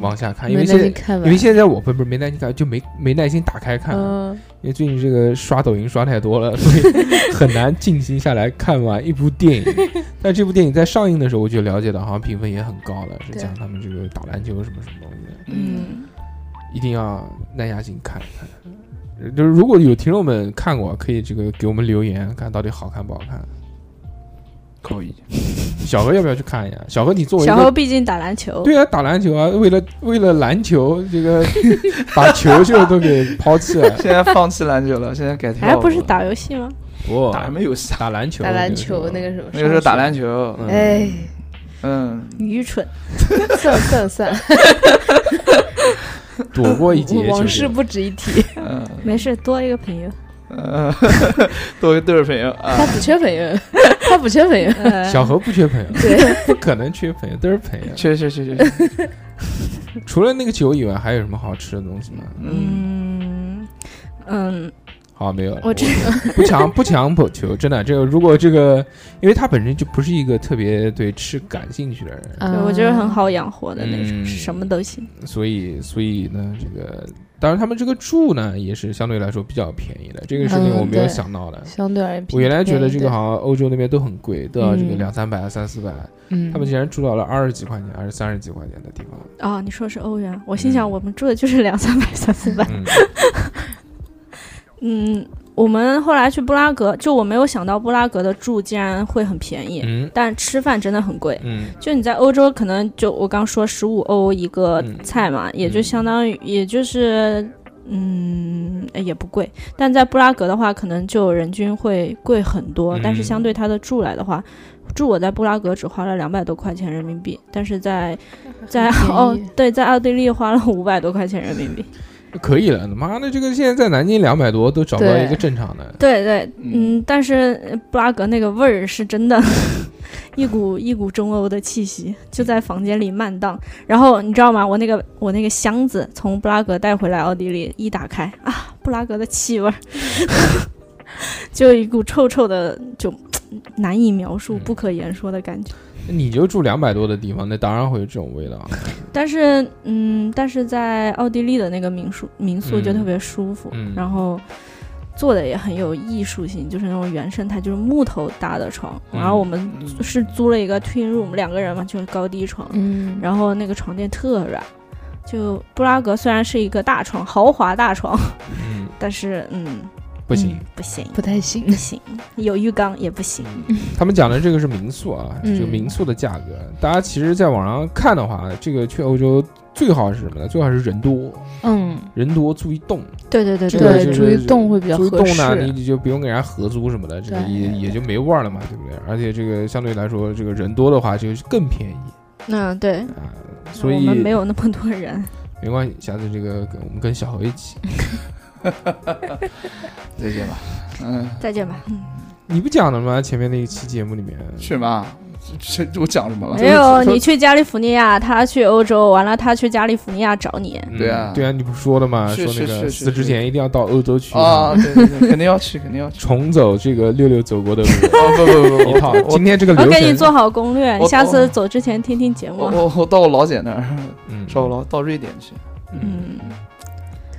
A: 往下看，因为
D: 没
A: 现
D: 耐
A: 在
D: 心看
A: 因
D: 完
A: 为。现在我不不是没耐心看，就没没耐心打开看，
D: 嗯，
A: 因为最近这个刷抖音刷太多了，所
D: *laughs*
A: 以很难静心下来看完一部电影。但这部电影在上映的时候，我就了解到，好像评分也很高了，是
D: 对
A: 讲他们这个打篮球什么什么东西的。
B: 嗯，
A: 一定要耐下心看一看。呃就是如果有听众们看过，可以这个给我们留言，看到底好看不好看。
B: 可以，
A: 小何要不要去看一下？小何，你作为一
C: 小何
A: 个
C: 毕竟打篮球，
A: 对啊，打篮球啊，为了为了篮球，这
D: *laughs*
A: 个把球球都给抛弃了。
B: 现在放弃篮球了，现在改
C: 哎，
B: 跳舞，
C: 不
A: 哦
C: 是打游戏吗？
A: 不
B: 打什么游
C: *laughs*
B: 戏啊？
A: 打篮球，
D: 打篮球那
A: 个
D: 个
A: 时
D: 时候，
B: 那个时候打篮
D: 球，
B: 球，
A: 候，嗯，
D: 哎，
B: 嗯，
C: 愚蠢，
D: 嗯算算算，
A: 躲过一劫。
D: 往
A: 其
D: 事
A: 实
D: 不值一
A: *laughs*
D: 提。
B: 嗯
C: 没事，多一个朋友。
B: 嗯， *laughs* 多个对儿朋友啊
D: 他，不缺朋友，他不缺朋友。
C: 呃
A: 小何不缺朋友，
D: *laughs* 对，
A: 不可能缺朋友，都是朋友。
B: 去去去去去，
A: 除了那个酒以外，还有什么好吃的东西吗？
B: 嗯，
C: 嗯嗯，
A: 好，没有了。
C: 我这
A: 不强不强求，真的，这个如果这个，因为他本身就不是一个特别对吃感兴趣的人，
D: 啊
C: 对我觉得很好养活的那种，
A: 嗯
C: 什么都行。
A: 所以所以呢，这个当然他们这个住呢也是相对来说比较便宜的，这个事情
D: 嗯
A: 我没有
D: 对
A: 想到的。
D: 相对而言，
A: 我原来觉得这个好像欧洲那边都很贵，都要这个两三百、三四百，
D: 嗯，
A: 他们竟然住到了二十几块钱还是三十几块钱的地方。
C: 哦，你说是欧元，我心想我们住的就是两三百、 *laughs* 三四百。
A: 嗯，
C: 嗯，我们后来去布拉格，就我没有想到布拉格的住竟然会很便宜，
A: 嗯
C: 但吃饭真的很贵。
A: 嗯
C: 就你在欧洲，可能就我刚说十五欧一个
A: 嗯
C: 菜嘛，也就相当于，也就是，嗯，哎也不贵。但在布拉格的话，可能就人均会贵很多。但是
A: 嗯
C: 相对它的住来的话，住我在布拉格只花了两百多块钱人民币，但是在在
D: 很便宜
C: 哦对，在奥地利花了五百多块钱人民币。
A: 可以了。妈的，这个现在在南京两百多都找不到
D: 对
A: 一个正常的。
C: 对对，
B: 嗯
C: 嗯，但是呃布拉格那个味儿是真的， *laughs* 一股一股中欧的气息，就在房间里漫荡。然后你知道吗？我那个我那个箱子从布拉格带回来奥地利，一打开啊，布拉格的气味儿， *laughs* 就有一股臭臭的，就难以描述、
A: 嗯
C: 不可言说的感觉。
A: 你就住两百多的地方，那当然会有这种味道了。
C: 但是，嗯，但是在奥地利的那个民宿民宿
A: 嗯
C: 就特别舒服，
A: 嗯
C: 然后做的也很有艺术性，就是那种原生态，就是木头搭的床。
A: 嗯
C: 然后我们是租了一个 twin room，两个人嘛，就是高低床，
D: 嗯，
C: 然后那个床垫特软。就布拉格虽然是一个大床，豪华大床，
A: 嗯，
C: *laughs* 但是嗯，
A: 不行。
C: 嗯不嗯行，
D: 不太行
C: 不。行，有浴缸也不行。
A: 他们讲的这个是民宿啊，
D: 嗯
A: 这个民宿的价格，大家其实在网上看的话，这个去欧洲最好是什么呢？最好是人多，
D: 嗯，
A: 人多住一栋，
C: 对对对
A: 这
D: 对
A: 个就
D: 住
A: 是
D: 一栋会比较
A: 住一
D: 合
A: 栋呢，
D: 适。
A: 你就不用跟人家合租什么的，这个
D: 对
A: 也也就没味儿了嘛，对不对？而且这个相对来说，这个人多的话就更便宜
C: 嗯，对，
A: 啊，所
C: 我
A: 以
C: 们没有那么多人。
A: 没关系，下次这个跟我们跟小何一起，
B: 再见吧，嗯，
C: 再见吧，嗯
A: 你不讲了吗？前面那一期节目里面，
B: 是吗？这这我讲什么了？
C: 没有，
B: 啊就是
C: 你去加利福尼亚，他去欧洲，完了他去加利福尼亚找你。
A: 嗯
B: 对啊
A: 对啊，你不说了吗？说
B: 是
A: 那
B: 是
A: 个
B: 是
A: 死
B: 是
A: 之
B: 是
A: 前一定要到欧洲去一趟
B: 啊，对对对，肯定要去，肯定要去。
A: 重走这个六六走过的路
B: 啊不不不不，
A: 一套。
B: *laughs* 我
A: 今天这个
C: 我
A: 流
C: 给你
A: 程，
C: 做好攻略，
B: 我
C: 你下次走之前听听节
B: 我
C: 目。
B: 我我到我老姐那儿，
A: 嗯
B: 找我老到瑞典去。
C: 嗯，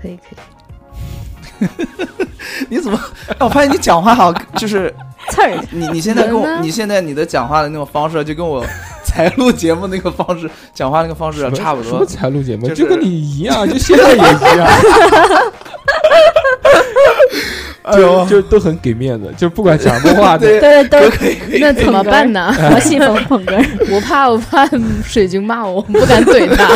D: 可以可以，
B: *laughs* 你怎么？哎我发现你讲话好，就是
C: 刺儿，
B: 你你现在跟
D: 人
B: 我，
D: 呢
B: 你现在你的讲话的那种方式，就跟 *laughs* 我才录节目那个方式讲话那个方式啊差不
A: 什么
B: 多。
A: 才录节目？
B: 就
A: 就是跟你一样，
B: *laughs*
A: 就现在也一样，
B: 哎呦，
A: 就都很给面子，就不管讲什么话的。
B: 对
C: 对都
B: 可以可以，
D: 那 *laughs* 怎么办呢？
C: *laughs* 佛系捧捧哏儿。
D: 我怕我怕水军骂 *laughs* 我，我不敢怼他。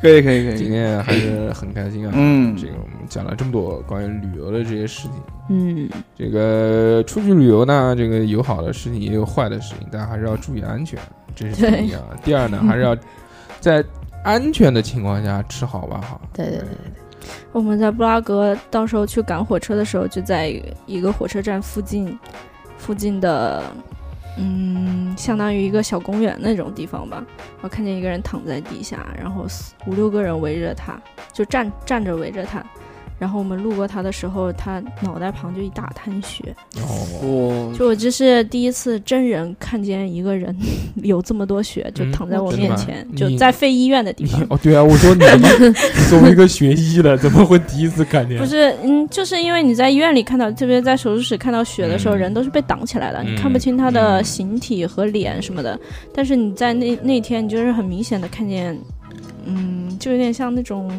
B: 可以可以可
A: 今
B: 以。
A: 天还是很开心啊，
B: 嗯
A: 这个我们讲了这么多关于旅游的这些事情。
D: 嗯，
A: 这个出去旅游呢，这个有好的事情也有坏的事情，但还是要注意安全，这是
C: 对
A: 第一啊。第二呢，还是要在安全的情况下吃好玩好。
D: 对对对
C: 我们在布拉格到时候去赶火车的时候，就在一个火车站附近，附近的，嗯，相当于一个小公园那种地方吧。我看见一个人躺在地下，然后四五六个人围着他，就站站着围着他。然后我们路过他的时候，他脑袋旁就一大滩血。
A: 然后
B: 我
C: 就我这是第一次真人看见一个人 *laughs* 有这么多血，就
A: 嗯
C: 躺在我
A: 真的
C: 面
A: 吗
C: 前，
A: 你
C: 就在废医院的地
A: 你
C: 方。
A: 哦，对啊，我说你他妈作为一个学医的，怎么会第一次看见？
C: 不是，嗯，就是因为你在医院里看到，特别在手术室看到血的时候，
A: 嗯
C: 人都是被挡起来的，
A: 嗯
C: 你看不清他的
A: 嗯
C: 形体和脸什么的。但是你在那那天，你就是很明显的看见，嗯，就有点像那种，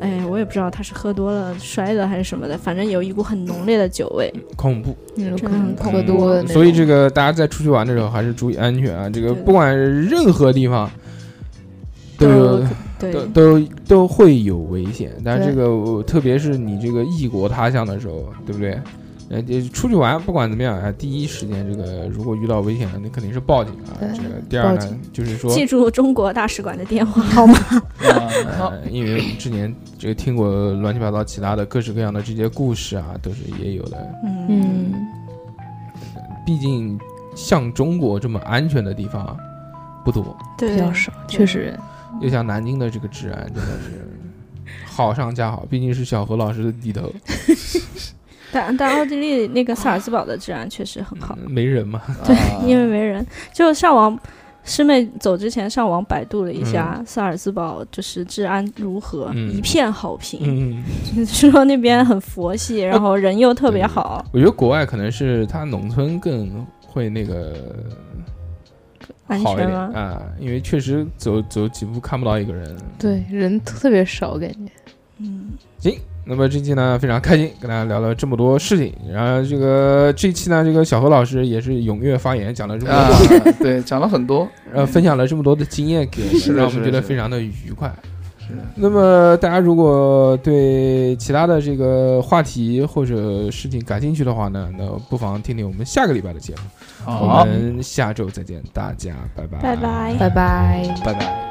C: 哎，我也不知道他是喝多了摔的还是什么的，反正有一股很浓烈的酒味。
A: 恐怖，
D: 对，有
C: 真
D: 可
C: 的
D: 能
C: 很
D: 喝
A: 恐怖
D: 多了那种。
A: 所以这个大家在出去玩的时候还是注意安全啊！这个
C: 对
A: 不管是任何地方都有
C: 对
A: 都都都会有危险，但是
D: 对
A: 这个我特别是你这个异国他乡的时候，对不对？呃，就出去玩，不管怎么样啊，第一时间这个如果遇到危险了，你肯定是报警啊。
D: 对
A: 这个第二
D: 报
A: 呢
D: 警，
A: 就是说，
C: 记住中国大使馆的电话号码。
B: *laughs* 啊
A: 呃，因为我们之前这个听过乱七八糟其他的各式各样的这些故事啊，都是也有的。
C: 嗯，
D: 嗯，
A: 毕竟像中国这么安全的地方不多，
C: 对
D: 比，较少，确实
A: 又像南京的这个治安真的是好上加好，毕竟是小何老师的地头，
C: 但但奥地利那个萨尔茨堡的治安确实很好。
A: 嗯没人嘛。
C: 对，
A: 啊
C: 因为没人，就上网。师妹走之前上网百度了一下萨尔茨堡，就是治安如何，
A: 嗯
C: 一片好评，
A: 嗯。
C: *laughs* 说那边很
A: *laughs*
C: 佛系，然后人又特别好。
A: 我觉得国外可能是它农村更会那个
C: 安
A: 好一
C: 全
A: 点
C: 吗
A: 啊，因为确实走走几步看不到一个人。
D: 对人特别少，感觉。
C: 嗯，
A: 那么这期呢非常开心，跟大家聊了这么多事情。然后这个这期呢，这个小何老师也是踊跃发言，讲了这么
B: 啊
A: 多，，
B: 对，讲了很多，
A: 呃，分享了这么多的经验给我们，
B: 是的
A: 让我们
B: 是的
A: 觉得
B: 是的
A: 非常的愉快。
B: 是的
A: 那么大家如果对其他的这个话题或者事情感兴趣的话呢，那不妨听听我们下个礼拜的节目。我
B: 好。
A: 们下周再见，大家拜拜，
C: 拜拜
D: 拜拜。
A: 拜拜。